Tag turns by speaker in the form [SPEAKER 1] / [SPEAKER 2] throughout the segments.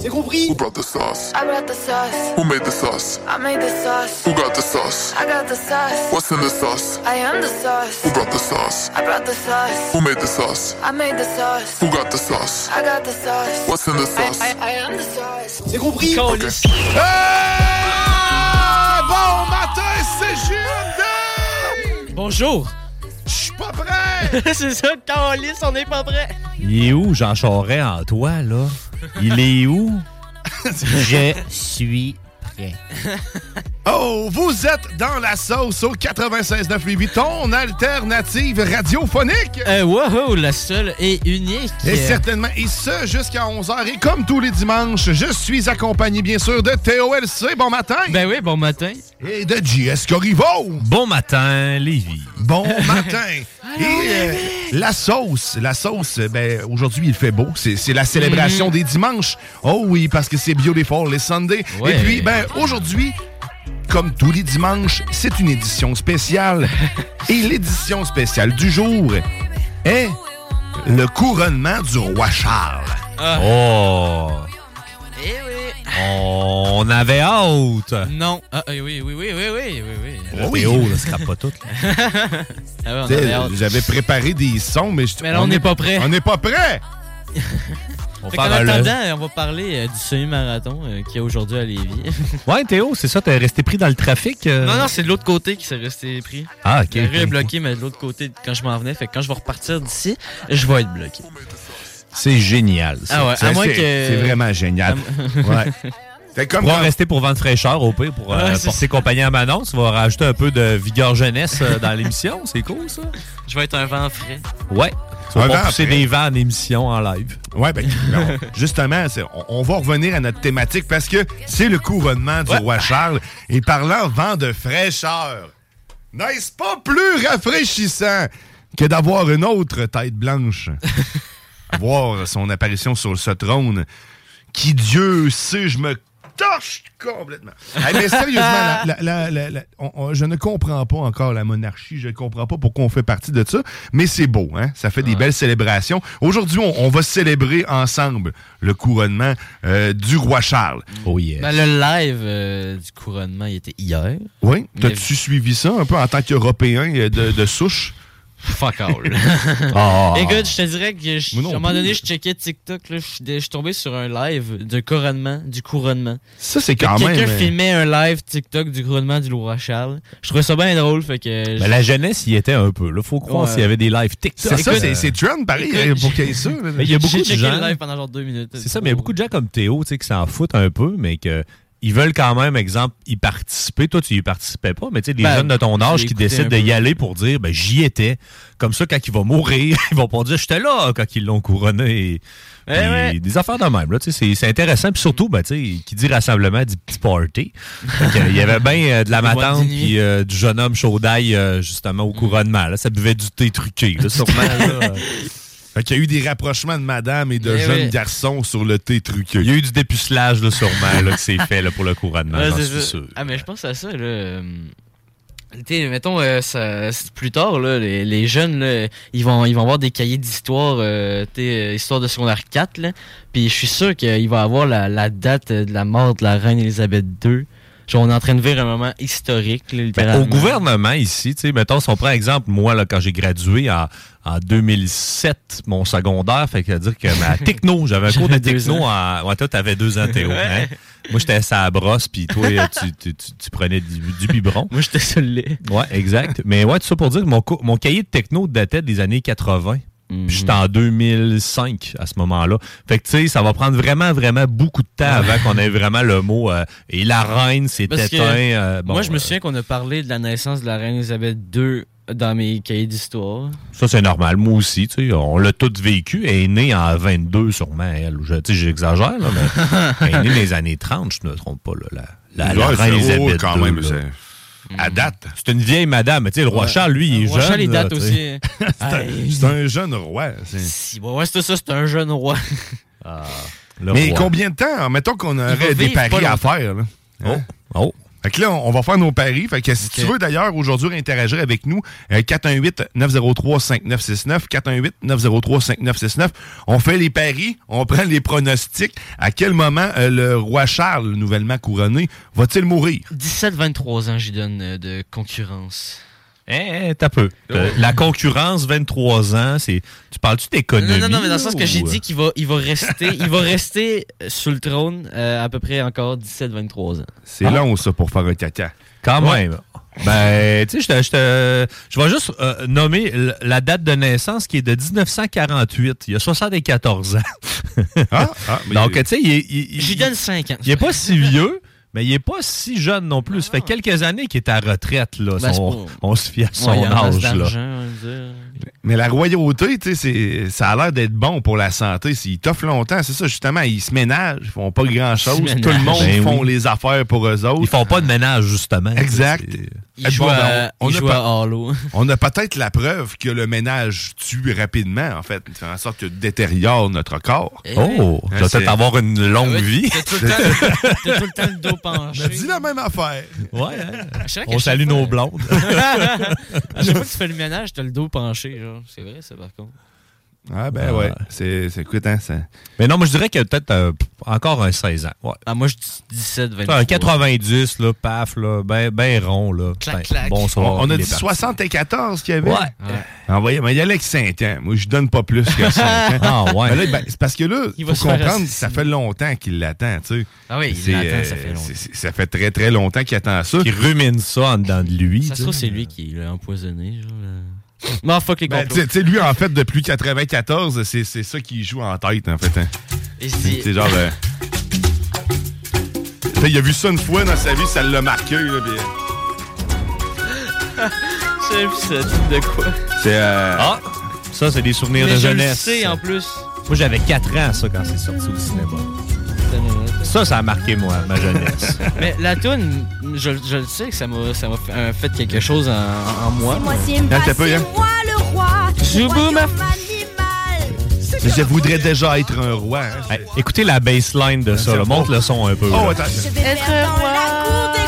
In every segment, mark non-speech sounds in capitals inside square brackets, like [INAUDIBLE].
[SPEAKER 1] C'est compris
[SPEAKER 2] brought the sauce?
[SPEAKER 1] Ah,
[SPEAKER 3] I brought the sauce.
[SPEAKER 2] Who made the sauce?
[SPEAKER 3] I made the sauce.
[SPEAKER 2] Who got the sauce?
[SPEAKER 3] I got the sauce.
[SPEAKER 2] What's in the sauce?
[SPEAKER 3] I am the
[SPEAKER 2] Who
[SPEAKER 3] sauce.
[SPEAKER 2] brought the sauce?
[SPEAKER 3] I brought the sauce.
[SPEAKER 2] Who made the sauce?
[SPEAKER 3] I made the sauce.
[SPEAKER 2] Who got the sauce?
[SPEAKER 3] I got the sauce.
[SPEAKER 2] What's in the
[SPEAKER 3] I,
[SPEAKER 2] sauce?
[SPEAKER 3] I, I am the sauce.
[SPEAKER 1] C'est compris
[SPEAKER 2] Okay. Hey! Bon matin, c'est JMD!
[SPEAKER 4] Bonjour!
[SPEAKER 2] Je suis pas
[SPEAKER 4] [LAUGHS]
[SPEAKER 2] prêt!
[SPEAKER 4] c'est ça, Calis, on n'est pas prêt!
[SPEAKER 5] Il est où Jean Charest en toi, là? Il est où? [LAUGHS] Je suis prêt.
[SPEAKER 6] Oh, vous êtes dans la sauce au 96.9 Lévis, ton alternative radiophonique.
[SPEAKER 4] Euh, wow, la seule et unique!
[SPEAKER 6] Et
[SPEAKER 4] Euh,
[SPEAKER 6] certainement, et ce jusqu'à 11h. Et comme tous les dimanches, je suis accompagné bien sûr de TOLC, bon matin,
[SPEAKER 4] Ben oui, bon matin!
[SPEAKER 6] et de JS Corriveau.
[SPEAKER 5] Bon matin, Lévi.
[SPEAKER 6] Bon [LAUGHS] matin! Et euh, la sauce, la sauce, euh, ben, aujourd'hui il fait beau, c'est c'est la
[SPEAKER 4] Mm.
[SPEAKER 6] célébration des dimanches. Oh oui, parce que c'est beautiful les Sundays.
[SPEAKER 5] Ouais.
[SPEAKER 6] Et puis, ben, aujourd'hui, comme tous les dimanches, c'est une
[SPEAKER 4] [LAUGHS]
[SPEAKER 6] édition spéciale. Et l'édition spéciale du jour est le couronnement du roi Charles.
[SPEAKER 4] Ah,
[SPEAKER 5] Oh!
[SPEAKER 4] Eh oui!
[SPEAKER 5] On avait hâte!
[SPEAKER 4] Non! Ah, eh oui, oui, oui, oui, oui, oui, oui!
[SPEAKER 6] Oh Oui.
[SPEAKER 5] Théo, là, scrape
[SPEAKER 4] [LAUGHS]
[SPEAKER 5] pas tout. là.
[SPEAKER 4] Ah oui, on
[SPEAKER 6] T'sais,
[SPEAKER 4] avait hâte.
[SPEAKER 6] J'avais préparé des sons, mais, je-
[SPEAKER 4] Mais là, on n'est pas prêt.
[SPEAKER 6] On n'est pas prêt.
[SPEAKER 5] On
[SPEAKER 4] [LAUGHS] Fait qu'en
[SPEAKER 5] part
[SPEAKER 6] hein.
[SPEAKER 5] à le-
[SPEAKER 4] attendant, on va parler euh, du semi-marathon euh, qu'il y a aujourd'hui à Lévis.
[SPEAKER 5] Ouais, Théo, c'est ça, t'es resté pris dans le trafic? euh?
[SPEAKER 4] non, non, c'est de l'autre côté qui s'est resté pris.
[SPEAKER 5] Ah, ok.
[SPEAKER 4] La rue est
[SPEAKER 5] ok.
[SPEAKER 4] bloquée, mais de l'autre côté, quand je m'en venais, fait que quand je vais repartir d'ici, je vais être bloqué.
[SPEAKER 5] C'est génial. Ça.
[SPEAKER 4] Ah ouais,
[SPEAKER 6] Ça,
[SPEAKER 4] à moins
[SPEAKER 6] c'est-
[SPEAKER 4] que... Ah,
[SPEAKER 6] C'est vraiment génial.
[SPEAKER 4] [LAUGHS]
[SPEAKER 6] Ouais. C'est comme
[SPEAKER 5] On va
[SPEAKER 6] quand-
[SPEAKER 5] rester pour vendre fraîcheur au pire, pour euh,
[SPEAKER 4] Ouais, c'est
[SPEAKER 5] porter compagnie à Manon. Ça va rajouter un peu de vigueur jeunesse euh, dans l'émission. C'est cool, ça.
[SPEAKER 4] Je vais être un vent frais.
[SPEAKER 5] Ouais.
[SPEAKER 6] Un
[SPEAKER 5] Ça va
[SPEAKER 6] vent
[SPEAKER 5] pas pousser
[SPEAKER 6] après.
[SPEAKER 5] des vents en émission, en live.
[SPEAKER 6] Ouais, ben, [LAUGHS] ben, on- justement, c'est- on, on va revenir à notre thématique parce que c'est le couronnement du roi Charles. Et parlant vent de fraîcheur, n'est-ce pas plus rafraîchissant que d'avoir une autre
[SPEAKER 5] [LAUGHS]
[SPEAKER 6] tête blanche? Avoir son apparition sur ce trône qui, Dieu sait, je me torche complètement. Hey, mais sérieusement, [LAUGHS] la- la- la- la- la- on- on- je ne comprends pas encore la monarchie. Je ne comprends pas pourquoi on fait partie de ça. Mais c'est beau, hein? Ça fait des belles célébrations. Aujourd'hui, on, on va célébrer ensemble le couronnement euh, du roi Charles.
[SPEAKER 5] Oh yeah.
[SPEAKER 4] Ben, le live euh, du couronnement, il était hier.
[SPEAKER 6] Oui? T'as-tu suivi ça un peu en tant qu'Européen euh, de, de souche?
[SPEAKER 4] Fuck all.
[SPEAKER 5] [LAUGHS]
[SPEAKER 4] [LAUGHS]
[SPEAKER 5] Ah.
[SPEAKER 4] Écoute, je te dirais que je-
[SPEAKER 6] Moi
[SPEAKER 4] à
[SPEAKER 6] non
[SPEAKER 4] un moment
[SPEAKER 6] plus.
[SPEAKER 4] donné, je checkais TikTok, là, je suis dé- je suis tombé sur un live de couronnement, du couronnement.
[SPEAKER 6] Ça, c'est
[SPEAKER 4] Fait
[SPEAKER 6] quand
[SPEAKER 4] que
[SPEAKER 6] même...
[SPEAKER 4] Quelqu'un
[SPEAKER 6] euh,
[SPEAKER 4] filmait un live TikTok du couronnement du roi Charles. Je trouvais ça bien drôle, fait que. je-
[SPEAKER 5] Ben, la jeunesse y était un peu. Là, faut croire
[SPEAKER 4] Ouais.
[SPEAKER 5] s'il y avait des lives TikTok.
[SPEAKER 6] C'est ça,
[SPEAKER 5] Écoute,
[SPEAKER 6] c'est-
[SPEAKER 5] euh,
[SPEAKER 6] c'est trend, pareil,
[SPEAKER 4] écoute,
[SPEAKER 6] euh, pour qu'il y ait ça. là.
[SPEAKER 5] Mais il y a
[SPEAKER 4] j'ai
[SPEAKER 5] beaucoup de
[SPEAKER 4] checké
[SPEAKER 5] gens-
[SPEAKER 4] le live pendant genre deux minutes.
[SPEAKER 5] c'est ça, mais il y a beaucoup de gens comme Théo, tu sais, qui s'en foutent un peu, mais que ils veulent quand même, exemple, y participer. Toi, tu y participais pas, mais tu sais, des
[SPEAKER 4] Ben,
[SPEAKER 5] jeunes de ton
[SPEAKER 4] j'ai
[SPEAKER 5] âge qui
[SPEAKER 4] écouté
[SPEAKER 5] décident
[SPEAKER 4] un
[SPEAKER 5] d'y
[SPEAKER 4] peu.
[SPEAKER 5] aller pour dire, ben, j'y étais. Comme ça, quand il va mourir, [LAUGHS] ils vont pas dire, j'étais là quand ils l'ont couronné. Et-
[SPEAKER 4] Eh
[SPEAKER 5] puis
[SPEAKER 4] ouais.
[SPEAKER 5] Des affaires de même, là, tu sais, c'est- c'est intéressant. Puis surtout, ben, tu sais, qui dit rassemblement, dit petit party. Fait que, il y avait bien
[SPEAKER 4] [LAUGHS]
[SPEAKER 5] euh, de la
[SPEAKER 4] Des boîtes
[SPEAKER 5] matante,
[SPEAKER 4] de nuit.
[SPEAKER 5] puis euh, du
[SPEAKER 4] [LAUGHS]
[SPEAKER 5] jeune homme chaud d'ail, euh, justement, au couronnement. Là. Ça buvait du thé truqué, là, sûrement. là.
[SPEAKER 6] Fait qu'il y a eu des rapprochements de madame et de
[SPEAKER 4] Eh
[SPEAKER 6] jeunes
[SPEAKER 4] oui.
[SPEAKER 6] garçons sur le thé truqué.
[SPEAKER 5] Il y a eu du dépucelage, là, sûrement, là, qui s'est fait là, pour le couronnement,
[SPEAKER 4] Ouais,
[SPEAKER 5] j'en
[SPEAKER 4] c'est
[SPEAKER 5] suis
[SPEAKER 4] ça.
[SPEAKER 5] sûr.
[SPEAKER 4] Ah, mais je pense à ça, là. euh, t'sais, mettons, euh, ça- c'est plus tard, là, les, les jeunes, là, ils vont, ils vont avoir des cahiers d'histoire, euh, t'sais, euh, histoire de secondaire 4, là. Puis je suis sûr qu'il va avoir la, la date euh, de la mort de la reine Elisabeth II. Genre, on est en train de vivre un moment historique, là,
[SPEAKER 5] Ben,
[SPEAKER 4] littéralement.
[SPEAKER 5] au gouvernement ici, tu sais, mettons, si on prend exemple, moi, là, quand j'ai gradué en, en 2007, mon secondaire, fait que à dire que
[SPEAKER 4] [LAUGHS]
[SPEAKER 5] ma techno, j'avais un cours de
[SPEAKER 4] J'avais deux
[SPEAKER 5] techno
[SPEAKER 4] ans.
[SPEAKER 5] en. Ouais, toi, t'avais deux ans, Théo. hein? Moi, j'étais à la brosse, puis toi, tu, tu- tu- tu prenais du, du biberon.
[SPEAKER 4] Moi, j'étais sur le lait.
[SPEAKER 5] Ouais, exact. Mais ouais, tout ça pour dire que mon, cou- mon cahier de techno datait des années 80.
[SPEAKER 4] Mhm.
[SPEAKER 5] Puis j'étais en 2005 à ce moment-là. Fait que, tu sais, ça va prendre vraiment, vraiment beaucoup de temps avant qu'on ait vraiment le mot. euh, et la reine, c'est
[SPEAKER 4] Parce que
[SPEAKER 5] éteint. euh, bon,
[SPEAKER 4] moi, je me
[SPEAKER 5] euh,
[SPEAKER 4] souviens qu'on a parlé de la naissance de la reine Elisabeth II dans mes cahiers d'histoire.
[SPEAKER 5] Ça, c'est normal. Moi aussi, tu sais, on l'a tous vécu. Elle est née en 22, sûrement, elle. Je- tu sais, j'exagère, là,
[SPEAKER 4] [LAUGHS]
[SPEAKER 5] mais elle est née dans les années 30, je ne me trompe pas, là. La, la, la
[SPEAKER 6] Ouais,
[SPEAKER 5] reine
[SPEAKER 6] c'est- oh,
[SPEAKER 5] Elisabeth
[SPEAKER 6] quand
[SPEAKER 5] II,
[SPEAKER 6] même,
[SPEAKER 5] là.
[SPEAKER 6] c'est- à date.
[SPEAKER 5] C'est une vieille madame. mais Tu sais, le roi
[SPEAKER 4] Ouais.
[SPEAKER 5] Charles, lui, il est
[SPEAKER 4] Euh, Roi
[SPEAKER 5] jeune.
[SPEAKER 4] Charles, il
[SPEAKER 5] là,
[SPEAKER 4] date
[SPEAKER 5] tu
[SPEAKER 4] [LAUGHS]
[SPEAKER 5] sais.
[SPEAKER 4] aussi.
[SPEAKER 6] C'est un-
[SPEAKER 4] Aïe.
[SPEAKER 6] c'est un jeune roi. c'est-
[SPEAKER 4] Si, ouais, ouais, c'est ça, c'est un jeune
[SPEAKER 5] [LAUGHS]
[SPEAKER 4] roi.
[SPEAKER 5] Ah, Le
[SPEAKER 6] Mais
[SPEAKER 5] roi.
[SPEAKER 6] combien de temps? Mettons qu'on aurait
[SPEAKER 4] vivre
[SPEAKER 6] des
[SPEAKER 4] pas
[SPEAKER 6] paris à
[SPEAKER 4] longtemps.
[SPEAKER 6] faire. Là. Hein?
[SPEAKER 5] Oh,
[SPEAKER 6] Fait que là, on on va faire nos paris. Fait que si tu
[SPEAKER 4] Ok.
[SPEAKER 6] veux d'ailleurs aujourd'hui interagir avec nous, euh, 418-903-5969, 418-903-5969, on fait les paris, on [LAUGHS] prend les pronostics. À quel moment euh, le roi Charles, nouvellement couronné, va-t-il mourir?
[SPEAKER 4] 17-23 ans, j'y donne euh, de concurrence.
[SPEAKER 5] Eh, eh, t'as peu.
[SPEAKER 4] Oh.
[SPEAKER 5] Euh, La concurrence, 23 ans, c'est. Tu parles-tu d'économie?
[SPEAKER 4] non, non, non, mais dans le sens
[SPEAKER 5] ou- euh?
[SPEAKER 4] que j'ai dit qu'il va, il va rester, il va rester euh, sur le trône euh, à peu près encore 17-23 ans.
[SPEAKER 6] C'est long, ça, pour faire un caca.
[SPEAKER 5] Quand
[SPEAKER 4] Ouais.
[SPEAKER 5] même. Ben, tu sais, je te- je te- je vais juste euh, nommer l- la date de naissance qui est de 1948. Il y a 74 ans.
[SPEAKER 6] Ah,
[SPEAKER 5] [LAUGHS]
[SPEAKER 6] ah, mais-
[SPEAKER 5] Donc, tu sais, il est- il- il-
[SPEAKER 4] J'y donne 5 ans.
[SPEAKER 5] Il est pas si vieux, mais il est pas si jeune non plus. Ça fait quelques années qu'il est à retraite, là.
[SPEAKER 4] Ah. Ben,
[SPEAKER 5] Son-
[SPEAKER 4] c'est pas-
[SPEAKER 5] [LAUGHS] on se fie à son
[SPEAKER 4] Ouais, il en reste
[SPEAKER 5] âge, là.
[SPEAKER 4] d'argent, on va dire.
[SPEAKER 6] Mais la royauté, tu sais, c'est- ça a l'air d'être bon pour la santé. S'ils toffent longtemps, c'est ça, justement, ils se ménagent, ils font pas grand-chose.
[SPEAKER 4] Ils se
[SPEAKER 6] Tout le
[SPEAKER 4] ménagent.
[SPEAKER 6] monde
[SPEAKER 5] Ben
[SPEAKER 6] font
[SPEAKER 5] oui.
[SPEAKER 6] les affaires pour eux autres.
[SPEAKER 5] Ils font pas de ménage, justement.
[SPEAKER 6] Exact.
[SPEAKER 5] C'est-
[SPEAKER 4] Il
[SPEAKER 6] Eh,
[SPEAKER 4] joue,
[SPEAKER 6] bon, ben,
[SPEAKER 4] à,
[SPEAKER 6] on- on
[SPEAKER 4] il
[SPEAKER 6] a
[SPEAKER 4] joue
[SPEAKER 6] pas-
[SPEAKER 4] à Halo.
[SPEAKER 6] On a peut-être la preuve que le ménage tue rapidement, en fait, fait en sorte que détériore notre corps. Hein,
[SPEAKER 4] Eh oui.
[SPEAKER 5] Oh, tu vas
[SPEAKER 6] c'est-
[SPEAKER 5] peut-être avoir une longue
[SPEAKER 4] Ouais,
[SPEAKER 5] vie.
[SPEAKER 4] T'as Ah tout, le
[SPEAKER 6] [LAUGHS]
[SPEAKER 4] temps- t'as tout le temps le dos
[SPEAKER 6] Je
[SPEAKER 4] penché.
[SPEAKER 6] dis la même affaire.
[SPEAKER 5] Ouais, hein.
[SPEAKER 4] Je sais qu'à
[SPEAKER 5] On
[SPEAKER 4] chaque
[SPEAKER 5] salue
[SPEAKER 4] fois-
[SPEAKER 5] nos blondes.
[SPEAKER 4] [LAUGHS] à chaque fois que tu fais le ménage, t'as le dos penché. genre. C'est vrai, ça, par contre.
[SPEAKER 6] Ah ben ouais, c'est c'est écoute, hein, ça-
[SPEAKER 5] Mais non, moi, je dirais que peut-être euh, encore un 16 ans. Ouais.
[SPEAKER 4] Ah, moi, je dis 17-23.
[SPEAKER 5] Un 90, là, paf, là, ben, ben rond, là.
[SPEAKER 4] Clac,
[SPEAKER 5] Ben,
[SPEAKER 4] clac.
[SPEAKER 6] On,
[SPEAKER 5] Bonsoir.
[SPEAKER 6] on a
[SPEAKER 5] il est
[SPEAKER 6] dit
[SPEAKER 5] parti.
[SPEAKER 6] 74 qu'il y avait.
[SPEAKER 5] Ouais.
[SPEAKER 6] Ah, ouais, mais il y allait avec 5 ans. Moi, je donne pas plus que
[SPEAKER 4] [LAUGHS]
[SPEAKER 6] 5 ans.
[SPEAKER 5] Ah, ouais.
[SPEAKER 6] Mais là, ben, c'est parce que là,
[SPEAKER 4] Il
[SPEAKER 6] il
[SPEAKER 4] va se
[SPEAKER 6] faut
[SPEAKER 4] faire
[SPEAKER 6] comprendre,
[SPEAKER 4] assassiner.
[SPEAKER 6] ça fait longtemps qu'il l'attend, tu sais.
[SPEAKER 4] Ah oui, il
[SPEAKER 6] C'est,
[SPEAKER 4] l'attend,
[SPEAKER 6] euh,
[SPEAKER 4] ça fait longtemps.
[SPEAKER 6] c'est- c'est- ça fait très, très longtemps qu'il attend ça.
[SPEAKER 5] Qui rumine ça en dedans de lui.
[SPEAKER 4] Ça se
[SPEAKER 5] tu sais.
[SPEAKER 4] trouve, c'est lui qui l'a empoisonné. Genre, là. Non, fuck les
[SPEAKER 6] euh, Ben,
[SPEAKER 4] complots.
[SPEAKER 6] tu sais- tu sais, lui, en fait, depuis 94, c'est c'est ça qu'il joue en tête, en fait. hein.
[SPEAKER 4] Il se dit-
[SPEAKER 6] C'est genre. euh, tu sais, Il a vu ça une fois dans sa vie, ça l'a marqué. là, puis, euh,
[SPEAKER 4] [LAUGHS] Je sais plus ça dit de quoi.
[SPEAKER 6] C'est. euh,
[SPEAKER 5] Ah! Ça, c'est des souvenirs
[SPEAKER 4] Mais
[SPEAKER 5] de
[SPEAKER 4] je
[SPEAKER 5] jeunesse.
[SPEAKER 4] le sais, hein. en plus.
[SPEAKER 5] Moi, j'avais 4 ans, ça, quand c'est sorti au cinéma. Ça, ça a marqué, moi, ma jeunesse.
[SPEAKER 4] Mais la toune, je, je le sais que ça m'a ça m'a fait, euh, fait quelque chose en, en moi.
[SPEAKER 6] Attends un peu, hein.
[SPEAKER 4] Zoubou, ma...
[SPEAKER 6] Je voudrais déjà être un roi. hein.
[SPEAKER 5] Hey, écoutez la baseline de ça, là. monte le son un peu.
[SPEAKER 6] Oh,
[SPEAKER 5] là.
[SPEAKER 6] attends.
[SPEAKER 3] Je vais faire dans la cour des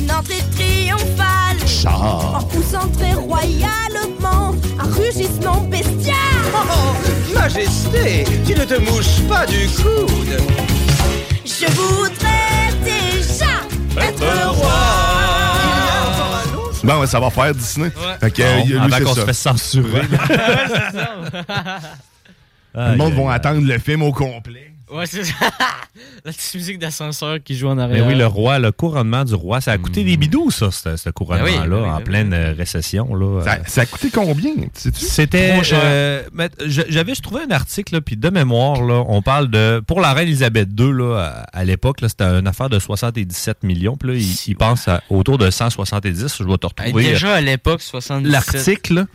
[SPEAKER 3] grands une entrée triomphale. En poussant très royalement un rugissement bestial.
[SPEAKER 1] Majesté, tu ne te mouches pas du coude.
[SPEAKER 3] Je voudrais déjà être roi.
[SPEAKER 6] Bon, Ben, ouais, ça va faire Disney. Fait que, euh,
[SPEAKER 5] Bon,
[SPEAKER 6] lui,
[SPEAKER 5] avant
[SPEAKER 6] c'est
[SPEAKER 5] qu'on se
[SPEAKER 6] ça.
[SPEAKER 5] fasse censurer.
[SPEAKER 6] [LAUGHS]
[SPEAKER 5] hein.
[SPEAKER 6] Le monde
[SPEAKER 5] Aïe,
[SPEAKER 6] va
[SPEAKER 5] aïe,
[SPEAKER 6] attendre le film au complet.
[SPEAKER 4] Ouais, c'est ça. [LAUGHS] la petite musique d'ascenseur qui joue en
[SPEAKER 5] Mais
[SPEAKER 4] arrière.
[SPEAKER 5] oui, le roi, le couronnement du roi, ça a coûté
[SPEAKER 6] Hmm.
[SPEAKER 5] des bidous, ça, ce, ce couronnement-là,
[SPEAKER 4] Ben oui, ben oui,
[SPEAKER 5] en
[SPEAKER 4] ben
[SPEAKER 5] pleine euh, récession. Là,
[SPEAKER 6] Ça,
[SPEAKER 5] Euh,
[SPEAKER 6] ça a coûté combien? tu sais-tu?
[SPEAKER 5] C'était.
[SPEAKER 6] Trop cher.
[SPEAKER 5] euh, mais je- J'avais je trouvais un article, là, puis de mémoire, là, on parle de. Pour la reine Elisabeth II, là, à, à l'époque, là, c'était une affaire de 77 millions. Puis là, il, il pense à autour de 170. Je vais te
[SPEAKER 4] Hey,
[SPEAKER 5] retrouver euh,
[SPEAKER 4] déjà à l'époque, 77.
[SPEAKER 5] l'article. là.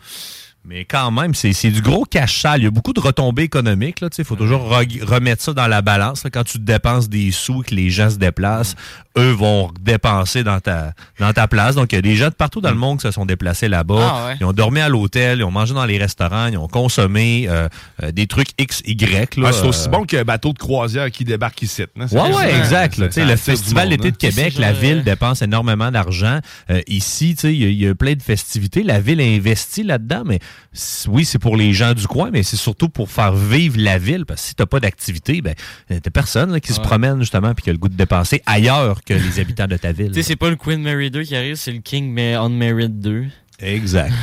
[SPEAKER 5] Mais quand même, c'est c'est du gros cash sale. Il y a beaucoup de retombées économiques. Il faut toujours re- remettre ça dans la balance. là. Quand tu dépenses des sous et que les gens se déplacent, eux vont dépenser dans ta, dans ta place. Donc, il y a des gens de partout dans le monde qui se sont déplacés là-bas.
[SPEAKER 4] Ah ouais.
[SPEAKER 5] Ils ont dormi à l'hôtel, ils ont mangé dans les restaurants, ils ont consommé euh, euh, des trucs X, Y. là.
[SPEAKER 6] Ah, c'est aussi
[SPEAKER 5] Euh,
[SPEAKER 6] bon qu'un bateau de croisière qui débarque ici. non? C'est
[SPEAKER 5] Ouais,
[SPEAKER 6] ça,
[SPEAKER 5] ouais,
[SPEAKER 6] hein?
[SPEAKER 5] exact. là.
[SPEAKER 6] Ça-
[SPEAKER 5] Tu sais,
[SPEAKER 6] ça
[SPEAKER 5] le
[SPEAKER 6] attire du
[SPEAKER 5] Festival
[SPEAKER 6] monde,
[SPEAKER 5] d'été de
[SPEAKER 6] hein.
[SPEAKER 5] Québec, la ville dépense énormément d'argent. Euh, ici, tu sais, il y a- il y, a plein de festivités. La ville investit là-dedans, mais c- oui, c'est pour les gens du coin, mais c'est surtout pour faire vivre la ville. Parce que si t'as pas d'activité, ben, euh, t'as personne là, qui se
[SPEAKER 4] Ouais.
[SPEAKER 5] promène justement puis qui a le goût de dépenser ailleurs que les habitants de ta ville.
[SPEAKER 4] Tu sais, c'est pas le Queen Mary 2 qui arrive, c'est le King mais on Mary 2.
[SPEAKER 6] [LAUGHS]
[SPEAKER 5] Exact.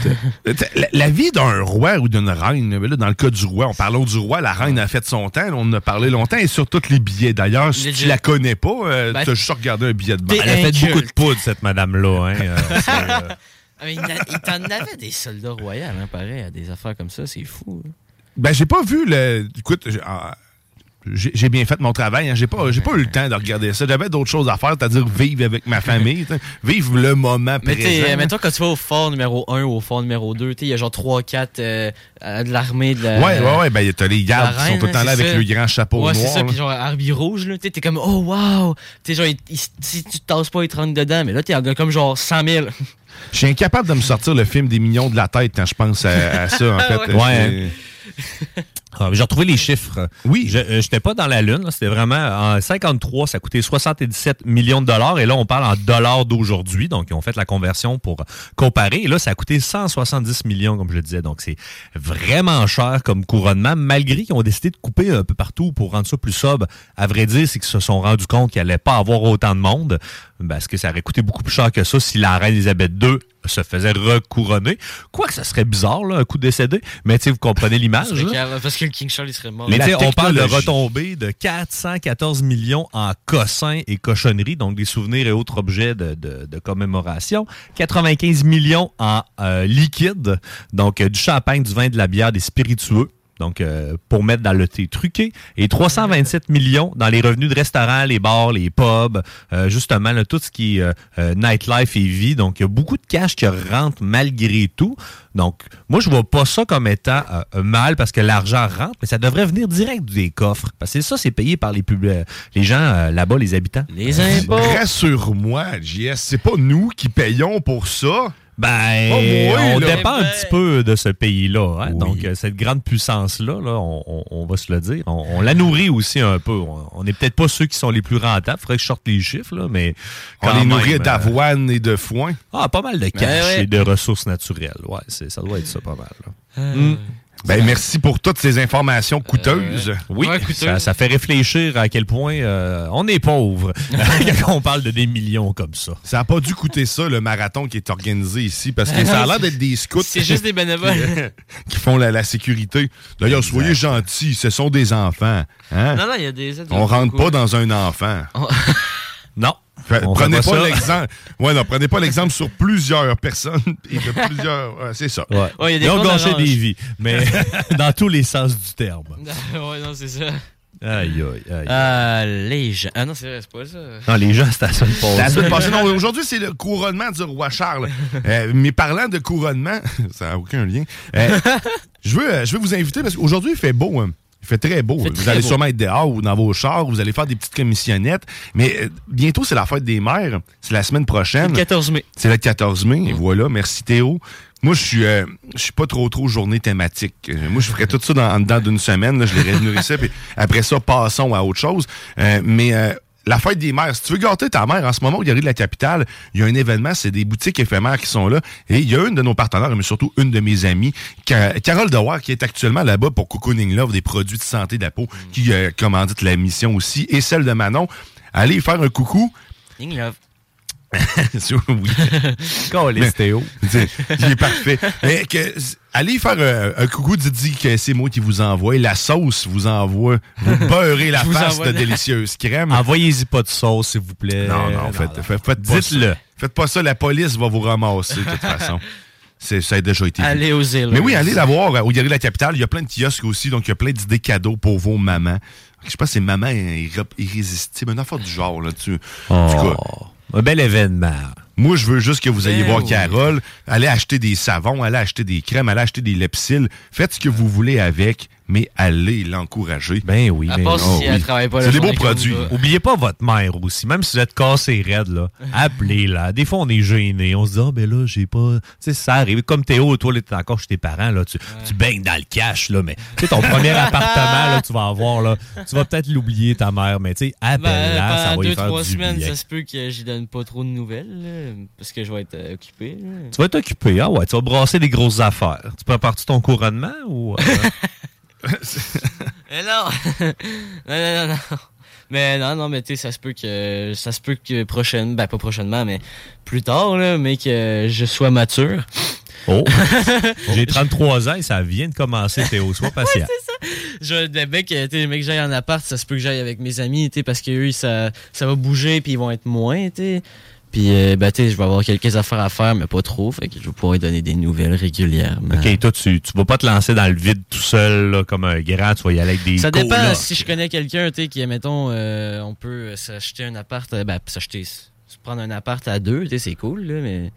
[SPEAKER 6] Euh, la, la vie d'un roi ou d'une reine, là, dans le cas du roi, en parlant du roi, la reine a fait son temps, là, on en a parlé longtemps, et sur tous les billets. D'ailleurs, si
[SPEAKER 4] Legit.
[SPEAKER 6] tu la connais pas, euh,
[SPEAKER 4] Ben,
[SPEAKER 6] tu as juste regardé un billet de banque.
[SPEAKER 4] t'es Elle a fait inculte. beaucoup de
[SPEAKER 5] poudre, cette madame-là. hein, euh.
[SPEAKER 4] Ah, [LAUGHS] mais il na- il t'en avait des soldats royaux, hein, pareil, à des affaires comme ça, c'est fou. hein.
[SPEAKER 6] [LAUGHS] Ben, j'ai pas vu le. Écoute, j'ai- ah, j'ai j'ai bien fait mon travail. hein. J'ai pas, j'ai pas eu le temps de regarder ça. J'avais d'autres choses à faire, c'est-à-dire vivre avec ma famille, t'sais. vivre le moment
[SPEAKER 4] Mais
[SPEAKER 6] présent.
[SPEAKER 4] t'sais, euh, mettons quand tu vas au fort numéro 1 ou au fort numéro 2, t'sais, il y a genre 3-4 de l'armée de la.
[SPEAKER 6] Ouais, ouais, ouais. Ben, y a- t'as les
[SPEAKER 4] Euh, la
[SPEAKER 6] gardes qui sont
[SPEAKER 4] reine,
[SPEAKER 6] tout le temps
[SPEAKER 4] hein,
[SPEAKER 6] là
[SPEAKER 4] c'est
[SPEAKER 6] avec
[SPEAKER 4] ça.
[SPEAKER 6] le grand chapeau
[SPEAKER 4] ouais,
[SPEAKER 6] noir.
[SPEAKER 4] c'est ça,
[SPEAKER 6] là.
[SPEAKER 4] puis genre Harvey Rouge, là, t'sais, t'es comme oh wow! T'sais, genre, il- il- si tu te tasses pas, il te rentre dedans, mais là, t'es en as comme genre 100 000.
[SPEAKER 6] Je suis incapable de me sortir le film des millions de la tête quand je
[SPEAKER 4] [LAUGHS]
[SPEAKER 6] pense à, à ça, en fait.
[SPEAKER 4] hein.
[SPEAKER 5] Ouais. Ah, J'ai retrouvé les chiffres. Oui. Je n'étais pas dans la lune. là. C'était vraiment euh, en 53, ça coûtait 77 millions de dollars. Et là, on parle en dollars d'aujourd'hui. Donc, ils ont fait la conversion pour comparer. Et là, ça a coûté 170 millions, comme je le disais. Donc, c'est vraiment cher comme couronnement, malgré qu'ils ont décidé de couper un peu partout pour rendre ça plus sobre. À vrai dire, c'est qu'ils se sont rendus compte qu'il n'allait pas avoir autant de monde parce que ça aurait coûté beaucoup plus cher que ça si la reine Elisabeth II se faisait recouronner. Quoique, ça serait bizarre, là, un coup décédé. Mais tu sais, vous comprenez
[SPEAKER 4] [LAUGHS]
[SPEAKER 6] Ah,
[SPEAKER 5] l'image. là.
[SPEAKER 4] Parce que le King Charles, il serait mort.
[SPEAKER 5] Mais tu sais, on parle de
[SPEAKER 4] retombées.
[SPEAKER 5] retombées de 414 millions en cossins et cochonneries, donc des souvenirs et autres objets de, de- de commémoration. 95 millions en euh, liquide, donc euh, du champagne, du vin, de la bière, des spiritueux. Donc, euh, pour mettre dans le thé truqué. Et 327 millions dans les revenus de restaurants, les bars, les pubs, euh, justement, là, tout ce qui est euh, euh, nightlife et vie. Donc, il y a beaucoup de cash qui rentre malgré tout. Donc, moi, je vois pas ça comme étant euh, euh, mal parce que l'argent rentre, mais ça devrait venir direct des coffres. Parce que ça, c'est payé par les, pub- euh, les gens euh, là-bas, les habitants.
[SPEAKER 4] Les impôts.
[SPEAKER 6] Rassure-moi, JS, c'est pas nous qui payons pour ça.
[SPEAKER 5] Ben,
[SPEAKER 6] Pas moi,
[SPEAKER 5] on
[SPEAKER 6] Oh, là.
[SPEAKER 5] dépend un petit peu de ce pays-là. hein. Donc, euh, cette grande puissance-là, là, on, on- on va se le dire, on, on la nourrit aussi un peu. On- On n'est peut-être pas ceux qui sont les plus rentables. faudrait que je sorte les chiffres, là, mais
[SPEAKER 6] On
[SPEAKER 5] quand
[SPEAKER 6] les
[SPEAKER 5] même,
[SPEAKER 6] nourrit
[SPEAKER 5] euh,
[SPEAKER 6] d'avoine et de foin.
[SPEAKER 5] Ah, pas mal de cash
[SPEAKER 6] ouais.
[SPEAKER 5] et de ressources naturelles. Ouais, c'est- ça doit être ça pas mal. là.
[SPEAKER 4] Ah.
[SPEAKER 6] Ben, merci pour toutes ces informations
[SPEAKER 4] Euh,
[SPEAKER 6] coûteuses.
[SPEAKER 5] Oui, ça, ça fait réfléchir à quel point euh, on
[SPEAKER 4] [LAUGHS]
[SPEAKER 5] est pauvre quand on parle de des millions comme ça.
[SPEAKER 6] Ça n'a pas dû coûter ça, le marathon qui est organisé ici,
[SPEAKER 4] [LAUGHS]
[SPEAKER 6] parce que ça a l'air d'être des scouts.
[SPEAKER 4] C'est juste des
[SPEAKER 5] [LAUGHS]
[SPEAKER 4] bénévoles.
[SPEAKER 6] qui font la, la sécurité. D'ailleurs, soyez gentils, ce sont des enfants. hein?
[SPEAKER 4] non, non, il y a des aides.
[SPEAKER 6] On rentre pas dans un enfant.
[SPEAKER 4] [LAUGHS]
[SPEAKER 5] Non.
[SPEAKER 6] Fait-
[SPEAKER 5] On
[SPEAKER 6] prenez
[SPEAKER 5] fait pas
[SPEAKER 6] pas
[SPEAKER 5] ça. [LAUGHS]
[SPEAKER 6] l'exemple. Ouais, non, prenez pas l'exemple sur plusieurs personnes [LAUGHS] et de plusieurs. ouais, c'est ça.
[SPEAKER 5] Ouais.
[SPEAKER 4] Ouais, il y a des
[SPEAKER 5] Ils ont
[SPEAKER 4] fonds
[SPEAKER 5] gâché
[SPEAKER 4] d'orange.
[SPEAKER 5] des vies, [LAUGHS]
[SPEAKER 6] [LAUGHS]
[SPEAKER 5] mais dans tous les sens du terme.
[SPEAKER 4] [LAUGHS] ouais, non, c'est ça.
[SPEAKER 5] Aïe, aïe, aïe.
[SPEAKER 4] Ah, les gens. Ah non, c'est vrai, c'est pas ça.
[SPEAKER 5] Non, les gens, c'est à ça de passer.
[SPEAKER 6] La semaine
[SPEAKER 4] [LAUGHS]
[SPEAKER 6] passée, non, aujourd'hui, c'est le couronnement du roi Charles. Euh, mais parlant de couronnement, [LAUGHS] ça n'a aucun lien.
[SPEAKER 4] [LAUGHS]
[SPEAKER 6] Euh, je, veux, euh, je veux vous inviter parce qu'aujourd'hui, il fait beau. hein. Il fait très beau.
[SPEAKER 4] fait
[SPEAKER 6] vous
[SPEAKER 4] très
[SPEAKER 6] allez
[SPEAKER 4] beau.
[SPEAKER 6] sûrement être dehors ou dans vos chars, vous allez faire des petites commissionnettes. Mais euh, bientôt, c'est la fête des mères. C'est la semaine prochaine.
[SPEAKER 4] Le 14 mai. Mm.
[SPEAKER 6] C'est le 14 mai, et voilà. Merci Théo. Moi, je suis, euh, je suis pas trop trop journée thématique. Euh, Moi, je ferais tout ça dans, en dedans d'une semaine. là. je les réunissais, [LAUGHS] puis après ça, passons à autre chose. Euh, mais euh, la fête des mères, si tu veux gâter ta mère, en ce moment, au Galerie de la Capitale, il y a un événement, c'est des boutiques éphémères qui sont là. Et il y a une de nos partenaires, mais surtout une de mes amies, Ca- Carole Dewar, qui est actuellement là-bas pour Cocooning Love, des produits de santé de la peau, qui euh, commandite la mission aussi, et celle de Manon. Allez y faire un coucou. [LAUGHS]
[SPEAKER 4] King Love.
[SPEAKER 6] oui.
[SPEAKER 5] Caliste, Théo.
[SPEAKER 6] T'sais, Il est parfait. Mais que- allez faire euh, un, coucou, dites-y que c'est moi qui vous envoie. La sauce vous envoie. Vous beurrez la
[SPEAKER 4] Je vous
[SPEAKER 6] face
[SPEAKER 4] envoie
[SPEAKER 6] de
[SPEAKER 4] la-
[SPEAKER 6] délicieuse crème.
[SPEAKER 5] Envoyez-y pas de sauce, s'il vous plaît.
[SPEAKER 6] non, non, faites, faites- faites pas
[SPEAKER 5] Dites-le.
[SPEAKER 6] ça. Faites pas ça, la police va vous ramasser, de toute façon. C'est- ça a déjà été vu.
[SPEAKER 4] Allez aux îles.
[SPEAKER 6] Mais oui, allez la voir euh, au Galerie de la Capitale. Il y a plein de kiosques aussi, donc il y a plein d'idées cadeaux pour vos mamans. Je pense que c'est maman irré- irrésistible, une affaire du genre, là, tu. en tout cas.
[SPEAKER 5] Oh, un bel événement.
[SPEAKER 6] Moi, je veux juste que vous ayez
[SPEAKER 5] Ben
[SPEAKER 6] voir
[SPEAKER 5] oui.
[SPEAKER 6] Carole. Allez acheter des savons, allez acheter des crèmes, allez acheter des lepsils. Faites ce que vous voulez avec, mais allez l'encourager.
[SPEAKER 5] Ben oui,
[SPEAKER 4] À ben part non. si elle travaille pas la
[SPEAKER 6] C'est des beaux
[SPEAKER 4] journée comme
[SPEAKER 6] produits.
[SPEAKER 4] nous, là.
[SPEAKER 5] Oubliez pas votre mère aussi. Même si vous êtes cassé raide, là,
[SPEAKER 4] [LAUGHS]
[SPEAKER 5] appelez-la. Des fois, on est gêné. On se dit, ah, ben là, j'ai pas. Tu sais, ça arrive. Comme Théo, toi, là, t'es encore chez tes parents, là, tu, tu baignes dans le cash, là, mais tu sais,
[SPEAKER 4] [LAUGHS]
[SPEAKER 5] ton premier appartement, là, tu vas avoir, là, tu vas peut-être l'oublier, ta mère, mais tu sais,
[SPEAKER 4] Ben,
[SPEAKER 5] appelle-la, ça
[SPEAKER 4] pendant
[SPEAKER 5] va lui faire
[SPEAKER 4] 2-3
[SPEAKER 5] du
[SPEAKER 4] semaines,
[SPEAKER 5] bien.
[SPEAKER 4] ça se peut que j'y donne pas trop de nouvelles, là, parce que je vais être euh, occupé. là.
[SPEAKER 5] Tu vas t'occuper, ah ouais, tu vas brasser des grosses affaires. Tu prépares-tu ton couronnement
[SPEAKER 4] [LAUGHS]
[SPEAKER 5] ou. euh,
[SPEAKER 6] [LAUGHS]
[SPEAKER 4] Mais non! [LAUGHS] non, non, non, non. Mais non, non, mais tu sais, ça se peut que. Ça se peut que prochainement. Ben, pas prochainement, mais plus tard, là, mais que je sois mature. [LAUGHS]
[SPEAKER 5] Oh! J'ai 33 ans et ça vient de commencer, Théo. Sois patient.
[SPEAKER 4] Je, le mec, euh, tu sais, le mec que j'aille en appart, ça se peut que j'aille avec mes amis, tu sais, parce que eux, ça, ça va bouger, puis ils vont être moins, tu sais. Puis, euh, ben, tu sais, je vais avoir quelques affaires à faire, mais pas trop, fait que je vais pouvoir lui donner des nouvelles ben. régulièrement.
[SPEAKER 5] OK, toi, tu, tu vas pas te lancer dans le vide tout seul, là, comme un grand. Tu vas y aller avec des
[SPEAKER 4] Ça dépend
[SPEAKER 5] colocs.
[SPEAKER 4] si je connais quelqu'un, tu sais, qui, mettons, euh, on peut s'acheter un appart, euh, ben, s'acheter, s- se prendre un appart à deux, tu sais, c'est cool, là, mais.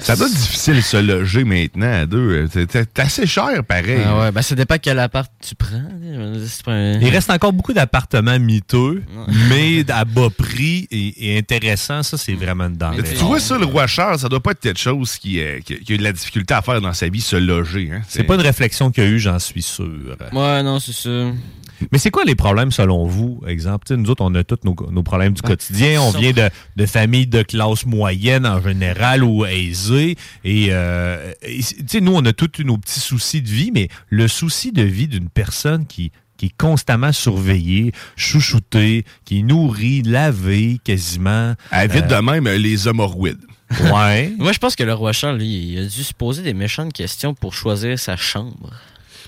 [SPEAKER 6] Ça doit être difficile se loger maintenant à deux. C'est- C'est c'est assez cher, pareil.
[SPEAKER 4] Ah ouais, ben, ça dépend quel appart tu prends, tu sais, je veux dire, si tu prends un-
[SPEAKER 5] Il reste encore beaucoup d'appartements miteux,
[SPEAKER 4] Mm.
[SPEAKER 5] mais à bas prix et, et intéressant. Ça, c'est vraiment une denrée.
[SPEAKER 6] Tu vois ça, le roi Charles, ça doit pas être quelque chose qui, euh, qui- qui a eu de la difficulté à faire dans sa vie, se loger. hein.
[SPEAKER 5] C'est pas une réflexion qu'il y a eu, j'en suis sûr.
[SPEAKER 4] Ouais, non, c'est ça.
[SPEAKER 5] Mais c'est quoi les problèmes selon vous, exemple? Tu sais, nous autres, on a tous nos, nos problèmes du quotidien. On
[SPEAKER 4] ça-
[SPEAKER 5] vient de, de familles de classe moyenne en général ou aisée. Et, euh, et, tu sais, nous, on a tous nos petits soucis de vie, mais le souci de vie d'une personne qui qui est constamment surveillée, chouchoutée, qui est nourrie, lavée quasiment. euh,
[SPEAKER 6] Elle évite Ah, de même euh, les hémorroïdes.
[SPEAKER 5] Ouais.
[SPEAKER 4] [LAUGHS] Moi, je pense que le roi Charles, lui, il a dû se poser des méchantes questions pour choisir sa chambre.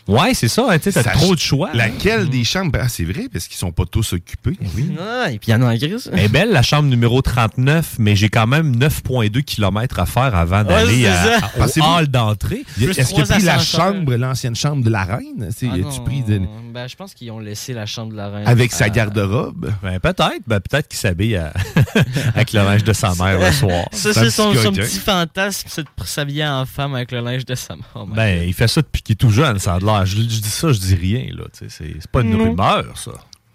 [SPEAKER 5] Ouais, c'est ça. Tu
[SPEAKER 4] t'as trop de choix, hein.
[SPEAKER 6] Laquelle des chambres? Ah, c'est vrai, parce qu'ils sont pas tous occupés.
[SPEAKER 5] Mm. Eh Oui.
[SPEAKER 4] Non, Ah, et puis il y en a en grise.
[SPEAKER 5] Elle est belle, la chambre numéro 39, mais j'ai quand même 9,2 km à faire avant d'aller
[SPEAKER 6] c'est
[SPEAKER 5] à-
[SPEAKER 6] ça.
[SPEAKER 5] à- au
[SPEAKER 6] Pensez-vous-
[SPEAKER 5] hall d'entrée.
[SPEAKER 6] Est-ce que tu pris la chambre, l'ancienne chambre de la reine? C'est-
[SPEAKER 4] Ah
[SPEAKER 6] tu
[SPEAKER 4] non,
[SPEAKER 6] pris de-
[SPEAKER 4] Ben, je pense qu'ils ont laissé la chambre de la reine.
[SPEAKER 6] Avec sa
[SPEAKER 4] Ah.
[SPEAKER 6] garde-robe?
[SPEAKER 5] peut-être. Ben, peut-être qu'il s'habille à- [LAUGHS] avec le linge de sa
[SPEAKER 4] Ah.
[SPEAKER 5] mère le soir.
[SPEAKER 4] [LAUGHS] Ça, c'est son, son petit fantasme, c'est de s'habiller en femme avec le linge de sa mort.
[SPEAKER 5] Ben, il fait ça depuis qu'il est tout jeune, ça a de l'air. Je, je dis ça, je dis rien, là. tu sais, C'est c'est pas une
[SPEAKER 4] Non.
[SPEAKER 5] rumeur, ça.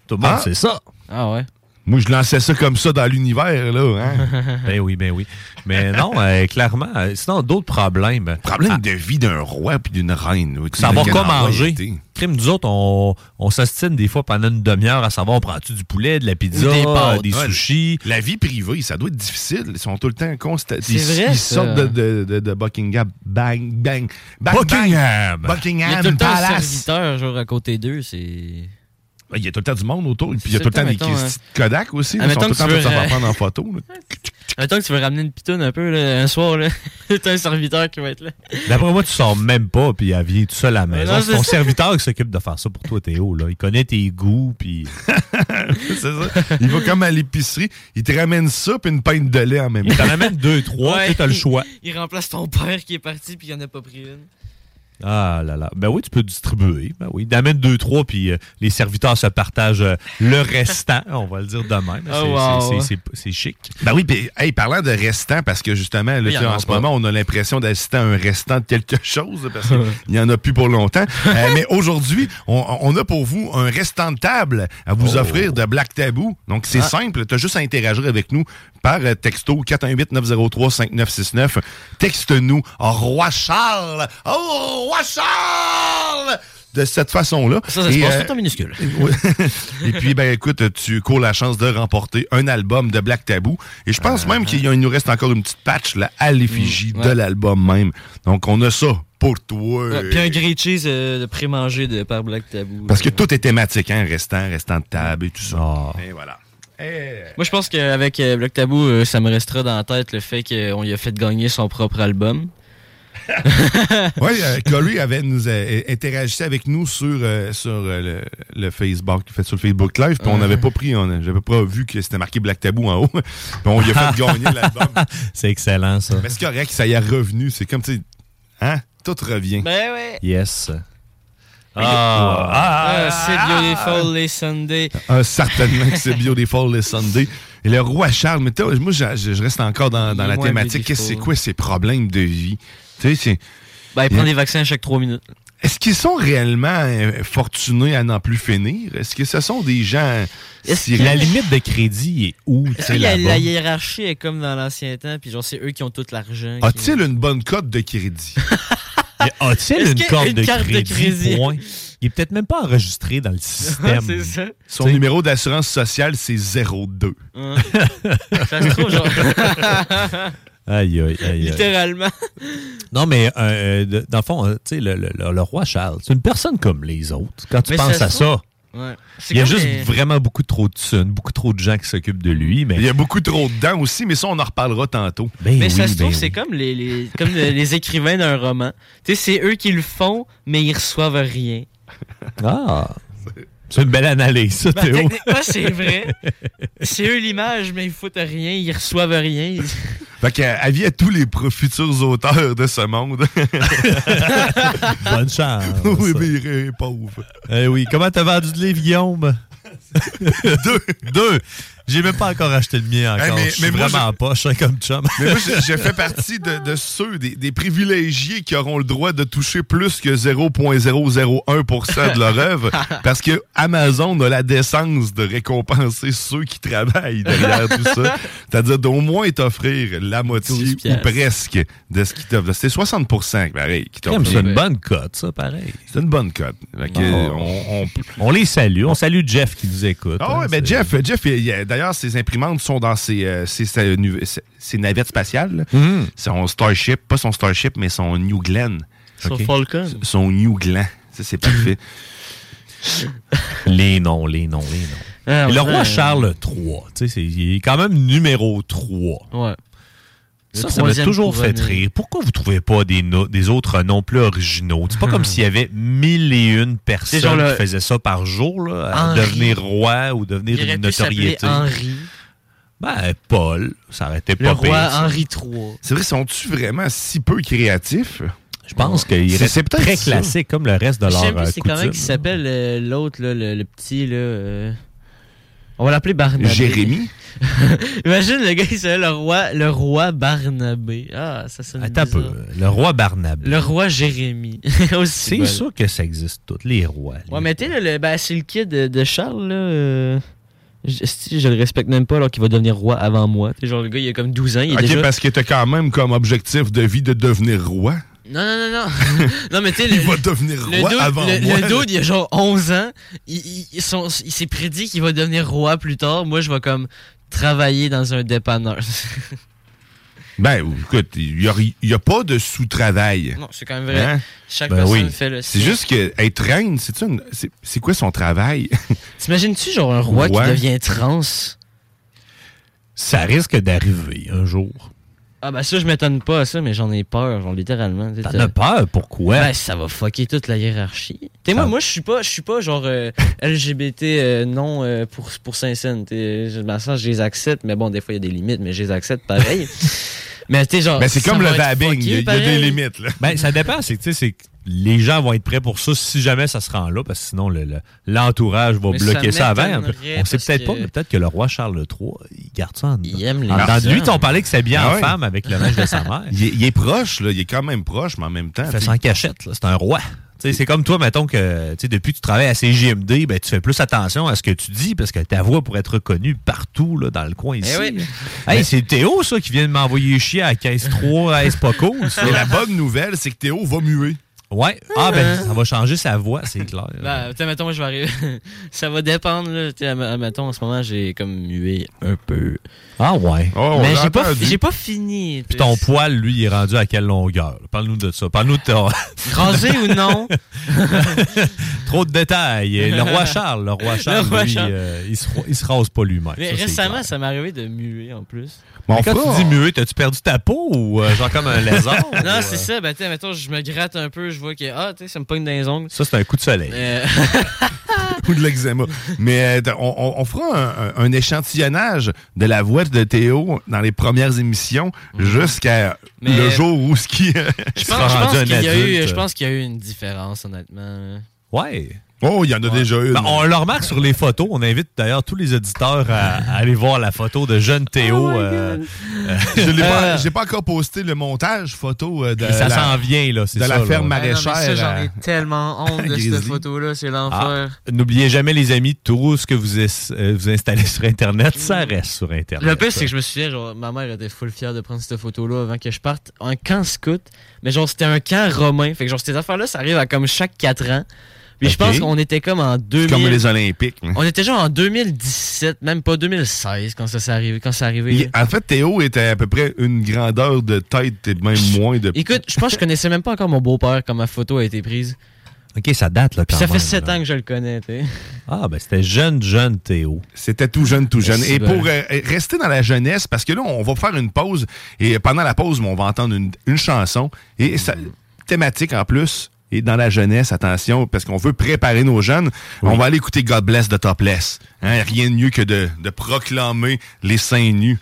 [SPEAKER 5] Tout le monde
[SPEAKER 6] Ah.
[SPEAKER 5] sait ça.
[SPEAKER 4] Ah ouais?
[SPEAKER 6] Moi, je lançais ça comme ça dans l'univers, là.
[SPEAKER 4] [LAUGHS]
[SPEAKER 6] hein.
[SPEAKER 5] ben oui, ben oui. Mais non, euh, clairement. euh, sinon, d'autres problèmes.
[SPEAKER 6] Problème de vie d'un roi puis d'une reine. oui, tu
[SPEAKER 5] Savoir
[SPEAKER 6] sais,
[SPEAKER 5] quoi
[SPEAKER 6] quelle envie
[SPEAKER 5] manger.
[SPEAKER 6] était.
[SPEAKER 5] Crime, nous autres, on, on s'ostine des fois pendant une demi-heure à savoir, prends-tu du poulet, de la pizza, ah, des,
[SPEAKER 6] Ouais,
[SPEAKER 5] sushis.
[SPEAKER 6] La vie privée, ça doit être difficile. Ils sont tout le temps constatés.
[SPEAKER 5] C'est
[SPEAKER 6] Ils,
[SPEAKER 5] vrai,
[SPEAKER 6] ils
[SPEAKER 5] ça.
[SPEAKER 6] sortent de, de- de- de Buckingham. Bang, bang. bang,
[SPEAKER 5] Buckingham.
[SPEAKER 6] bang. Ben. Buckingham
[SPEAKER 4] Il y a tout le temps un
[SPEAKER 6] Palace. Ben,
[SPEAKER 4] serviteur, genre, à côté d'eux, c'est... Il
[SPEAKER 6] Il y a tout le temps du monde autour. Puis il y a tout le temps des petits Kodak aussi.
[SPEAKER 4] Ah,
[SPEAKER 6] Ils sont tout
[SPEAKER 4] mettons
[SPEAKER 6] le
[SPEAKER 4] que
[SPEAKER 6] temps
[SPEAKER 4] tu
[SPEAKER 6] pour se
[SPEAKER 4] veux,
[SPEAKER 6] faire
[SPEAKER 4] euh, [LAUGHS]
[SPEAKER 6] prendre en photo. là.
[SPEAKER 4] Attends que tu veux ramener une pitoune un peu, là, un soir, là. [LAUGHS] T'as un serviteur qui va être là.
[SPEAKER 5] D'après moi, tu sors même pas, puis elle vient tout seul à la maison.
[SPEAKER 4] non,
[SPEAKER 5] C'est
[SPEAKER 4] c'est
[SPEAKER 5] ton
[SPEAKER 4] ça.
[SPEAKER 5] serviteur qui s'occupe de faire ça pour toi, Théo. Là. Il connaît tes goûts,
[SPEAKER 6] [LAUGHS]
[SPEAKER 5] puis...
[SPEAKER 6] C'est ça. Il va comme à l'épicerie. Il te ramène ça puis une pinte de lait en même temps.
[SPEAKER 5] Il t'en ramène deux, trois.
[SPEAKER 4] Ouais.
[SPEAKER 5] tu sais, T'as le choix.
[SPEAKER 4] [LAUGHS] Il remplace ton père qui est parti, puis il en a pas pris une.
[SPEAKER 5] Ah là là. Ben oui, tu peux distribuer. Ben oui. D'amène deux, trois, puis euh, les serviteurs se partagent euh, le restant, on va le dire de même.
[SPEAKER 4] Ah,
[SPEAKER 5] C'est-
[SPEAKER 6] Oh,
[SPEAKER 5] c'est-
[SPEAKER 6] wow.
[SPEAKER 5] c'est- c'est- C'est chic.
[SPEAKER 6] Ben oui, puis hey, parlant de restant, parce que justement, là,
[SPEAKER 5] Oui,
[SPEAKER 6] tu
[SPEAKER 5] il y
[SPEAKER 6] sais,
[SPEAKER 5] en
[SPEAKER 6] en
[SPEAKER 5] a
[SPEAKER 6] ce
[SPEAKER 5] pas.
[SPEAKER 6] moment, on a l'impression d'assister à un restant de quelque [LAUGHS] chose, parce qu'il n'y en a plus pour longtemps. Euh, mais aujourd'hui, on, on a pour vous un restant de table à vous offrir de Black Tabou. Donc, c'est
[SPEAKER 5] Ah.
[SPEAKER 6] simple, tu as juste à interagir avec nous par euh, texto 418-903-5969. Texte-nous, Roi Charles! Oh, Roi Charles! De cette façon-là.
[SPEAKER 4] Ça, ça se
[SPEAKER 6] Et,
[SPEAKER 4] passe
[SPEAKER 6] euh,
[SPEAKER 4] tout en minuscule.
[SPEAKER 6] oui. Et puis, ben écoute, tu cours la chance de remporter un album de Black Tabou. Et je pense même qu'il y a- il nous reste encore une petite patch là, à l'effigie
[SPEAKER 4] Mm, ouais.
[SPEAKER 6] de l'album même. Donc, on a ça pour toi.
[SPEAKER 4] Ouais, Puis un grilled cheese euh, de pré-mangé de par Black Tabou.
[SPEAKER 6] Parce que tout est thématique, hein, restant, restant de table et tout ça.
[SPEAKER 4] Ah.
[SPEAKER 6] Et voilà.
[SPEAKER 4] Moi, je pense qu'avec euh, Bloc Tabou, euh, ça me restera dans la tête le fait qu'on lui a fait gagner son propre album.
[SPEAKER 5] [LAUGHS]
[SPEAKER 6] Oui, euh, Corey avait nous euh, interagissait avec nous sur euh, sur euh, le, le Facebook, fait sur le Facebook Live, puis on
[SPEAKER 5] Ouais.
[SPEAKER 6] n'avait pas pris, on j'avais pas vu que c'était marqué Black Tabou en haut. [LAUGHS] Puis on lui a fait gagner l'album.
[SPEAKER 5] [LAUGHS] C'est excellent, ça.
[SPEAKER 6] Mais c'est correct, ça y est revenu. C'est comme, tu sais, hein, tout revient.
[SPEAKER 4] Ben ouais.
[SPEAKER 5] Yes.
[SPEAKER 4] Ah, ah, c'est beautiful les Sundays.
[SPEAKER 6] Ah, certainement que c'est Beautiful les Sunday. Et le roi Charles, mais t'as- moi, je, je- je reste encore dans, dans
[SPEAKER 4] Il est
[SPEAKER 6] la
[SPEAKER 4] moins
[SPEAKER 6] thématique. Qu'est-ce que c'est
[SPEAKER 4] beautiful.
[SPEAKER 6] quoi ses problèmes de vie? Tu sais, c'est.
[SPEAKER 4] Ben, il prend des vaccins à chaque 3 minutes.
[SPEAKER 6] Est-ce qu'ils sont réellement euh, fortunés à n'en plus finir? Est-ce que ce sont des gens. si-
[SPEAKER 4] que-
[SPEAKER 5] La limite de crédit est où? tu
[SPEAKER 4] Est-ce
[SPEAKER 5] sais,
[SPEAKER 4] que la,
[SPEAKER 5] là-bas?
[SPEAKER 4] la hiérarchie est comme dans l'ancien temps, puis genre c'est eux qui ont tout l'argent.
[SPEAKER 5] Ah,
[SPEAKER 4] qui-
[SPEAKER 6] A-t-il une bonne cote
[SPEAKER 4] [LAUGHS]
[SPEAKER 6] de crédit?
[SPEAKER 5] A-t-il
[SPEAKER 4] Est-ce
[SPEAKER 5] une,
[SPEAKER 4] qu'il y a
[SPEAKER 5] carte
[SPEAKER 4] une
[SPEAKER 5] de
[SPEAKER 4] carte de
[SPEAKER 5] crédit?
[SPEAKER 4] crédit?
[SPEAKER 5] point? Il est peut-être même pas
[SPEAKER 4] [LAUGHS]
[SPEAKER 5] enregistré dans le système.
[SPEAKER 4] C'est ça.
[SPEAKER 6] Son numéro d'assurance sociale, c'est 02.
[SPEAKER 4] Hein? Ça se trouve, genre.
[SPEAKER 5] [LAUGHS] Aïe, [LAUGHS] aïe, aïe, aïe.
[SPEAKER 4] Littéralement.
[SPEAKER 5] Non, mais euh, euh, de- dans le fond, euh, tu sais, le, le- le- le roi Charles, c'est une personne comme les autres. Quand tu
[SPEAKER 4] Mais
[SPEAKER 5] penses
[SPEAKER 4] ça
[SPEAKER 5] à
[SPEAKER 4] se
[SPEAKER 5] ça,
[SPEAKER 4] trouve- Ouais. C'est
[SPEAKER 5] il y a
[SPEAKER 4] comme
[SPEAKER 5] juste
[SPEAKER 4] les-
[SPEAKER 5] vraiment beaucoup trop de sun, beaucoup trop de gens qui s'occupent de lui. Mais...
[SPEAKER 6] Il y a beaucoup trop dedans aussi, mais ça, on en reparlera tantôt.
[SPEAKER 5] Ben
[SPEAKER 4] Mais ça
[SPEAKER 5] oui,
[SPEAKER 4] se trouve,
[SPEAKER 5] ben
[SPEAKER 4] c'est
[SPEAKER 5] oui.
[SPEAKER 4] comme les, les- comme le- les écrivains d'un roman. Tu sais, c'est eux qui le font, mais ils reçoivent rien.
[SPEAKER 5] Ah! C'est une belle analyse, ça,
[SPEAKER 4] Ben,
[SPEAKER 5] Théo.
[SPEAKER 4] techniquement, c'est
[SPEAKER 5] [LAUGHS]
[SPEAKER 4] vrai. C'est eux l'image, mais ils foutent rien, ils reçoivent rien.
[SPEAKER 6] Fait que, euh, avis à tous les pro- futurs auteurs de ce monde.
[SPEAKER 5] [LAUGHS]
[SPEAKER 6] [LAUGHS]
[SPEAKER 5] Bonne chance.
[SPEAKER 4] Ah,
[SPEAKER 6] oui, mais il est pauvre.
[SPEAKER 5] Eh oui. Comment t'as vendu de livre,
[SPEAKER 6] [LAUGHS]
[SPEAKER 5] Guillaume? Deux. Deux. J'ai même pas encore acheté le mien
[SPEAKER 6] Eh,
[SPEAKER 5] encore.
[SPEAKER 6] mais-
[SPEAKER 5] je suis
[SPEAKER 6] mais moi,
[SPEAKER 5] vraiment en poche, hein, comme chum.
[SPEAKER 6] Mais moi, je, je fais partie de, de ceux, des, des privilégiés qui auront le droit de toucher plus que 0,001% de leur
[SPEAKER 5] [LAUGHS]
[SPEAKER 6] œuvre, parce que Amazon a la décence de récompenser ceux qui travaillent derrière tout ça. C'est-à-dire d'au moins t'offrir la
[SPEAKER 4] 12
[SPEAKER 6] moitié ou
[SPEAKER 4] piastres.
[SPEAKER 6] presque de ce qu'ils t'offrent. C'est 60%, pareil, qui t'offrent.
[SPEAKER 5] Crème, C'est une bonne cote, ça, pareil.
[SPEAKER 6] C'est une bonne cote. Fait que,
[SPEAKER 5] Bon.
[SPEAKER 6] on- on-
[SPEAKER 5] [LAUGHS] On les salue. On salue Jeff qui nous écoute.
[SPEAKER 6] Ah ouais,
[SPEAKER 5] hein,
[SPEAKER 6] ben
[SPEAKER 5] c'est-
[SPEAKER 6] Jeff, Jeff il- il- d'ailleurs, ses imprimantes sont dans ses, euh, ses- sa- nu- ses- ses navettes spatiales. là.
[SPEAKER 5] Mhm.
[SPEAKER 6] Son Starship, pas son Starship, mais son New Glenn.
[SPEAKER 4] Sur
[SPEAKER 6] Ok?
[SPEAKER 4] Falcon.
[SPEAKER 6] Son New Glenn. Ça, c'est
[SPEAKER 5] [LAUGHS]
[SPEAKER 6] parfait.
[SPEAKER 5] hein. Les noms, les noms, les noms.
[SPEAKER 4] Ah,
[SPEAKER 5] Et le
[SPEAKER 4] ouais.
[SPEAKER 5] roi Charles III, Ah, tu sais, c'est- il est quand même numéro 3.
[SPEAKER 4] Ouais. Le
[SPEAKER 5] Ça, ça m'a
[SPEAKER 4] troisième
[SPEAKER 5] toujours fait
[SPEAKER 4] couronné.
[SPEAKER 5] rire. Pourquoi vous trouvez pas des, no- des autres noms plus originaux? C'est pas
[SPEAKER 4] [LAUGHS]
[SPEAKER 5] comme s'il y avait mille et une personnes
[SPEAKER 4] genre le-
[SPEAKER 5] qui faisaient ça par jour, là, à
[SPEAKER 4] Henri.
[SPEAKER 5] devenir roi ou devenir
[SPEAKER 4] Il aurait
[SPEAKER 5] une
[SPEAKER 4] pu s'appeler
[SPEAKER 5] notoriété.
[SPEAKER 4] Henri.
[SPEAKER 5] Ben, Paul, ça arrêtait
[SPEAKER 4] Le
[SPEAKER 5] pas
[SPEAKER 4] roi
[SPEAKER 5] pire, ça.
[SPEAKER 4] Henri III.
[SPEAKER 6] C'est vrai, sont-tu vraiment si peu créatifs? Ah.
[SPEAKER 5] Je pense qu'il
[SPEAKER 6] C'est-
[SPEAKER 5] reste
[SPEAKER 6] c'est peut-être
[SPEAKER 5] très
[SPEAKER 6] ça.
[SPEAKER 5] classique comme le reste de
[SPEAKER 4] Je
[SPEAKER 5] leur
[SPEAKER 4] sais même
[SPEAKER 5] euh,
[SPEAKER 4] plus c'est comment
[SPEAKER 5] coutume.
[SPEAKER 4] il s'appelle euh, l'autre, là, le, le petit. là. euh, [LAUGHS] On va l'appeler Barnabé.
[SPEAKER 6] Jérémy?
[SPEAKER 4] Imagine le gars, il s'appelle le roi, le roi Barnabé. Ah, ça sonne
[SPEAKER 5] Attends un
[SPEAKER 4] bizarre.
[SPEAKER 5] peu. Le roi Barnabé.
[SPEAKER 4] Le roi Jérémy. [LAUGHS] [LAUGHS] Aussi
[SPEAKER 5] C'est
[SPEAKER 4] bon.
[SPEAKER 5] sûr que ça existe, tous les rois. les
[SPEAKER 4] Ouais, mais t'es le, ben, c'est le kid de, de Charles, là. euh, Je, si, je le respecte même pas alors qu'il va devenir roi avant moi. T'sais, genre, le gars, il a comme 12 ans, il est
[SPEAKER 6] Ok,
[SPEAKER 4] déjà...
[SPEAKER 6] parce que t'as quand même comme objectif de vie de devenir roi.
[SPEAKER 4] Non, non, non, non. [LAUGHS] non, mais t'sais, le,
[SPEAKER 6] Il va devenir
[SPEAKER 4] le
[SPEAKER 6] roi
[SPEAKER 4] dude-
[SPEAKER 6] avant
[SPEAKER 4] le-
[SPEAKER 6] moi.
[SPEAKER 4] le dude, il a genre 11 ans. Il, il- il- son- il s'est prédit qu'il va devenir roi plus tard. Moi, je vais comme travailler dans un dépanneur. [LAUGHS]
[SPEAKER 6] Ben, écoute, il n'y a, il y a pas de sous-travail.
[SPEAKER 4] non, c'est quand même vrai.
[SPEAKER 6] Hein?
[SPEAKER 4] Chaque
[SPEAKER 6] Ben
[SPEAKER 4] personne
[SPEAKER 6] oui.
[SPEAKER 4] fait le
[SPEAKER 6] C'est
[SPEAKER 4] sien.
[SPEAKER 6] juste que être reine, c'est-tu une- c'est c'est quoi son travail? [LAUGHS]
[SPEAKER 4] T'imagines-tu, genre, un roi
[SPEAKER 6] Roi.
[SPEAKER 4] qui devient trans?
[SPEAKER 5] Ça risque d'arriver un jour.
[SPEAKER 4] Ah, ben ça, je m'étonne pas à ça, mais j'en ai peur, genre, littéralement. T'sais,
[SPEAKER 5] T'en
[SPEAKER 4] t'as-
[SPEAKER 5] as peur, pourquoi?
[SPEAKER 4] Ben, ça va fucker toute la hiérarchie. T'es moi,
[SPEAKER 5] Ça-
[SPEAKER 4] moi je suis pas, je suis pas genre euh, LGBT euh, non euh, pour pour Saint-Saëns. T'es- je- Dans le sens, je les accepte, mais bon, des fois il y a des limites, mais je les accepte
[SPEAKER 5] [LAUGHS]
[SPEAKER 4] pareil.
[SPEAKER 5] Euh.
[SPEAKER 4] mais t'es genre.
[SPEAKER 6] Ben, c'est
[SPEAKER 4] ça
[SPEAKER 6] comme
[SPEAKER 4] va
[SPEAKER 6] le
[SPEAKER 4] être
[SPEAKER 6] vabbing, il
[SPEAKER 4] fucké,
[SPEAKER 6] y a- il y a des
[SPEAKER 4] pareil.
[SPEAKER 6] limites. Là.
[SPEAKER 5] Ben, ça dépend. C'est que, tu sais, c'est que les gens vont être prêts pour ça si jamais ça se rend là, parce que sinon, le- le- l'entourage va
[SPEAKER 4] Mais
[SPEAKER 5] bloquer
[SPEAKER 4] ça
[SPEAKER 5] ça, avant.
[SPEAKER 4] m'étonnerait
[SPEAKER 5] On sait
[SPEAKER 4] parce
[SPEAKER 5] peut-être
[SPEAKER 4] que-
[SPEAKER 5] pas, mais peut-être que le roi Charles III, il garde ça en
[SPEAKER 4] Il aime les
[SPEAKER 5] en dedans de lui,
[SPEAKER 4] hommes.
[SPEAKER 5] t'en parlais que c'est bien
[SPEAKER 6] Ah
[SPEAKER 5] en
[SPEAKER 6] ouais.
[SPEAKER 5] femme avec le match de sa mère.
[SPEAKER 6] Il, est- il est proche, là, il est quand même proche, mais en même temps.
[SPEAKER 5] Il fait
[SPEAKER 6] tu sais,
[SPEAKER 5] sans cachette, là. c'est un roi. Tu sais, C'est comme toi, mettons que tu sais, depuis que tu travailles à CGMD, ben, tu fais plus attention à ce que tu dis parce que ta voix pourrait être reconnue partout là, dans le coin ici.
[SPEAKER 4] oui.
[SPEAKER 5] Hey, C'est Théo, ça, qui vient de m'envoyer chier à 15-3 à Espaco.
[SPEAKER 6] Mais la bonne nouvelle, c'est que Théo va muer.
[SPEAKER 5] Ouais. Ah, ben, ça va changer sa voix, c'est clair.
[SPEAKER 4] Ben, t'sais, mettons, moi, je vais arriver. [LAUGHS] ça va dépendre, là. T'sais, m- mettons, en ce moment, j'ai comme mué un peu.
[SPEAKER 5] Ah, ouais.
[SPEAKER 6] Oh, on
[SPEAKER 4] mais
[SPEAKER 6] l'a
[SPEAKER 4] j'ai pas,
[SPEAKER 6] entendu.
[SPEAKER 4] j'ai pas fini.
[SPEAKER 5] Puis ton poil, lui, il est rendu à quelle longueur? là? Parle-nous de ça. Parle-nous de ton-
[SPEAKER 4] Rasé ou
[SPEAKER 5] [LAUGHS]
[SPEAKER 4] non?
[SPEAKER 5] Trop de détails.
[SPEAKER 4] [LAUGHS]
[SPEAKER 5] Le roi Charles, le roi Charles,
[SPEAKER 4] roi
[SPEAKER 5] lui,
[SPEAKER 4] Charles.
[SPEAKER 5] euh, il, se, il se rase pas lui-même.
[SPEAKER 4] Mais
[SPEAKER 5] Ça, c'est
[SPEAKER 4] récemment,
[SPEAKER 5] clair.
[SPEAKER 4] ça m'est arrivé de muer en plus.
[SPEAKER 6] Mon
[SPEAKER 5] Mais quand
[SPEAKER 6] frère,
[SPEAKER 5] tu dis muet, t'as-tu perdu ta peau ou euh, genre comme un lézard?
[SPEAKER 4] [LAUGHS]
[SPEAKER 5] ou,
[SPEAKER 4] Non,
[SPEAKER 5] euh,
[SPEAKER 4] c'est ça. Ben, t'sais, mettons, je me gratte un peu, je vois que, ah, t'sais, ça me pogne dans les ongles.
[SPEAKER 5] Ça, c'est un coup de soleil.
[SPEAKER 4] Euh,
[SPEAKER 6] [LAUGHS] ou de l'eczéma. Mais euh, on, on- on fera un, un- un échantillonnage de la voix de Théo dans les premières émissions jusqu'à
[SPEAKER 4] Mm-hmm. Mais-
[SPEAKER 6] le jour où ce qui. [LAUGHS]
[SPEAKER 4] Je
[SPEAKER 5] sera
[SPEAKER 4] pense, je pense
[SPEAKER 5] rendu un
[SPEAKER 4] qu'il y a eu,
[SPEAKER 5] adulte.
[SPEAKER 4] je pense qu'il y a eu une différence, honnêtement.
[SPEAKER 5] Ouais.
[SPEAKER 6] [LAUGHS] Oh, il y en a déjà une.
[SPEAKER 5] Ben, on le remarque sur les photos. On invite d'ailleurs tous les auditeurs à, à aller voir la photo de jeune
[SPEAKER 4] Oh
[SPEAKER 5] Théo. euh, euh, [LAUGHS]
[SPEAKER 6] Je l'ai pas, j'ai pas encore posté le montage photo euh, de
[SPEAKER 5] Mais ça
[SPEAKER 6] la-
[SPEAKER 5] s'en vient, là, c'est
[SPEAKER 6] de
[SPEAKER 5] ça,
[SPEAKER 6] la
[SPEAKER 5] là.
[SPEAKER 6] ferme
[SPEAKER 5] Ah, non, mais
[SPEAKER 6] maraîchère.
[SPEAKER 4] ça,
[SPEAKER 6] euh,
[SPEAKER 4] j'en ai
[SPEAKER 6] à-
[SPEAKER 4] tellement
[SPEAKER 5] [LAUGHS]
[SPEAKER 4] honte de cette
[SPEAKER 6] Grizzly.
[SPEAKER 4] photo-là, c'est
[SPEAKER 5] Ah,
[SPEAKER 4] l'enfer.
[SPEAKER 5] N'oubliez jamais, les amis, tout ce que vous, es- euh, vous installez sur Internet, ça reste sur Internet.
[SPEAKER 4] Le pire, c'est que je me souviens, genre, ma mère était full fière de prendre cette photo-là avant que je parte. Un camp scout, mais genre, c'était un camp romain. Fait que, genre, ces affaires-là, ça arrive à comme chaque 4 ans. Puis je
[SPEAKER 6] Ok.
[SPEAKER 4] pense qu'on était comme en 2000.
[SPEAKER 6] comme les Olympiques. hein.
[SPEAKER 4] On était genre en 2017, même pas 2016 quand ça s'est arrivé. Quand c'est arrivé
[SPEAKER 6] Il- en fait, Théo était à peu près une grandeur de tête et même moins de.
[SPEAKER 4] Écoute, je pense que je connaissais même pas encore mon beau-père quand ma photo a été prise.
[SPEAKER 5] OK, ça date, là,
[SPEAKER 4] Puis
[SPEAKER 5] quand
[SPEAKER 4] ça fait
[SPEAKER 5] même,
[SPEAKER 4] 7
[SPEAKER 5] là.
[SPEAKER 4] ans que je le connais, tu sais.
[SPEAKER 5] Ah, ben c'était jeune, jeune Théo.
[SPEAKER 6] C'était tout jeune, tout jeune.
[SPEAKER 5] Merci,
[SPEAKER 6] Et pour
[SPEAKER 5] ben.
[SPEAKER 6] euh, rester dans la jeunesse, parce que là, on va faire une pause. Et pendant la pause, on va entendre une, une chanson. Et ça- thématique en plus. Et dans la jeunesse, attention, parce qu'on veut préparer nos jeunes. On va aller écouter God Bless de Topless. Hein, rien de mieux que de, de proclamer les seins nus.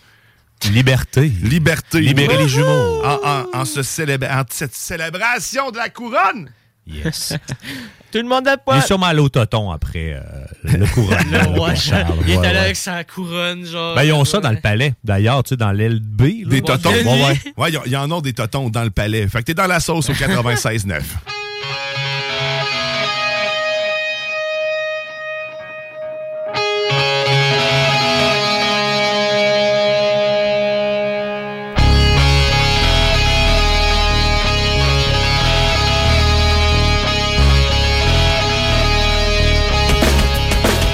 [SPEAKER 5] Liberté.
[SPEAKER 6] Liberté.
[SPEAKER 5] Libérer les jumeaux.
[SPEAKER 6] En, en- en ce célébra- en cette célébration de la couronne.
[SPEAKER 5] Yes.
[SPEAKER 4] Tout le monde a
[SPEAKER 5] Il
[SPEAKER 4] pas.
[SPEAKER 5] est sûrement allé au toton après euh, le couronnement.
[SPEAKER 4] [LAUGHS] Le roi
[SPEAKER 5] là, Charles.
[SPEAKER 4] Il est
[SPEAKER 5] Ben, Ouais,
[SPEAKER 4] allé
[SPEAKER 5] ouais.
[SPEAKER 4] avec sa couronne, genre.
[SPEAKER 5] Ben, ils ont ça dans le palais. D'ailleurs, tu sais, dans l'aile B. là.
[SPEAKER 6] Des totons.
[SPEAKER 4] Denis.
[SPEAKER 6] Ouais,
[SPEAKER 4] [LAUGHS]
[SPEAKER 6] ouais. Ouais, il y, en a des totons dans le palais. Fait que t'es dans
[SPEAKER 5] [LAUGHS]
[SPEAKER 6] la sauce au 96.9.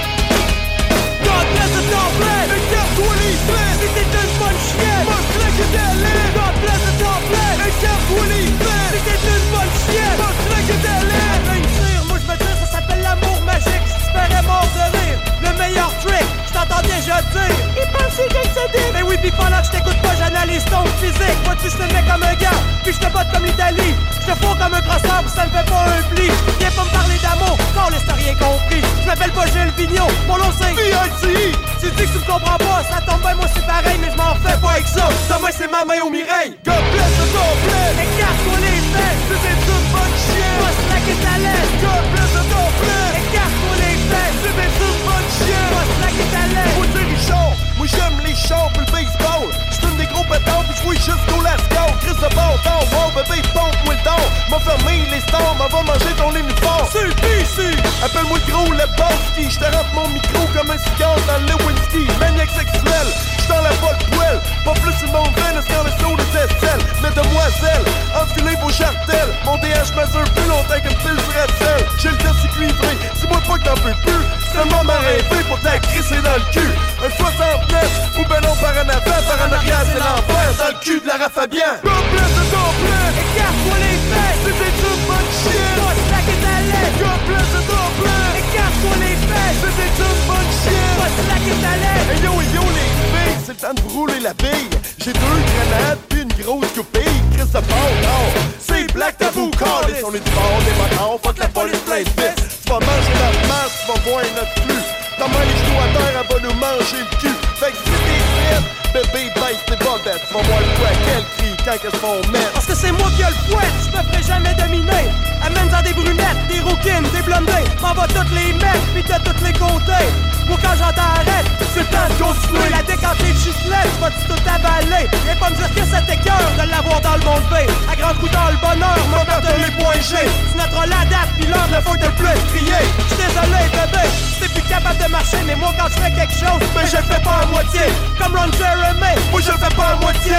[SPEAKER 1] God bless the top left. Le cœur toi les fesses. Si t'es une bonne chienne, montre-le que t'es laid. God bless the top left. Le cœur toi les fesses. Si t'es une bonne chienne, montre-le que t'es laid. Ben, tire, moi je me tire, ça s'appelle l'amour magique. Je disparais mort de rire. Le meilleur trick, je t'entends déjà dire. Il pense que j'ai cédé. Mais oui, pis pendant que je t'écoute pas, j'analyse ton physique. Vois-tu, je te mets comme un gars, puis je te botte comme l'Italie. Je te fous comme un croissant, puis ça me fait pas un pli. Viens pas me parler d'amour, quand on laisse rien compris. Je m'appelle pas Gilles Vignon, mon nom c'est VITI. E. Tu dis que tu me comprends pas, ça tombe bien, moi c'est pareil, mais je m'en fais pas avec ça. Demain c'est ma main au mireille. God bless the complet. Écarte-toi les fesses, tu es une bonne chienne. Poste la qui à l'aise. God bless the complet. Écarte-toi les fesses, tu es une bonne chienne. Poste la qui à l'aise. Faut dire Richard, moi j'aime les chars pis le baseball. J'fume des gros pétards pis j'fouille jusqu'au lascar. Chris de bon temps, wow bébé, pompe-moi le temps. M'a fermé les stores, m'a va manger ton uniforme. C'est PC! Appelle-moi gros le boss je te rentre mon micro comme un cigare dans le whisky. Maniac sexuel, j'suis dans la folle poêle. Pas plus une mon veine, c'est dans le saut de testelle. Mais demoiselle, enfilez vos jartelles. Mon DH mesure plus longtemps qu'une pile sur Excel. J'ai le testique livré, dis-moi pas que t'en peux plus. Seulement m'arrêter pour t'a crisser dans le cul. Un 69, ou ben non par en avant, par en arrière, c'est l'enfer. Dans le cul de la rafabien. Complet de complet, écarte-moi les fesses. Si t'es une bonne chienne, moi la que t'as l'aise. Complet de complet, écarte-moi les fesses. Si t'es une bonne chienne, moi la que t'as l'aise. Hey yo, hey yo, les filles, c'est le temps de vous rouler la bille. J'ai deux grenades puis une grosse goupille. Chris de bon, non, c'est Black Tabou Callis. On est du bord des motards, fuck la police plein de fesses. Tu vas manger la masse, tu vas voir notre flux. Ta main, les genoux à terre, elle va nous manger le cul. Fait que si t'es prête, bébé, baisse tes bobettes. Tu vas voir le poids, quel cri, quand qu'elles se font mettre. Parce que c'est moi qui a le poids, je me ferai jamais dominer. Amène dans des brunettes, des rouquines, des blondins. M'en va toutes les mecs, puis de toutes les côtés. Moi, quand j'entends arrête, c'est le temps de continuer. La décantée de chicelette, tu vas-tu tout avaler? Viens pas me dire que ça t'écœure de l'avoir dans le monde V. À grand coup dans le bonheur, moi, peur de les points G. Tu noteras la date, puis l'heure, le faut de plus crier. J'suis désolé, bébé, t'es plus capable de marcher, mais moi, quand je fais quelque chose, ben je le fais pas à moitié. Comme Ron Jeremy, moi, je le fais pas à moitié.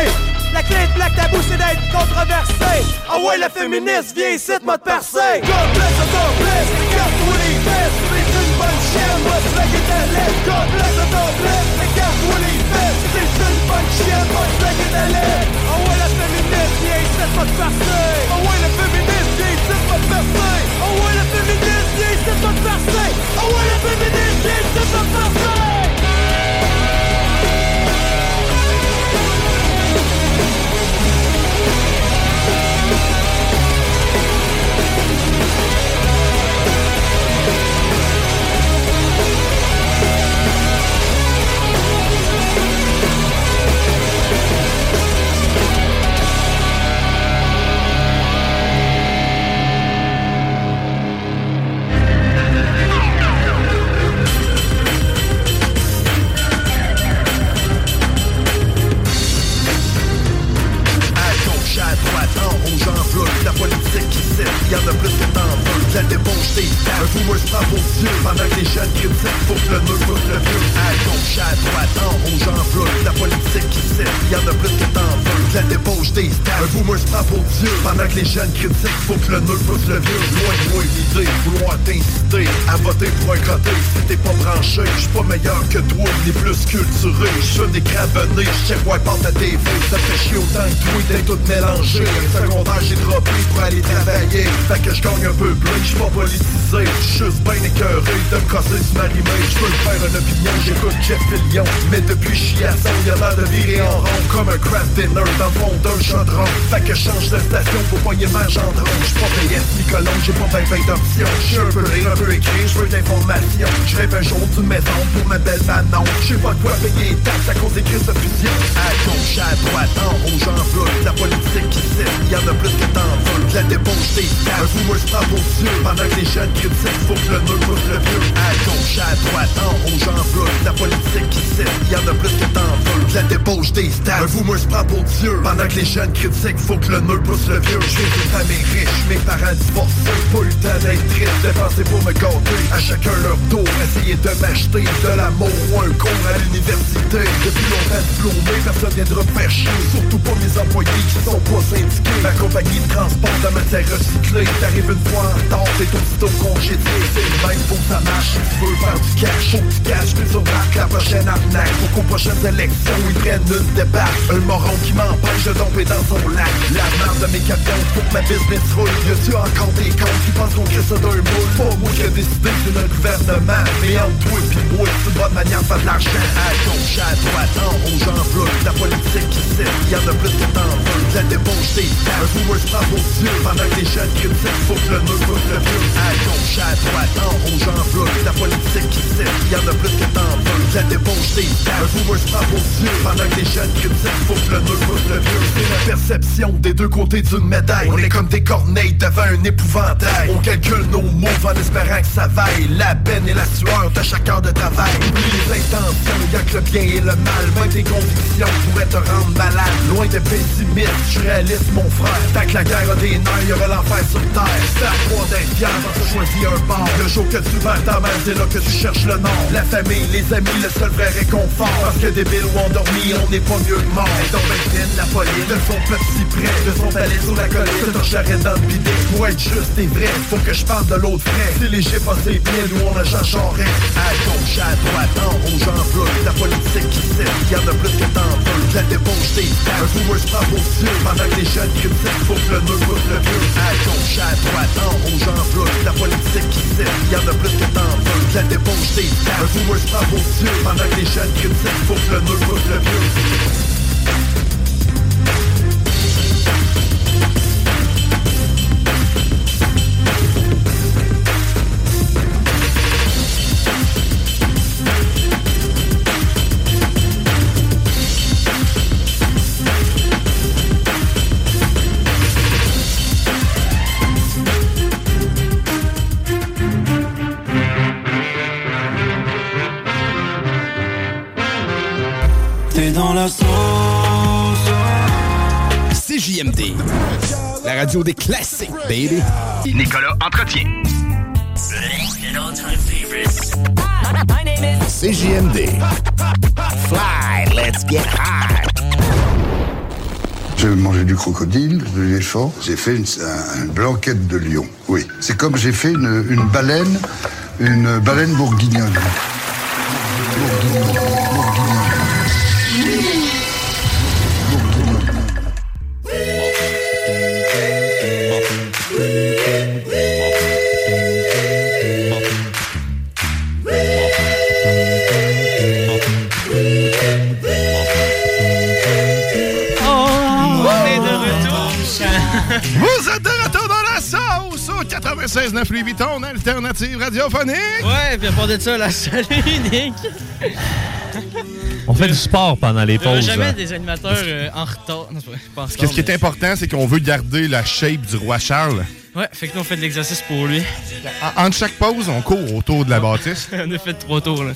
[SPEAKER 1] La clé de Black Tabou, c'est d'être controversé. Ah ouais, le féministe vient ici de mode percé. God bless the dog bless, écarte-toi les fesses. C'est une bonne chienne, moi c'est la qui est à l'aise. God bless the dog bless, écarte-toi les fesses. C'est une bonne chienne, moi c'est la qui est à l'aise. Ah ouais, le féministe vient ici de mode percé. Ah ouais, le féministe vient ici de mode percé. Ah ouais, le féministe vient ici de mode percé. Ah ouais, le féministe vient ici de mode percé. Écarte-toi les fesses, c'est une bonne chienne. Moi, c'est la qui est à l'aise. God bless the dog bless, écarte-toi les fesses. C'est une bonne chienne, moi, c'est la qui est à l'aise. Ah ouais, le féministe vient ici de mode percé. Ah ouais, le féministe vient ici de mode percé. Ah ouais, le féministe vient ici de mode percé. Ah ouais, le féministe vient ici de mode percé. Ah ouais, le féministe vient ici de mode percé. Ah ouais, le féministe vient ici de mode percé. Ah ouais, le féministe vient ici de mode percé. Ah ouais, le féministe vient ici de mode percé. Ah ouais, le féministe vient ici de mode percé. Ah ouais, le féministe vient ici de mode percé. Ah ouais, le féministe vient ici de mode percé. Ah ouais, le féministe vient ici de mode percé. Ah ouais, le féministe vient ici de mode percé. Ah ouais, le féministe vient ici de mode percé. Ah ouais, le féministe vient ici de mode percé. Ah ouais, le féministe vient ici de mode percé. Ah ouais, le féministe vient ici de mode percé. Ah ouais, le féministe vient ici de mode per
[SPEAKER 7] pneus Pendant que les jeunes qui poussent pour que le mur pousse le vieux À gauche, à droite, en rouge, en bleu La politique qui cesse, y'en a plus que t'en veux De La débauche des stars, un boomer se frappe aux yeux Pendant que les jeunes critiquent faut que le nœud pousse le vieux Loin, loin l'idée, vouloir t'inciter À voter pour un côté si t'es pas branché Je suis pas meilleur que toi, ni plus culturé Je suis des cravenés, je check wipe out à TV Ça fait chier autant que toi t'es tout mélangé Un secondaire j'ai droppé pour aller travailler Fait que je gagne un peu plus, je suis pas politisé J'suis juste ben écœuré de me casser sur ma rimée Je peux faire une opinion, j'écoute Jeff Fillion Mais depuis je suis à ça, y'a l'air de virer en rond Comme un crap dinner dans le fond d'un chaudron Fait que je change de station pour poigner ma gendron J'suis pas payé ni colon, j'ai pas ben ben d'options J'suis un peu rire, un peu écrit, j'veux de l'information J'rêve un jour d'une maison pour ma belle Manon J'sais pas quoi payer les taxes à cause des crises de fusion À gauche, à droite, en rouge, en bleu La politique qui cesse, y'en a plus que t'en veux De La débauche des taxes, un boomer se frappe aux yeux Pendant que les jeunes critiquent, faut que le nœud pousse le vieux À gauche, à droite, en rouge, en bleu La politique qui cesse, y'en a plus que t'en veux De La débauche des stars, un boomer se frappe aux yeux Pendant que les jeunes critiquent, faut que le nœud pousse le vieux J'ai des familles riches, mes parents divorcés Pas eu le temps d'être triste, dépensé pour me gâter À chacun leur tour, essayer de m'acheter De l'amour ou un cours à l'université Depuis longtemps diplômé, personne viendra me faire chier Surtout pas mes employés qui sont pas syndiqués Ma compagnie de transport de matière recyclée T'arrives une fois en retard, t'es aussitôt congédié C'est le même, faut que ça marche si tu veux faire du cash Faut que tu caches, que tu remarques la prochaine arnaque Faut qu'aux prochaines élections, ils prennent une débarque Un moron qui m'empêche de tomber dans son lac La merde de mes camions, faut que ma business roule Y'a-tu encore des cons qui pensent qu'on crée ça d'un moule Pas moi qui ai décidé que c'est notre gouvernement Mais entre toi pis moi, c'est une bonne manière de faire de l'argent À gauche, à droite, en rouge, en bleu La politique qui sert, y'en a plus que t'en veux La débauche des taxes, un boomer se frappe aux yeux Pendant que les jeunes critiquent, faut que le nœud pousse le vieux À gauche, à droite, en rouge, en bleu La politique qui sert, y'en a plus que t'en veux La débauche des taxes, un boomer se frappe aux yeux Pendant que les jeunes critiquent, faut que le nœud pousse le vieux C'est la perception des deux côtés d'une médaille On est comme des corneilles devant un épouvantail On calcule nos moves en espérant que ça vaille La peine et la sueur de chaque heure de travail Oublie les intentions, y'a que le bien et le mal Même tes convictions pourraient te rendre malade Loin de pessimiste, je suis réaliste mon frère Tant que la guerre a des nerfs, y'aura l'enfer sur terre C'est à toi d'être fier quand tu choisis un bord Le jour que tu perds ta mère, c'est là que tu cherches le nom La famille, les amis, le seul vrai réconfort Parce que débile ou endormi, on n'est pas mieux que mort Et donc ben, vienne la folie de son peuple si près De son palais sur la colline, c'est un charret dans le bidet Pour être juste et vrai, faut que je parle de l'autre vrai C'est léger, pas c'est bien, nous on a change en reste À gauche, à droite, en rouge, en bleu La politique qui sert, y'en a plus que t'en veux De La débauche des stars, un boomer se frappe aux yeux Pendant que les jeunes critiquent, faut que le nœud pousse le vieux À gauche, à droite, en rouge, en bleu La politique qui sert, y'en a plus que t'en veux De La débauche des stars, un boomer se frappe aux yeux Pendant que les jeunes critiquent, faut que le nœud pousse le vieux
[SPEAKER 8] T'es dans la sauce. CJMD. La radio des classiques, baby. Nicolas Entretien.
[SPEAKER 9] CJMD. Fly, let's get high.
[SPEAKER 10] J'ai mangé du crocodile, de l'éléphant. J'ai fait une, un- une blanquette de lion. Oui. C'est comme j'ai fait une, une baleine, une baleine bourguignonne.
[SPEAKER 2] on est de
[SPEAKER 6] retour. [LAUGHS] Vous êtes de retour dans la sauce au 96 9 Louis Vuitton, alternative radiophonique.
[SPEAKER 4] Ouais, puis à part de ça, la seule et unique.
[SPEAKER 5] On fait du sport pendant les
[SPEAKER 4] Il y aura
[SPEAKER 5] pauses.
[SPEAKER 4] jamais
[SPEAKER 5] hein.
[SPEAKER 4] des animateurs euh, en retard. Non, c'est pas- pas en retard.
[SPEAKER 6] Qu'est-ce qui est
[SPEAKER 4] mais-
[SPEAKER 6] important, c'est qu'on veut garder la shape du roi Charles.
[SPEAKER 4] Ouais, fait que nous, on fait de l'exercice pour lui. [LAUGHS]
[SPEAKER 6] En- Entre chaque pause, on court autour de la bâtisse.
[SPEAKER 4] on a fait trois tours, là.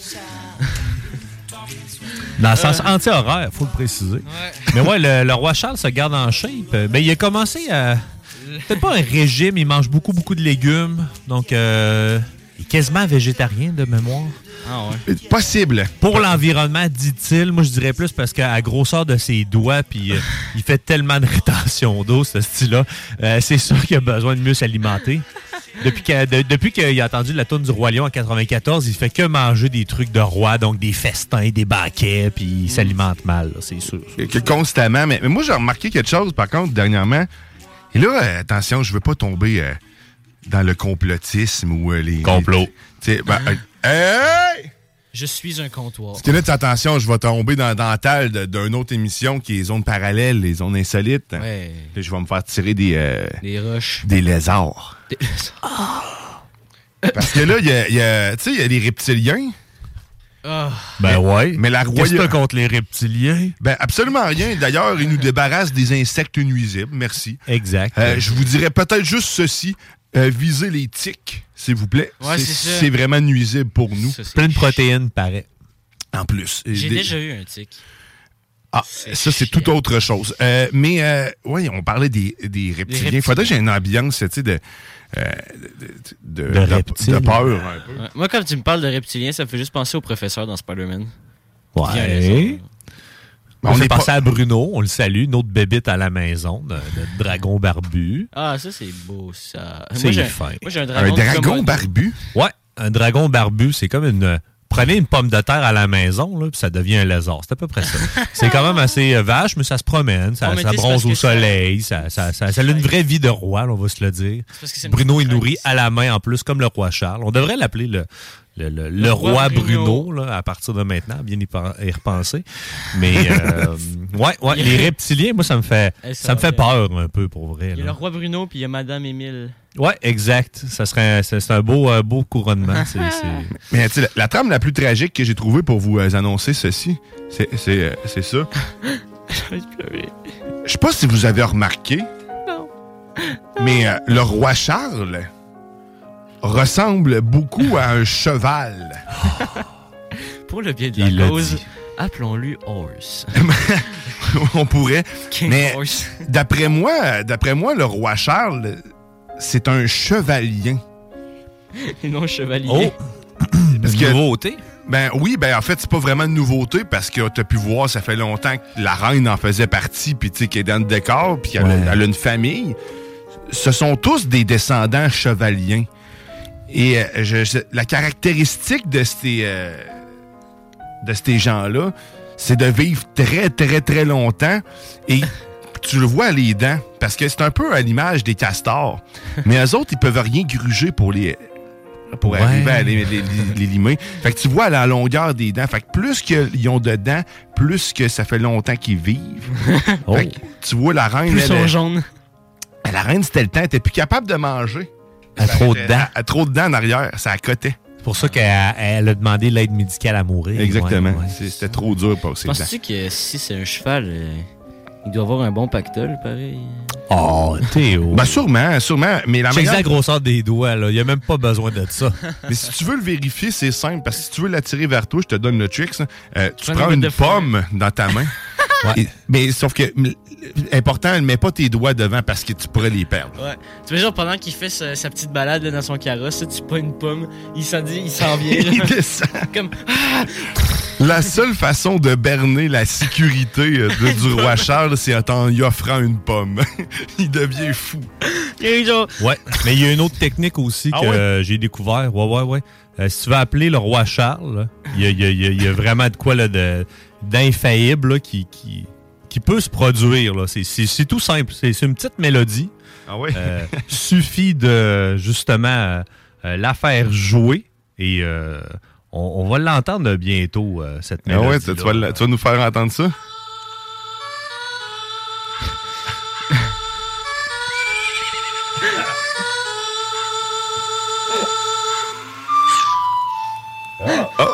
[SPEAKER 5] Dans le sens anti-horaire, faut le préciser. Mais ouais, le, le roi Charles se garde en shape. Ben, il a commencé à. Peut-être pas un régime, il mange beaucoup, beaucoup de légumes. Donc, euh, quasiment végétarien de mémoire.
[SPEAKER 4] Ah ouais.
[SPEAKER 6] Possible.
[SPEAKER 5] Pour l'environnement, dit-il, moi je dirais plus parce qu'à grosseur de ses doigts, puis euh, il fait tellement de rétention d'eau, ce style-là, euh, c'est sûr qu'il a besoin de mieux s'alimenter. Depuis que- de- depuis qu'il a entendu la tourne du Roi Lion en 94, il fait que manger des trucs de roi, donc des festins, des banquets, puis il s'alimente mal, Ah, là, c'est sûr.
[SPEAKER 6] que, que constamment. Mais, mais moi, j'ai remarqué quelque chose, par contre, dernièrement. Et là, euh, attention, je veux pas tomber euh, dans le complotisme ou euh, les. Complot. Tu sais, ben,
[SPEAKER 4] Hein?
[SPEAKER 6] euh, hey!
[SPEAKER 4] Je suis un comptoir.
[SPEAKER 6] Parce que là, tu- attention, je vais tomber dans dans la dalle de- d'une autre émission qui est Zones parallèles, les zones insolites.
[SPEAKER 4] Ouais.
[SPEAKER 6] Puis je vais me faire tirer des. euh,
[SPEAKER 4] Des roches.
[SPEAKER 6] Des lézards.
[SPEAKER 4] Des- [LAUGHS] Ah.
[SPEAKER 6] Parce que là, il y a, il y a- tu sais, il y a les reptiliens.
[SPEAKER 4] Ah.
[SPEAKER 6] Ben ouais. Mais la
[SPEAKER 5] Qu'est-ce que
[SPEAKER 6] royaume.
[SPEAKER 5] t'as contre les reptiliens?
[SPEAKER 6] Ben absolument rien. D'ailleurs, ils nous débarrassent des insectes nuisibles. Merci.
[SPEAKER 5] Exact.
[SPEAKER 6] Euh, je vous dirais peut-être juste ceci. Euh, visez les tiques, s'il vous plaît.
[SPEAKER 4] Ouais,
[SPEAKER 6] C'est-
[SPEAKER 4] c'est ça.
[SPEAKER 6] c'est vraiment nuisible pour nous.
[SPEAKER 5] Plein de protéines, paraît.
[SPEAKER 6] En plus. Et
[SPEAKER 4] J'ai
[SPEAKER 6] des-
[SPEAKER 4] déjà eu un tic.
[SPEAKER 6] Ah, ça, c'est tout autre chose. Euh, mais, euh, oui, on parlait des, des reptiliens.
[SPEAKER 4] reptiliens.
[SPEAKER 6] faudrait que j'ai une ambiance, tu sais, de, euh, de, de- de-
[SPEAKER 5] reptiles.
[SPEAKER 6] de peur. un peu.
[SPEAKER 4] Ouais. Moi, quand tu me parles de reptilien, ça me fait juste penser au professeur dans Spider-Man.
[SPEAKER 5] Ouais.
[SPEAKER 4] Qui a raison.
[SPEAKER 5] On,
[SPEAKER 4] On
[SPEAKER 5] est
[SPEAKER 4] est
[SPEAKER 5] passé
[SPEAKER 4] pas-
[SPEAKER 5] à Bruno, on le salue, notre bébite à la maison, notre dragon barbu.
[SPEAKER 4] Ah, ça, c'est beau, ça.
[SPEAKER 5] C'est
[SPEAKER 4] Moi, j'ai-
[SPEAKER 5] fin.
[SPEAKER 4] Moi, j'ai un dragon. de Komodo.
[SPEAKER 5] Ouais, un dragon barbu, c'est comme une. Prenez une pomme de terre à la maison, là, puis ça devient un lézard. C'est à peu près
[SPEAKER 4] [LAUGHS]
[SPEAKER 5] ça. c'est quand même assez euh, vache, mais ça se promène, ça,
[SPEAKER 4] Oh, mais
[SPEAKER 5] ça
[SPEAKER 4] tu sais, c'est
[SPEAKER 5] bronze
[SPEAKER 4] parce
[SPEAKER 5] au
[SPEAKER 4] que ça-
[SPEAKER 5] soleil, ça, ça, ça- ça a une vraie vie de roi, là, on va se le dire.
[SPEAKER 4] parce que c'est une
[SPEAKER 5] Bruno est nourri à la main en plus, comme le roi Charles. On devrait l'appeler le, le, le- le
[SPEAKER 4] Le
[SPEAKER 5] roi,
[SPEAKER 4] roi
[SPEAKER 5] Bruno,
[SPEAKER 4] Bruno.
[SPEAKER 5] là, à partir de maintenant, bien y, pen- y repenser. Mais
[SPEAKER 4] [LAUGHS]
[SPEAKER 5] euh, ouais, ouais, les reptiliens, moi, ça me fait,
[SPEAKER 4] Eh,
[SPEAKER 5] ça
[SPEAKER 4] ça
[SPEAKER 5] me fait
[SPEAKER 4] va bien.
[SPEAKER 5] peur un peu pour vrai.
[SPEAKER 4] Il y
[SPEAKER 5] là.
[SPEAKER 4] a le roi Bruno, puis il y a Madame Émile.
[SPEAKER 5] Ouais, exact. Ça serait un- c'est c'est un beau, euh, beau
[SPEAKER 4] [LAUGHS]
[SPEAKER 5] couronnement. C'est- c'est-
[SPEAKER 6] Mais, tu sais, la, la trame la plus tragique que j'ai trouvée pour vous euh, annoncer ceci, c'est c'est, euh, c'est ça. Je sais pas si vous avez remarqué, mais euh, le roi Charles ressemble beaucoup à un cheval.
[SPEAKER 4] Pour le bien de la
[SPEAKER 6] Il l'a
[SPEAKER 4] cause,
[SPEAKER 6] dit.
[SPEAKER 4] appelons-lui Horse.
[SPEAKER 6] [LAUGHS] on pourrait.
[SPEAKER 4] King
[SPEAKER 6] mais
[SPEAKER 4] Horse.
[SPEAKER 6] d'après moi, d'après moi, le roi Charles, c'est un chevalier. Oh.
[SPEAKER 4] Et [LAUGHS] non chevalier.
[SPEAKER 5] nouveauté.
[SPEAKER 6] Ben oui, ben en fait, c'est pas vraiment une nouveauté parce que t'as pu voir, ça fait longtemps que la reine en faisait partie, puis tu sais, qu'elle est dans le décor, puis elle, a-
[SPEAKER 5] Ouais.
[SPEAKER 6] elle a une famille. Ce sont tous des descendants chevaliers. Et euh, je- je- la caractéristique de ces, euh, de ces gens-là, c'est de vivre très, très, très longtemps. Et tu le vois à les dents, parce que c'est un peu à l'image des castors. Mais eux autres, ils peuvent rien gruger pour les pour
[SPEAKER 5] Ouais.
[SPEAKER 6] arriver à les, les- les- les limer. Fait que tu vois à la longueur des dents. Fait que plus qu'ils ont de dents, plus que ça fait longtemps qu'ils vivent. Fait que tu vois la reine...
[SPEAKER 4] Plus
[SPEAKER 6] elle,
[SPEAKER 4] sont
[SPEAKER 6] elle-
[SPEAKER 4] jaunes.
[SPEAKER 6] La reine, c'était le temps. Elle était plus capable de manger.
[SPEAKER 5] À trop de
[SPEAKER 6] Elle-
[SPEAKER 5] dents.
[SPEAKER 6] elle- trop de dents en arrière. Ça a coté.
[SPEAKER 5] C'est pour ça qu'elle elle a demandé l'aide médicale à mourir.
[SPEAKER 6] Exactement.
[SPEAKER 5] Ouais, ouais.
[SPEAKER 6] C'est- C'était trop dur pour ces dents.
[SPEAKER 4] Penses-tu que si c'est un cheval, euh, il doit avoir un bon pactole, pareil?
[SPEAKER 5] Oh,
[SPEAKER 6] [LAUGHS]
[SPEAKER 5] Théo.
[SPEAKER 6] Ben sûrement, sûrement. Mais la
[SPEAKER 5] Check
[SPEAKER 6] meilleure-
[SPEAKER 5] la grosseur des doigts, là. Il n'y a même pas besoin de ça.
[SPEAKER 6] [LAUGHS] Mais si tu veux le vérifier, c'est simple. Parce que si tu veux l'attirer vers toi, je te donne le trick. ça. Euh, tu
[SPEAKER 5] Prends
[SPEAKER 6] prends
[SPEAKER 5] une
[SPEAKER 6] une
[SPEAKER 5] boîte de fleurs.
[SPEAKER 6] pomme dans ta
[SPEAKER 4] [LAUGHS]
[SPEAKER 6] main. Et- mais sauf que, m- important, ne mets pas tes doigts devant parce que tu pourrais les perdre.
[SPEAKER 4] Ouais. Tu vois, genre, pendant qu'il fait sa, sa petite balade là, dans son carrosse, là, tu pas une pomme, il s'en dit, il s'en
[SPEAKER 6] [LAUGHS]
[SPEAKER 4] vient. là.
[SPEAKER 6] Il descend.
[SPEAKER 4] Comme, [LAUGHS]
[SPEAKER 6] La seule façon de berner la sécurité euh, de-
[SPEAKER 4] [LAUGHS]
[SPEAKER 6] du roi Charles, c'est en lui offrant une pomme. [LAUGHS] Il devient fou.
[SPEAKER 4] il y a eu genre,
[SPEAKER 5] Ouais, mais il y a une autre technique aussi
[SPEAKER 6] Ah
[SPEAKER 5] que
[SPEAKER 6] ouais?
[SPEAKER 5] euh, j'ai découvert. Ouais, ouais, ouais. Euh, si tu veux appeler le roi Charles, là, il y a, il y a- il y a- il y a vraiment de quoi là, de- d'infaillible là, qui, qui, qui peut se produire. là. C'est- C'est c'est tout simple. C'est c'est une petite mélodie.
[SPEAKER 6] Ah ouais?
[SPEAKER 5] Euh, suffit de justement euh, euh, la faire jouer et euh, on, on va l'entendre bientôt, euh, cette
[SPEAKER 6] Ah
[SPEAKER 5] mélodie.
[SPEAKER 6] ouais, tu, tu vas, le- tu vas nous faire entendre ça?
[SPEAKER 5] Ah.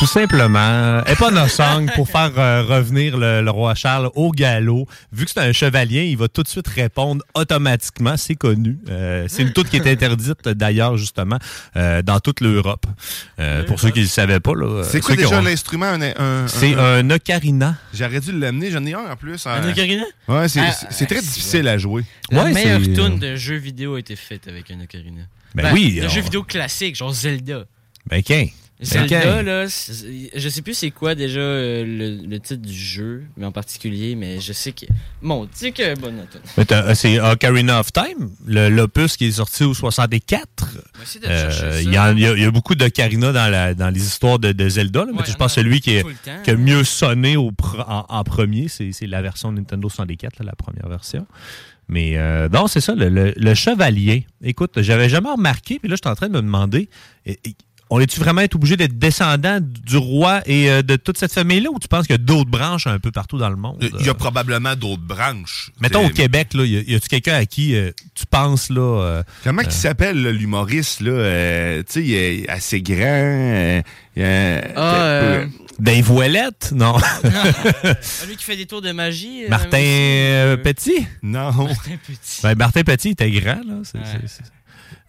[SPEAKER 5] tout simplement. Épanosang pour faire euh, revenir le, le roi Charles au galop. Vu que c'est un chevalier, il va tout de suite répondre automatiquement. C'est connu. Euh, c'est une toute qui est interdite d'ailleurs justement euh, dans toute l'Europe. Euh, pour ceux qui ne le savaient pas là.
[SPEAKER 6] C'est quoi
[SPEAKER 5] ceux qui
[SPEAKER 6] déjà
[SPEAKER 5] ont-
[SPEAKER 6] l'instrument? un- un-
[SPEAKER 5] Euh, C'est un ocarina.
[SPEAKER 6] J'aurais dû l'amener, j'en ai un en plus.
[SPEAKER 4] Un ocarina?
[SPEAKER 6] Ouais, c'est
[SPEAKER 4] Ah,
[SPEAKER 6] c'est- c'est très
[SPEAKER 4] ouais,
[SPEAKER 6] difficile à jouer. euh,
[SPEAKER 4] La meilleure tune de jeux vidéo a été faite avec un ocarina.
[SPEAKER 6] Ben oui,
[SPEAKER 4] Le
[SPEAKER 6] on-
[SPEAKER 4] jeu vidéo classique, genre Zelda.
[SPEAKER 5] Ben, qu'un.
[SPEAKER 4] Zelda,
[SPEAKER 5] Ben, qu'un.
[SPEAKER 4] là, c'est- je sais plus c'est quoi déjà euh, le, le titre du jeu, mais en particulier, mais je sais que. Mon Dieu, [LAUGHS]
[SPEAKER 11] euh,
[SPEAKER 4] que bonne tune.
[SPEAKER 5] Mais t'as- euh, C'est Ocarina of Time, le- l'opus qui est sorti au 64.
[SPEAKER 4] essayer de le
[SPEAKER 5] Euh,
[SPEAKER 4] chercher, ça.
[SPEAKER 5] Il y, en- il y a- il y a beaucoup d'Ocarina dans, la- dans les histoires de, de Zelda, là, mais je pense que celui qui, est-
[SPEAKER 4] tout le temps.
[SPEAKER 5] qui a mieux sonné au pr- en, en premier, c'est c'est la version Nintendo 64, là, la première version. Mais euh, non, c'est ça, le, le- le chevalier. Écoute, j'avais jamais remarqué, puis là, je suis en train de me demander, et- et- on est-tu vraiment être obligé d'être descendant du roi et euh, de toute cette famille-là, ou tu penses qu'il y a d'autres branches un peu partout dans le monde?
[SPEAKER 6] Il y a probablement d'autres branches.
[SPEAKER 5] Mettons au
[SPEAKER 6] C'est-
[SPEAKER 5] Québec, là, y a- y a-tu quelqu'un à qui euh, tu penses là euh,
[SPEAKER 6] Comment
[SPEAKER 5] euh,
[SPEAKER 6] il s'appelle là, l'humoriste là euh, Tu sais, il est assez grand. euh, il a-
[SPEAKER 4] Ah, euh,
[SPEAKER 5] Dave Ouellette? Non. [LAUGHS]
[SPEAKER 4] Celui qui fait des tours de magie. euh,
[SPEAKER 5] Martin euh, Petit?
[SPEAKER 6] Non.
[SPEAKER 4] Martin Petit.
[SPEAKER 5] Ben, Martin Petit était grand, là. C'est- c'est- c'est-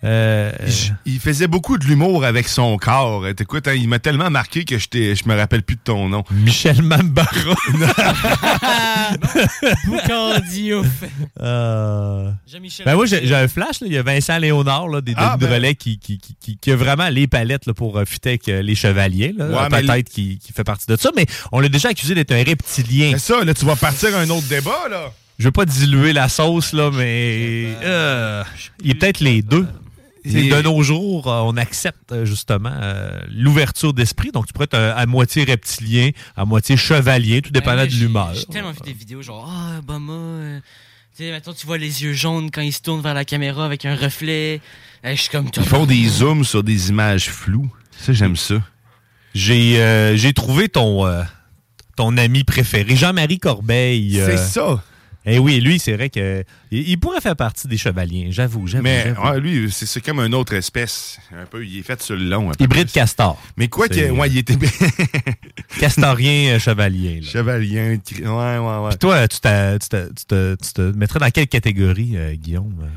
[SPEAKER 5] euh,
[SPEAKER 6] il, il faisait beaucoup de l'humour avec son corps. Euh, T'écoutes, hein, il m'a tellement marqué que je, t'ai- je me rappelle plus de ton nom.
[SPEAKER 5] Michel
[SPEAKER 6] [LAUGHS]
[SPEAKER 5] Mambara. [LAUGHS]
[SPEAKER 4] Boucandio.
[SPEAKER 5] Euh,
[SPEAKER 4] Jean-Michel
[SPEAKER 5] Ben moi, j'ai j'ai un flash. là. Il y a Vincent Léonard, là, des
[SPEAKER 6] Ah,
[SPEAKER 5] Denis
[SPEAKER 6] ben.
[SPEAKER 5] Drolet, qui, qui, qui- qui- qui a vraiment les palettes là, pour euh, fitter avec euh, les chevaliers. là.
[SPEAKER 6] Ouais, mais
[SPEAKER 5] Peut-être qui, qui fait partie de ça. Mais on l'a déjà accusé d'être un reptilien.
[SPEAKER 6] C'est ça, là, tu vas partir à un autre débat, là.
[SPEAKER 5] Je veux pas diluer la sauce, là, mais euh, il est peut-être les deux.
[SPEAKER 6] Et-
[SPEAKER 5] de nos jours, euh, on accepte euh, justement euh, l'ouverture d'esprit. Donc, tu pourrais être euh, à moitié reptilien, à moitié chevalier,
[SPEAKER 6] Ben,
[SPEAKER 5] tout dépendant de l'humeur.
[SPEAKER 4] J'ai tellement vu des vidéos genre Ah, Obama. euh, tu sais, maintenant tu vois les yeux jaunes quand il se tourne vers la caméra avec un reflet. Eh, je suis comme toi.
[SPEAKER 6] Ils font des zooms sur des images floues. Ça, j'aime ça.
[SPEAKER 5] J'ai euh, j'ai trouvé ton, euh, ton ami préféré, Jean-Marie Corbeil. euh.
[SPEAKER 6] C'est ça.
[SPEAKER 5] Eh oui, lui, c'est vrai que il, il pourrait faire partie des chevaliers, j'avoue, j'avoue.
[SPEAKER 6] Mais
[SPEAKER 5] j'avoue.
[SPEAKER 6] ouais, lui, c'est c'est comme une autre espèce. Un peu, il est fait sur le long. un peu.
[SPEAKER 5] Hybride castor.
[SPEAKER 6] Mais quoi que.
[SPEAKER 5] C'est-
[SPEAKER 6] Ouais, il était [LAUGHS] bien.
[SPEAKER 5] Castorien euh, chevalier. là.
[SPEAKER 6] Chevalien. tri- Ouais, ouais, ouais.
[SPEAKER 5] Puis toi, tu, t'a- tu t'a- tu te, tu te mettrais dans quelle catégorie, euh, Guillaume?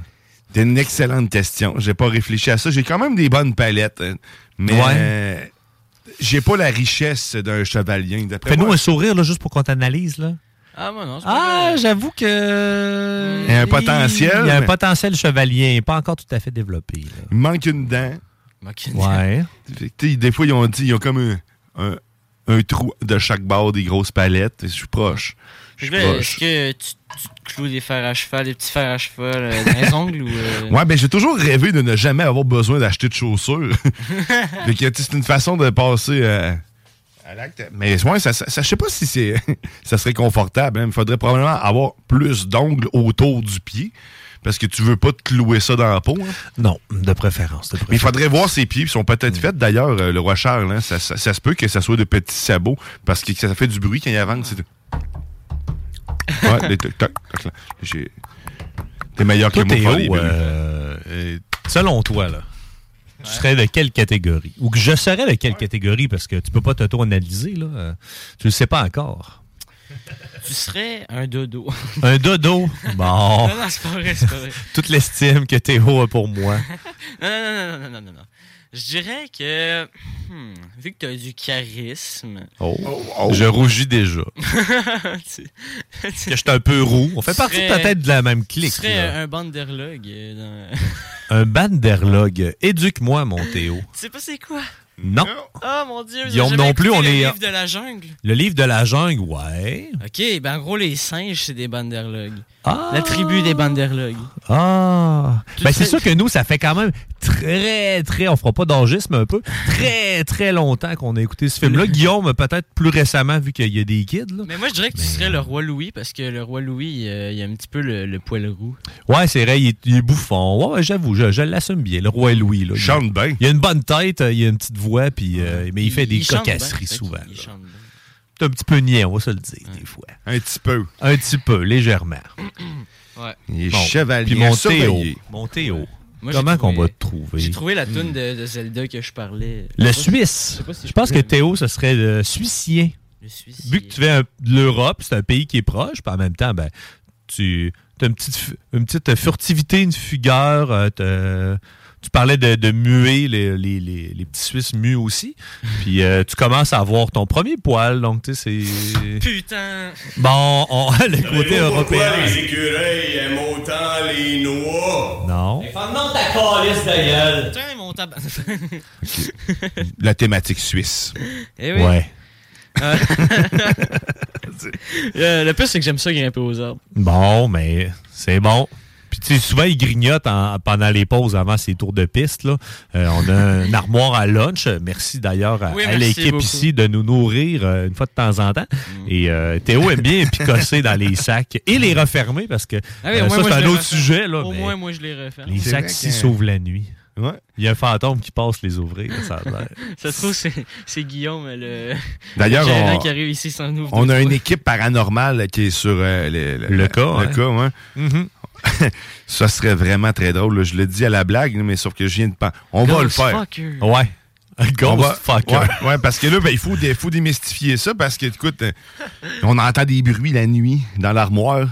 [SPEAKER 6] C'est une excellente question. J'ai pas réfléchi à ça. J'ai quand même des bonnes palettes. hein. Mais.
[SPEAKER 5] Ouais.
[SPEAKER 6] euh, J'ai pas la richesse d'un chevalien. D'après
[SPEAKER 5] Fais-nous
[SPEAKER 6] Ben, moi,
[SPEAKER 5] un sourire, là, juste pour qu'on t'analyse, là.
[SPEAKER 4] Ah, moi non. c'est pas
[SPEAKER 5] Ah, j'avoue que.
[SPEAKER 6] Il y a un potentiel,
[SPEAKER 5] Il y a un
[SPEAKER 6] mais-
[SPEAKER 5] potentiel chevalier, pas encore tout à fait développé.
[SPEAKER 6] il manque une dent.
[SPEAKER 4] vrai.
[SPEAKER 5] Ouais.
[SPEAKER 6] Fait que, [LAUGHS] tu sais, des fois, ils ont dit, ils ont comme un, un- un trou de chaque bord des grosses palettes. Je suis proche. Je
[SPEAKER 4] Fait que
[SPEAKER 6] suis
[SPEAKER 4] là,
[SPEAKER 6] proche.
[SPEAKER 4] Est-ce que tu, tu te cloues des fers à cheval, des petits fers à cheval euh, dans les ongles ou. euh,
[SPEAKER 6] Ouais, ben j'ai toujours rêvé de ne jamais avoir besoin d'acheter
[SPEAKER 4] [LAUGHS]
[SPEAKER 6] de chaussures. Fait que, tu sais, c'est une façon de passer euh, à l'acte. Mais ouais, ça, ça, ça- je sais pas si c'est, [LAUGHS] ça serait confortable. hein. Il faudrait probablement avoir plus d'ongles autour du pied. Parce que tu veux pas te clouer ça dans la peau. hein.
[SPEAKER 5] Non, de préférence. de
[SPEAKER 6] Mais il
[SPEAKER 5] préférence.
[SPEAKER 6] faudrait voir ses pieds. Ils sont
[SPEAKER 4] Mm.
[SPEAKER 6] peut-être faits d'ailleurs, euh, le roi Charles. hein. Ça, ça- ça se peut que ça soit de petits sabots. Parce que ça fait du bruit quand il avance. c'est de- Ouais, des toc, toc, toc, là. J'ai- T'es meilleur que
[SPEAKER 5] Toi,
[SPEAKER 6] moi. pour faire
[SPEAKER 5] Théo,
[SPEAKER 6] les bulles.
[SPEAKER 5] euh, euh, selon toi, là, tu serais de quelle catégorie? Ou que je serais de quelle catégorie? Parce que tu peux pas t'auto-analyser, là. Euh, Tu le sais pas encore.
[SPEAKER 4] Tu serais un dodo. [LAUGHS]
[SPEAKER 5] Un dodo. Bon.
[SPEAKER 4] Non, non, c'est pas vrai, c'est pas vrai.
[SPEAKER 5] Toute l'estime que Théo a pour moi.
[SPEAKER 4] Non, non, non, non, non, non, non. Je dirais que. hmm, vu que t'as du charisme.
[SPEAKER 5] Oh.
[SPEAKER 6] oh.
[SPEAKER 5] Je rougis déjà.
[SPEAKER 4] [LAUGHS] tu,
[SPEAKER 5] que je suis un peu roux. On fait partie de
[SPEAKER 4] serais-
[SPEAKER 5] peut-être de la même
[SPEAKER 4] tu
[SPEAKER 5] clique.
[SPEAKER 4] serais
[SPEAKER 5] là.
[SPEAKER 4] un banderlog. euh,
[SPEAKER 5] [LAUGHS]
[SPEAKER 4] dans-
[SPEAKER 5] Un banderlog. Éduque-moi, mon Théo.
[SPEAKER 4] tu sais pas c'est quoi?
[SPEAKER 5] Non.
[SPEAKER 4] Oh mon dieu, vous avez
[SPEAKER 5] Guillaume
[SPEAKER 4] jamais
[SPEAKER 5] non plus,
[SPEAKER 4] écouté
[SPEAKER 5] on
[SPEAKER 4] le
[SPEAKER 5] est-
[SPEAKER 4] livre de la jungle.
[SPEAKER 5] Le livre de la jungle, ouais.
[SPEAKER 4] Ok, ben en gros, les singes, c'est des banderlogs. La tribu des banderlogs.
[SPEAKER 5] Ah!
[SPEAKER 4] Tu
[SPEAKER 5] Ben, c'est
[SPEAKER 4] sais-
[SPEAKER 5] sûr que nous, ça fait quand même très, très, on fera pas d'angisme un peu, très, très longtemps qu'on a écouté ce film-là. Guillaume, peut-être plus récemment, vu qu'il y a des kids, là.
[SPEAKER 4] Mais moi, je dirais que tu serais le roi Louis parce que le roi Louis, euh, il a un petit peu le, le poil roux.
[SPEAKER 5] Ouais, c'est vrai, il est, il est bouffon. Ouais, ouais, j'avoue, je, je l'assume bien, le roi Louis, là. Il-
[SPEAKER 6] Chante bien.
[SPEAKER 5] Il a une bonne tête, euh, il a une petite voix, puis, euh, mais il fait des
[SPEAKER 4] chante bien,
[SPEAKER 5] cocasseries
[SPEAKER 4] fait
[SPEAKER 5] souvent.
[SPEAKER 4] qu'il- il chante bien.
[SPEAKER 5] C'est un petit peu niais, on va se le dire, des fois.
[SPEAKER 6] Un petit peu.
[SPEAKER 5] Un petit peu, légèrement.
[SPEAKER 4] Ouais.
[SPEAKER 6] Il est
[SPEAKER 5] Bon.
[SPEAKER 6] chevalier.
[SPEAKER 5] Puis mon Théo.
[SPEAKER 6] surveillé.
[SPEAKER 5] Mon Théo.
[SPEAKER 4] Moi, j'ai
[SPEAKER 5] Comment qu'on
[SPEAKER 4] trouvé-
[SPEAKER 5] va te trouver?
[SPEAKER 4] J'ai trouvé la toune de, de Zelda que je parlais.
[SPEAKER 5] Hmm. Le
[SPEAKER 4] Je sais pas si- je
[SPEAKER 5] Suisse.
[SPEAKER 4] sais pas si
[SPEAKER 5] je pense
[SPEAKER 4] peux-
[SPEAKER 5] que Théo, ce serait le Suicien. Vu que tu fais un- de l'Europe, c'est un pays qui est proche, puis en même temps, ben, tu as une petite, fu- une petite furtivité, une fugueur. euh, t'as- tu parlais de, de muer, les, les- les- les petits Suisses muent
[SPEAKER 4] [LAUGHS]
[SPEAKER 5] aussi. Puis euh, tu commences à avoir ton premier poil, donc tu sais, c'est.
[SPEAKER 4] Putain!
[SPEAKER 5] Bon, on- [LAUGHS] Ah, le côté européen.
[SPEAKER 12] écureuils aiment autant les noix?
[SPEAKER 5] Non.
[SPEAKER 4] Ferme-donc ta calisse de gueule! Tiens, mon tabac!
[SPEAKER 6] La thématique suisse.
[SPEAKER 4] Eh oui.
[SPEAKER 6] Ouais.
[SPEAKER 4] Euh, [LAUGHS] Euh, le plus, c'est que j'aime ça grimper aux arbres.
[SPEAKER 5] Bon, mais c'est bon. Puis tu sais, souvent, ils grignotent en- pendant les pauses avant ces tours de piste. Là. Euh, on a une armoire à lunch. Merci d'ailleurs à,
[SPEAKER 4] Oui,
[SPEAKER 5] à
[SPEAKER 4] merci
[SPEAKER 5] l'équipe
[SPEAKER 4] beaucoup. Mm.
[SPEAKER 5] ici de nous nourrir euh, une fois de temps en temps. Et euh, Théo aime bien picosser dans les sacs et les refermer parce que
[SPEAKER 4] Ah oui,
[SPEAKER 5] euh,
[SPEAKER 4] au moins,
[SPEAKER 5] ça,
[SPEAKER 4] moi,
[SPEAKER 5] c'est
[SPEAKER 4] je
[SPEAKER 5] un
[SPEAKER 4] les
[SPEAKER 5] autre
[SPEAKER 4] referme.
[SPEAKER 5] sujet. Là,
[SPEAKER 4] Au
[SPEAKER 5] mais
[SPEAKER 4] moins, moi, je les referme.
[SPEAKER 5] Les
[SPEAKER 4] C'est
[SPEAKER 5] sacs
[SPEAKER 4] vrai
[SPEAKER 5] s'y
[SPEAKER 4] que-
[SPEAKER 5] sauvent
[SPEAKER 4] [LAUGHS]
[SPEAKER 5] la nuit. Il y a un fantôme qui passe les ouvrir. Ça a l'air.
[SPEAKER 4] Ça se trouve, c'est- c'est Guillaume, le.
[SPEAKER 6] D'ailleurs,
[SPEAKER 4] le gérant
[SPEAKER 6] on-
[SPEAKER 4] qui arrive ici sans nous.
[SPEAKER 6] On a une équipe paranormale qui est sur euh, le,
[SPEAKER 5] cas,
[SPEAKER 6] Le
[SPEAKER 5] hein.
[SPEAKER 6] cas, ouais.
[SPEAKER 5] Mhm.
[SPEAKER 6] [LAUGHS] Ça serait vraiment très drôle. là. Je le dis à la blague, mais sauf que je viens de pas. On va le faire.
[SPEAKER 5] Ghostfucker. Ouais.
[SPEAKER 6] On
[SPEAKER 5] Ghost fucker.
[SPEAKER 6] Ouais, ouais, parce que là, ben, il faut, dé- faut démystifier ça parce que, écoute, euh, on entend des bruits la nuit dans l'armoire.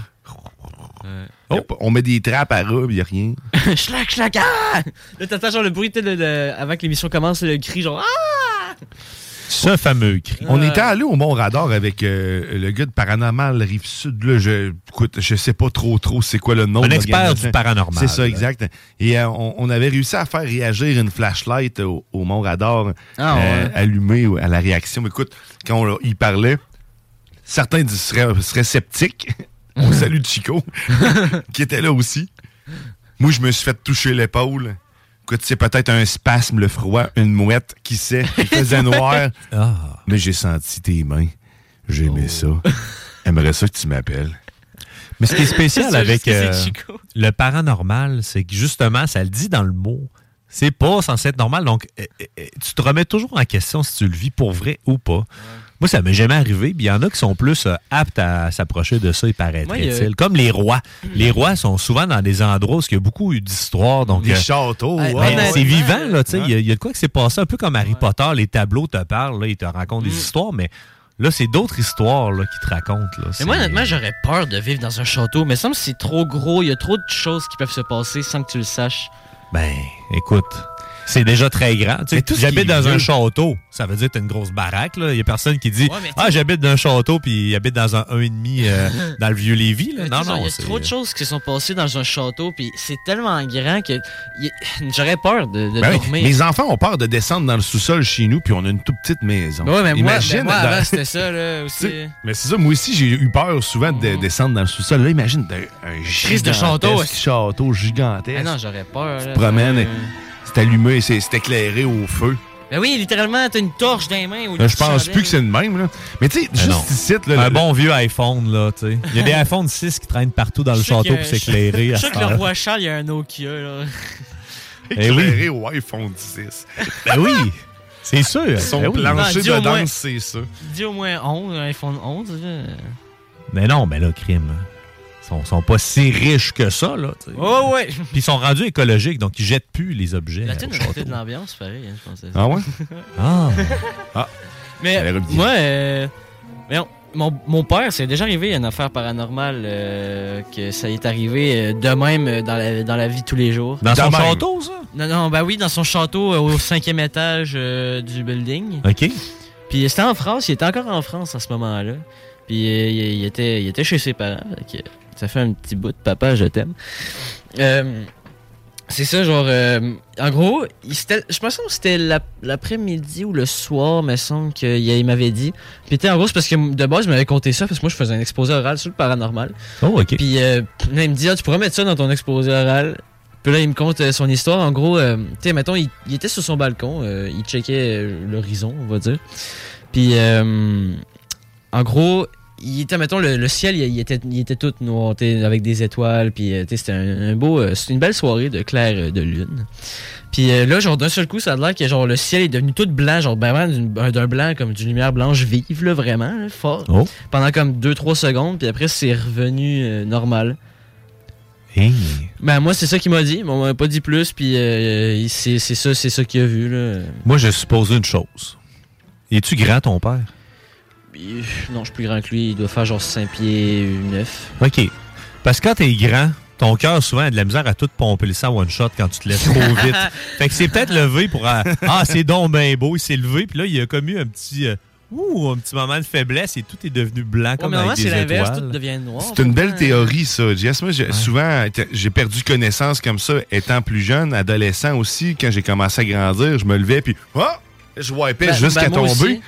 [SPEAKER 6] Y a pas- On met des trappes à rub, il n'y a rien.
[SPEAKER 4] [LAUGHS] Schlac, schlac, ah! Là, t'entends genre le bruit, tu sais, le- le- avant que l'émission commence, le cri genre Ah!
[SPEAKER 5] Ce fameux cri.
[SPEAKER 6] On
[SPEAKER 4] Ouais.
[SPEAKER 6] était allé au Mont Radar avec euh, le gars de Paranormal Rive Sud. Là, je, écoute, je sais pas trop trop c'est quoi le nom.
[SPEAKER 5] Un
[SPEAKER 6] de
[SPEAKER 5] expert
[SPEAKER 6] l'organisme.
[SPEAKER 5] du paranormal.
[SPEAKER 6] C'est ça, exact. Et euh, on, on avait réussi à faire réagir une flashlight au, au Mont Radar
[SPEAKER 5] Ah, ouais.
[SPEAKER 6] allumée à la réaction. Mais écoute, quand on y parlait, certains dis- seraient, seraient sceptiques. On salue Chico, [LAUGHS] qui était là aussi. Moi, je me suis fait toucher l'épaule. Écoute, c'est peut-être un spasme, le froid, une mouette, qui sait, il faisait [LAUGHS] noir. Mais j'ai senti tes mains. J'ai aimé ça. Aimerais ça que tu m'appelles.
[SPEAKER 5] Mais ce qui est spécial
[SPEAKER 6] C'est
[SPEAKER 5] avec
[SPEAKER 6] juste que c'est
[SPEAKER 5] euh,
[SPEAKER 6] Chico.
[SPEAKER 5] le paranormal, c'est que justement, ça le dit dans le mot. C'est pas censé être normal. Donc, euh, euh, tu te remets toujours en question si tu le vis pour vrai ou pas. Moi, ça m'est jamais arrivé. Puis il y en a qui sont plus euh, aptes à s'approcher de ça, il paraîtrait-il.
[SPEAKER 4] Moi, il y a-
[SPEAKER 5] Comme les rois. Les rois sont souvent dans des endroits où il y a beaucoup eu d'histoires. donc,
[SPEAKER 6] Des
[SPEAKER 5] euh,
[SPEAKER 6] châteaux,
[SPEAKER 5] ben,
[SPEAKER 6] ouais,
[SPEAKER 5] c'est
[SPEAKER 6] ouais.
[SPEAKER 5] vivant, là. tu sais. Il y a- il y, a de quoi que c'est passé. Un peu comme Harry Potter, les tableaux te parlent, là, ils te racontent des histoires. Mais là, c'est d'autres histoires là, qui te racontent. là.
[SPEAKER 4] Mais moi,
[SPEAKER 5] C'est-
[SPEAKER 4] honnêtement, j'aurais peur de vivre dans un château. Mais ça me semble que c'est trop gros. Il y a trop de choses qui peuvent se passer sans que tu le saches.
[SPEAKER 5] Ben, écoute, c'est déjà très grand. Tu sais,
[SPEAKER 4] Mais tout ce
[SPEAKER 5] j'habite
[SPEAKER 4] qui est
[SPEAKER 5] dans un
[SPEAKER 4] vieux-
[SPEAKER 5] château. Ça veut dire que t'as une grosse baraque. là. Il y a personne qui dit
[SPEAKER 4] Ouais, mais tu-
[SPEAKER 5] Ah, j'habite dans un château, puis il habite dans un 1,5
[SPEAKER 4] [LAUGHS]
[SPEAKER 5] euh, dans le vieux Lévis. Là.
[SPEAKER 4] Mais
[SPEAKER 5] Non,
[SPEAKER 4] tu sais,
[SPEAKER 5] non,
[SPEAKER 4] Il y
[SPEAKER 5] c'est-
[SPEAKER 4] a trop de choses qui se sont passées dans un château. Puis c'est tellement grand que y- [LAUGHS] j'aurais peur de, de
[SPEAKER 6] Ben oui,
[SPEAKER 4] dormir.
[SPEAKER 6] mes enfants ont peur de descendre dans le sous-sol chez nous, puis on a une toute petite maison.
[SPEAKER 4] Ouais, mais moi,
[SPEAKER 6] Imagine
[SPEAKER 4] ben, moi,
[SPEAKER 6] dans- [LAUGHS]
[SPEAKER 4] avant, c'était ça, là, aussi.
[SPEAKER 6] Tu sais, Mais c'est ça, moi aussi, j'ai eu peur souvent de descendre dans le sous-sol. Là, imagine un, un
[SPEAKER 4] Mm. Crise de
[SPEAKER 6] gigantesque
[SPEAKER 4] château, est-ce-
[SPEAKER 6] château gigantesque.
[SPEAKER 4] Ah non, j'aurais peur. là.
[SPEAKER 6] Tu te promènes, et c'est allumé, c'est c'est éclairé au feu.
[SPEAKER 4] Ben oui, littéralement, t'as une torche dans les mains. au lieu
[SPEAKER 6] Là, Ben, je
[SPEAKER 4] de
[SPEAKER 6] pense
[SPEAKER 4] chandelle.
[SPEAKER 6] plus que c'est le même. Là. Mais tu sais,
[SPEAKER 5] Ben non.
[SPEAKER 6] juste ici, là,
[SPEAKER 5] un
[SPEAKER 6] le-
[SPEAKER 5] bon vieux iPhone, là, tu sais.
[SPEAKER 4] [LAUGHS]
[SPEAKER 5] Il y a des iPhone 6 qui traînent partout dans le
[SPEAKER 4] Je sais
[SPEAKER 5] château
[SPEAKER 4] que-
[SPEAKER 5] pour s'éclairer.
[SPEAKER 4] [LAUGHS] Je
[SPEAKER 5] à
[SPEAKER 4] sais
[SPEAKER 5] cette
[SPEAKER 4] que le
[SPEAKER 5] heure.
[SPEAKER 4] roi Charles, il y a un Nokia, là.
[SPEAKER 5] Eh oui.
[SPEAKER 6] éclairé au iPhone 10.
[SPEAKER 5] Ben oui, c'est sûr.
[SPEAKER 6] Son
[SPEAKER 5] Ben oui.
[SPEAKER 6] plancher
[SPEAKER 4] dis au
[SPEAKER 6] de
[SPEAKER 4] moins.
[SPEAKER 6] danse, c'est ça.
[SPEAKER 4] Dis au moins 11, un iPhone 11. là.
[SPEAKER 5] Mais non, mais là, crime. hein. Ils sont, sont pas si riches que ça, là. tu sais.
[SPEAKER 4] Oh, ouais.
[SPEAKER 5] Puis ils sont rendus écologiques, donc ils jettent plus les objets.
[SPEAKER 4] La
[SPEAKER 5] au
[SPEAKER 4] tune
[SPEAKER 5] château.
[SPEAKER 4] a fait de l'ambiance, pareil, hein, je pensais. [LAUGHS]
[SPEAKER 5] Ah ouais? Ah.
[SPEAKER 6] Ah.
[SPEAKER 4] Mais moi, euh, voyons, mon, mon père, c'est déjà arrivé une affaire paranormale euh, que ça est arrivé euh, de même euh, dans la, dans la vie de tous les jours.
[SPEAKER 5] Dans De son même. château, ça?
[SPEAKER 4] Non, non, bah oui, dans son château euh, au cinquième étage euh, du building.
[SPEAKER 5] OK.
[SPEAKER 4] Puis euh, c'était en France, il était encore en France à ce moment-là. Puis euh, il, il était, il était chez ses parents. fait que ça fait un petit bout de papa, je t'aime. Euh, c'est ça, genre. euh, en gros, il s'était- je me sens que c'était la- l'après-midi ou le soir, me semble qu'il il m'avait dit. Puis, tu sais, en gros, c'est parce que de base, il m'avait conté ça, parce que moi, je faisais un exposé oral sur le paranormal.
[SPEAKER 5] Oh, ok.
[SPEAKER 4] Puis, euh, là, il me dit, ah, tu pourrais mettre ça dans ton exposé oral. Puis là, il me conte euh, son histoire. En gros, euh, tu sais, mettons, il, il était sur son balcon, euh, il checkait euh, l'horizon, on va dire. Puis, euh, en gros, il était, mettons, le, le ciel, il, il était, il était tout noir, tu sais, avec des étoiles. Puis, euh, tu sais, c'était un, un beau. euh, c'était une belle soirée de clair euh, de lune. Puis euh, là, genre, d'un seul coup, ça a l'air que genre, le ciel est devenu tout blanc, genre, vraiment d'une- un- d'un blanc, comme d'une lumière blanche vive, là, vraiment, là, fort.
[SPEAKER 5] Oh.
[SPEAKER 4] Pendant comme 2-3 secondes, puis après, c'est revenu euh, normal. Ben, moi, c'est ça qu'il m'a dit. mais on m'a pas dit plus, puis euh, il- c'est c'est ça, c'est ça qu'il a vu, là.
[SPEAKER 5] Moi, je suppose une chose. Es-tu grand, ton père?
[SPEAKER 4] Il- euh, Non, je suis plus grand que lui. Il doit faire genre 5 pieds 9.
[SPEAKER 5] OK. Parce que quand t'es grand, ton cœur souvent a de la misère à tout pomper le sang one shot quand tu te laisses trop
[SPEAKER 4] [LAUGHS]
[SPEAKER 5] vite. fait que c'est peut-être levé pour. euh, ah, c'est donc ben beau, il s'est levé, puis là, il a commis un petit. euh, ouh, un petit moment de faiblesse et tout est devenu blanc comme
[SPEAKER 4] mais
[SPEAKER 5] avec
[SPEAKER 4] normalement,
[SPEAKER 5] des
[SPEAKER 4] c'est l'inverse,
[SPEAKER 5] étoiles.
[SPEAKER 4] tout devient noir.
[SPEAKER 6] C'est une belle théorie, ça, Jess. Moi, j'ai- souvent, t- j'ai perdu connaissance comme ça, étant plus jeune, adolescent aussi. Quand j'ai commencé à grandir, je me levais, puis oh, je wipais
[SPEAKER 4] Bah,
[SPEAKER 5] Ben-
[SPEAKER 6] jusqu'à
[SPEAKER 5] ben, moi
[SPEAKER 6] tomber.
[SPEAKER 5] aussi. oui.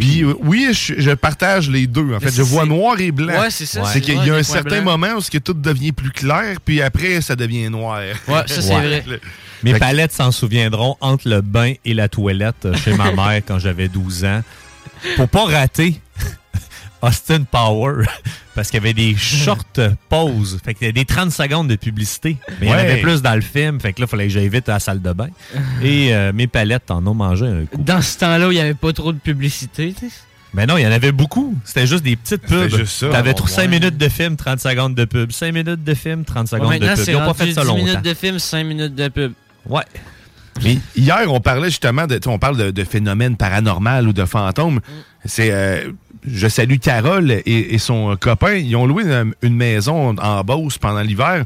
[SPEAKER 6] Puis, euh, oui, je, je partage les deux. En fait, je vois noir et blanc.
[SPEAKER 4] Ouais, c'est ça,
[SPEAKER 6] C'est
[SPEAKER 4] c'est
[SPEAKER 6] qu'il
[SPEAKER 4] noir
[SPEAKER 6] y a
[SPEAKER 4] et
[SPEAKER 6] un
[SPEAKER 4] points
[SPEAKER 6] certain
[SPEAKER 4] blancs.
[SPEAKER 6] moment où ce que tout devient plus clair, puis après, ça devient noir.
[SPEAKER 4] Ouais, ça, c'est vrai.
[SPEAKER 5] Mes palettes s'en souviendront entre le bain et la toilette euh,
[SPEAKER 4] [LAUGHS]
[SPEAKER 5] chez ma mère quand j'avais 12 ans. Pour pas rater [LAUGHS] Austin Power, parce qu'il y avait des shortes pauses. Fait qu'il y avait des 30 secondes de publicité. Mais il y en
[SPEAKER 4] Ouais.
[SPEAKER 5] avait plus dans le film. Fait que là, il fallait que j'aille vite à la salle de bain. Et euh, mes palettes en ont mangé un coup.
[SPEAKER 4] Dans ce temps-là où il n'y avait pas trop de publicité, tu sais.
[SPEAKER 5] Mais non, il y en avait beaucoup. C'était juste des petites pubs.
[SPEAKER 4] C'était juste ça.
[SPEAKER 5] T'avais
[SPEAKER 4] Ouais.
[SPEAKER 5] 5 minutes de film, 30 secondes de pub. 5 minutes de film, 30
[SPEAKER 4] Ouais,
[SPEAKER 5] secondes de
[SPEAKER 4] maintenant,
[SPEAKER 5] pub.
[SPEAKER 4] c'est
[SPEAKER 5] Ils ont pas
[SPEAKER 4] rendu
[SPEAKER 5] fait ça
[SPEAKER 4] 10
[SPEAKER 5] longtemps.
[SPEAKER 4] minutes de film, 5 minutes de pub.
[SPEAKER 5] Ouais.
[SPEAKER 6] Mais hier, on parlait justement de, tu sais, on parle de, de phénomènes paranormal ou de fantômes. C'est, euh, je salue Carole et, et son copain. Ils ont loué une, une maison en Beauce pendant l'hiver.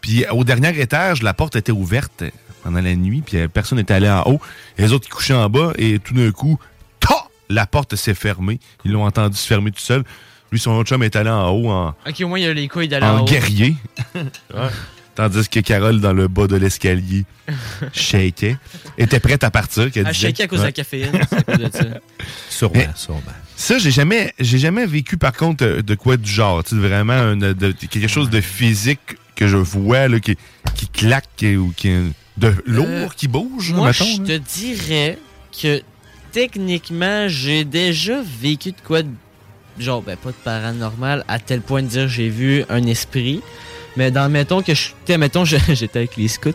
[SPEAKER 6] Puis euh, au dernier étage, la porte était ouverte pendant la nuit. Puis euh, personne n'était allé en haut. Les autres ils couchaient en bas et tout d'un coup, ta, la porte s'est fermée. Ils l'ont entendu se fermer tout seul. Lui, son autre chum est allé en haut en,
[SPEAKER 4] Ok, au moins, il y a les couilles d'aller
[SPEAKER 6] en
[SPEAKER 4] en haut. [LAUGHS]
[SPEAKER 6] guerrier. Ouais. Tandis que Carole, dans le bas
[SPEAKER 4] [LAUGHS]
[SPEAKER 6] de l'escalier, shakeait, était prête à partir. qu'elle
[SPEAKER 4] Elle
[SPEAKER 6] disait-
[SPEAKER 4] Ah, shakeait à cause de
[SPEAKER 6] Ouais.
[SPEAKER 4] la caféine. c'est à cause de
[SPEAKER 6] [LAUGHS]
[SPEAKER 4] ça.
[SPEAKER 5] Sûrement,
[SPEAKER 6] Mais
[SPEAKER 5] sûrement.
[SPEAKER 6] Ça, j'ai jamais, j'ai jamais vécu, par contre, euh, de quoi du genre. Tu sais, vraiment un- de- quelque chose de physique que je vois, là, qui, qui claque qui- ou qui de lourd
[SPEAKER 4] Euh,
[SPEAKER 6] qui bouge, là,
[SPEAKER 4] Moi,
[SPEAKER 6] mettons,
[SPEAKER 4] je
[SPEAKER 6] là.
[SPEAKER 4] te dirais que techniquement, j'ai déjà vécu de quoi de- genre ben pas de paranormal à tel point de dire j'ai vu un esprit. Mais dans mettons que je t'sais, mettons je- [LAUGHS] j'étais avec les scouts.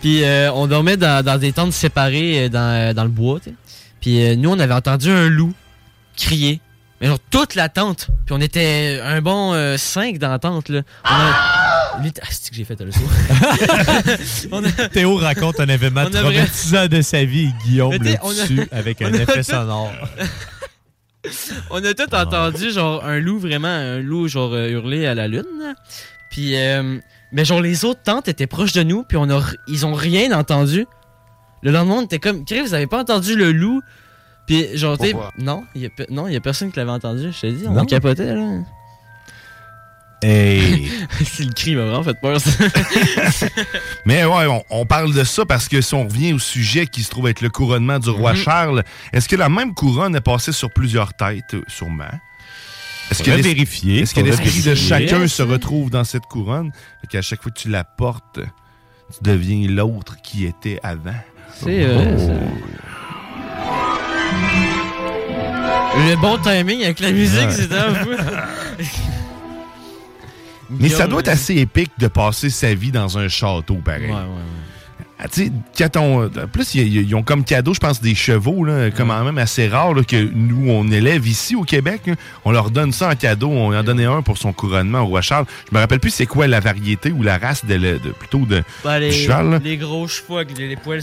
[SPEAKER 4] Puis euh, on dormait dans, dans des tentes séparées euh, dans, euh, dans le bois, tu sais. Puis euh, nous on avait entendu un loup crier. Mais genre toute la tente. Puis on était un bon 5 dans la tente là. On a- Lui, t- ah, c'est que j'ai fait le [LAUGHS] saut. On a-
[SPEAKER 5] [LAUGHS] Théo raconte un événement
[SPEAKER 4] On a vrai-
[SPEAKER 5] traumatisant de sa vie et Guillaume
[SPEAKER 4] Mais
[SPEAKER 5] le
[SPEAKER 4] t'sais, on a-
[SPEAKER 5] tue avec un
[SPEAKER 4] [LAUGHS] on a
[SPEAKER 5] effet
[SPEAKER 4] tout-
[SPEAKER 5] sonore. Ah.
[SPEAKER 4] On a tout entendu, genre, un loup, vraiment, un loup, genre, euh, hurler à la lune. là. Puis, euh, mais genre, les autres tentes étaient proches de nous, puis on a, r- ils ont rien entendu. Le lendemain, on était comme, Chris, vous avez pas entendu le loup? Puis, genre, tu sais,
[SPEAKER 5] Pourquoi?
[SPEAKER 4] non, il y a, pe- non, il y a personne qui l'avait entendu, je te dis, on
[SPEAKER 5] Non.
[SPEAKER 4] capotait, là.
[SPEAKER 5] Hey.
[SPEAKER 4] [LAUGHS] C'est le cri, m'a vraiment fait peur, ça.
[SPEAKER 6] [LAUGHS] Mais ouais, on, on parle de ça parce que si on revient au sujet qui se trouve être le couronnement du
[SPEAKER 5] Mhm.
[SPEAKER 6] roi Charles, est-ce que la même couronne est passée sur plusieurs têtes, euh, sûrement? Est-ce que
[SPEAKER 5] Faudrait
[SPEAKER 6] l'es-
[SPEAKER 5] vérifier,
[SPEAKER 6] Est-ce que
[SPEAKER 5] faudrait
[SPEAKER 6] l'esprit de
[SPEAKER 5] vérifier.
[SPEAKER 6] chacun se retrouve dans cette couronne? Fait qu'à chaque fois que tu la portes, tu deviens l'autre qui était avant.
[SPEAKER 4] C'est, euh,
[SPEAKER 6] Oh.
[SPEAKER 4] Le bon timing avec la musique,
[SPEAKER 6] Ouais.
[SPEAKER 4] c'est un fou.
[SPEAKER 6] Mais ça doit être assez épique de passer sa vie dans un château, pareil. Ah, tu sais, quand on- en plus, ils- ils ils ont comme cadeau, je pense, des chevaux, là, quand même assez rares, là, que nous, on élève ici au Québec. là. On leur donne ça en cadeau. On en donnait un pour son couronnement au roi Charles. Je me rappelle plus c'est quoi la variété ou la race de, le- de- plutôt de,
[SPEAKER 4] Bah, les,
[SPEAKER 6] du cheval. là.
[SPEAKER 4] les gros chevaux avec les, les poils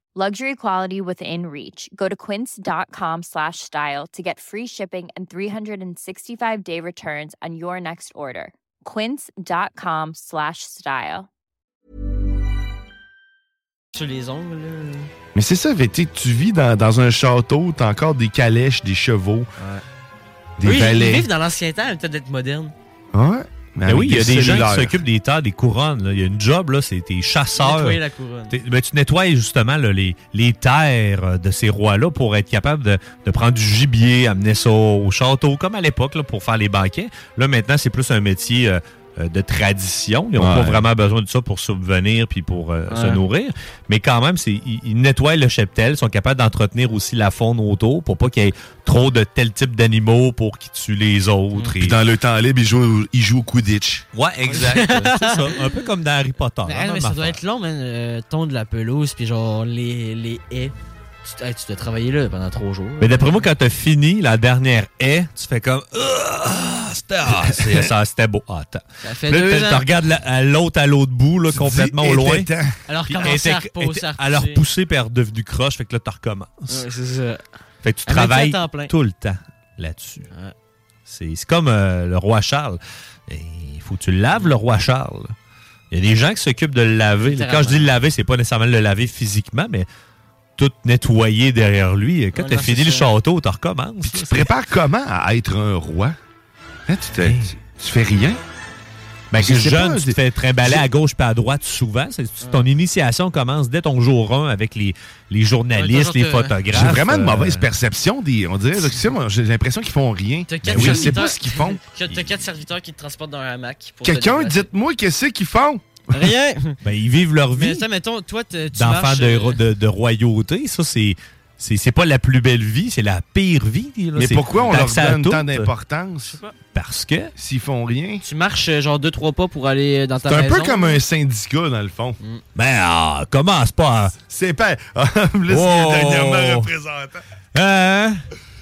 [SPEAKER 13] Luxury quality within reach. Go to quince.com slash style to get free shipping and 365 day returns on your next order. Quince.com slash style.
[SPEAKER 4] sur les ongles. là.
[SPEAKER 6] Mais c'est ça, fait, tu sais, tu vis dans, dans un château, t'as encore des calèches, des chevaux, des
[SPEAKER 4] oui,
[SPEAKER 6] valets.
[SPEAKER 4] Ils vivent dans l'ancien temps, peut-être d'être moderne.
[SPEAKER 6] Ouais.
[SPEAKER 5] Mais
[SPEAKER 6] avec
[SPEAKER 5] Ben oui, il y a des gens
[SPEAKER 6] cellulaires.
[SPEAKER 5] qui s'occupent des terres, des couronnes. là. Il y a une job, là, c'est t'es chasseur.
[SPEAKER 4] Nettoyer la couronne.
[SPEAKER 5] T'es- ben, tu nettoies justement là, les, les terres euh, de ces rois-là pour être capable de, de prendre du gibier, amener ça au château, comme à l'époque, là, pour faire les banquets. Là, maintenant, c'est plus un métier euh, euh, de tradition. Ils n'ont
[SPEAKER 6] Ouais.
[SPEAKER 5] pas vraiment besoin de ça pour subvenir puis pour euh, se
[SPEAKER 6] Ouais.
[SPEAKER 5] nourrir. Mais quand même, c'est, ils, ils nettoient le cheptel, sont capables d'entretenir aussi la faune autour pour pas qu'il y ait trop de tel type d'animaux pour qu'ils tuent les autres.
[SPEAKER 6] Puis dans le temps libre, ils jouent, ils jouent au Quidditch.
[SPEAKER 5] Ouais, exact. c'est ça. Un peu comme dans Harry Potter. hein,
[SPEAKER 4] Mais,
[SPEAKER 6] Ah,
[SPEAKER 5] la
[SPEAKER 4] hey,
[SPEAKER 5] même
[SPEAKER 4] mais ça
[SPEAKER 5] affaire.
[SPEAKER 4] doit être long, man. euh, tondre la pelouse, puis genre les, les haies. Tu, t- hey, tu dois travailler là pendant trois jours.
[SPEAKER 5] Mais d'après moi, quand t'as fini la dernière haie, tu fais comme. Ah, C'était ah,
[SPEAKER 6] euh,
[SPEAKER 5] c'est- ça, c'était beau. Ah, attends.
[SPEAKER 4] Ça fait
[SPEAKER 5] Là,
[SPEAKER 4] deux
[SPEAKER 5] t'as-
[SPEAKER 4] ans.
[SPEAKER 5] t'as regardes la- à l'autre à l'autre bout, là, complètement au loin.
[SPEAKER 4] était temps. Alors,
[SPEAKER 5] Puis
[SPEAKER 4] commencer
[SPEAKER 5] était-
[SPEAKER 4] à repousser,
[SPEAKER 5] était-
[SPEAKER 4] à repousser.
[SPEAKER 5] Alors poussé, puis elle est redevenue croche, fait que là, tu recommences.
[SPEAKER 4] Ouais, c'est ça.
[SPEAKER 5] Fait que tu
[SPEAKER 4] Elle m'a dit à
[SPEAKER 5] travailles
[SPEAKER 4] temps plein.
[SPEAKER 5] tout le temps là-dessus. hein. C'est c'est comme euh, le roi Charles. Et Il faut que tu laves le roi Charles. Il y a des gens qui s'occupent de le laver. Quand je dis le laver, c'est pas nécessairement le laver physiquement, mais tout nettoyer derrière lui. Quand
[SPEAKER 6] Ouais,
[SPEAKER 5] t'as
[SPEAKER 6] non,
[SPEAKER 5] fini
[SPEAKER 6] c'est
[SPEAKER 5] le
[SPEAKER 6] ça.
[SPEAKER 5] château, t'en recommences.
[SPEAKER 6] Tu te prépares comment à être un roi? Hein, tu, te- tu- tu fais rien?
[SPEAKER 5] Ben,
[SPEAKER 6] Je
[SPEAKER 5] que
[SPEAKER 6] sais
[SPEAKER 5] jeune,
[SPEAKER 6] pas,
[SPEAKER 5] tu te
[SPEAKER 6] j'ai-
[SPEAKER 5] fais trimballer
[SPEAKER 6] j'ai-
[SPEAKER 5] à gauche pas à droite souvent. C'est- tu- Ton initiation commence dès ton jour 1 avec les, les journalistes, les photographes.
[SPEAKER 6] J'ai vraiment une
[SPEAKER 5] euh,
[SPEAKER 6] mauvaise perception des. On dirait, là, tu sais, moi, j'ai l'impression qu'ils font rien.
[SPEAKER 4] T'as
[SPEAKER 6] Ben
[SPEAKER 4] quatre
[SPEAKER 6] oui, je sais
[SPEAKER 4] serviteurs-
[SPEAKER 6] pas ce qu'ils font.
[SPEAKER 4] [LAUGHS] T'as t'as quatre serviteurs qui te transportent dans un hamac. pour te
[SPEAKER 6] Quelqu'un,
[SPEAKER 4] déplacer.
[SPEAKER 6] dites-moi qu'est-ce qu'ils font.
[SPEAKER 4] Rien.
[SPEAKER 5] [LAUGHS] Ben, ils vivent leur
[SPEAKER 4] Mais
[SPEAKER 5] vie
[SPEAKER 4] ça, mettons, toi, te- tu
[SPEAKER 5] d'enfants
[SPEAKER 4] marches...
[SPEAKER 5] de,
[SPEAKER 4] euh,
[SPEAKER 5] ro- de- de royauté. Ça, c'est. C'est c'est pas la plus belle vie, c'est la pire vie. là.
[SPEAKER 6] Mais
[SPEAKER 5] C'est
[SPEAKER 6] pourquoi on leur
[SPEAKER 5] taxé à
[SPEAKER 6] donne
[SPEAKER 5] tout. euh,
[SPEAKER 6] tant d'importance? Hein?
[SPEAKER 5] Parce que.
[SPEAKER 6] S'ils font rien.
[SPEAKER 4] Tu marches euh, genre deux, trois pas pour aller euh, dans ta
[SPEAKER 6] C'est un
[SPEAKER 4] maison. Mm.
[SPEAKER 6] peu comme un syndicat, dans le fond.
[SPEAKER 5] Ben, ah, commence pas. à-
[SPEAKER 6] C'est pas. [LAUGHS] Ah, là, c'est
[SPEAKER 5] Oh!
[SPEAKER 6] dernièrement représentant.
[SPEAKER 5] Hein?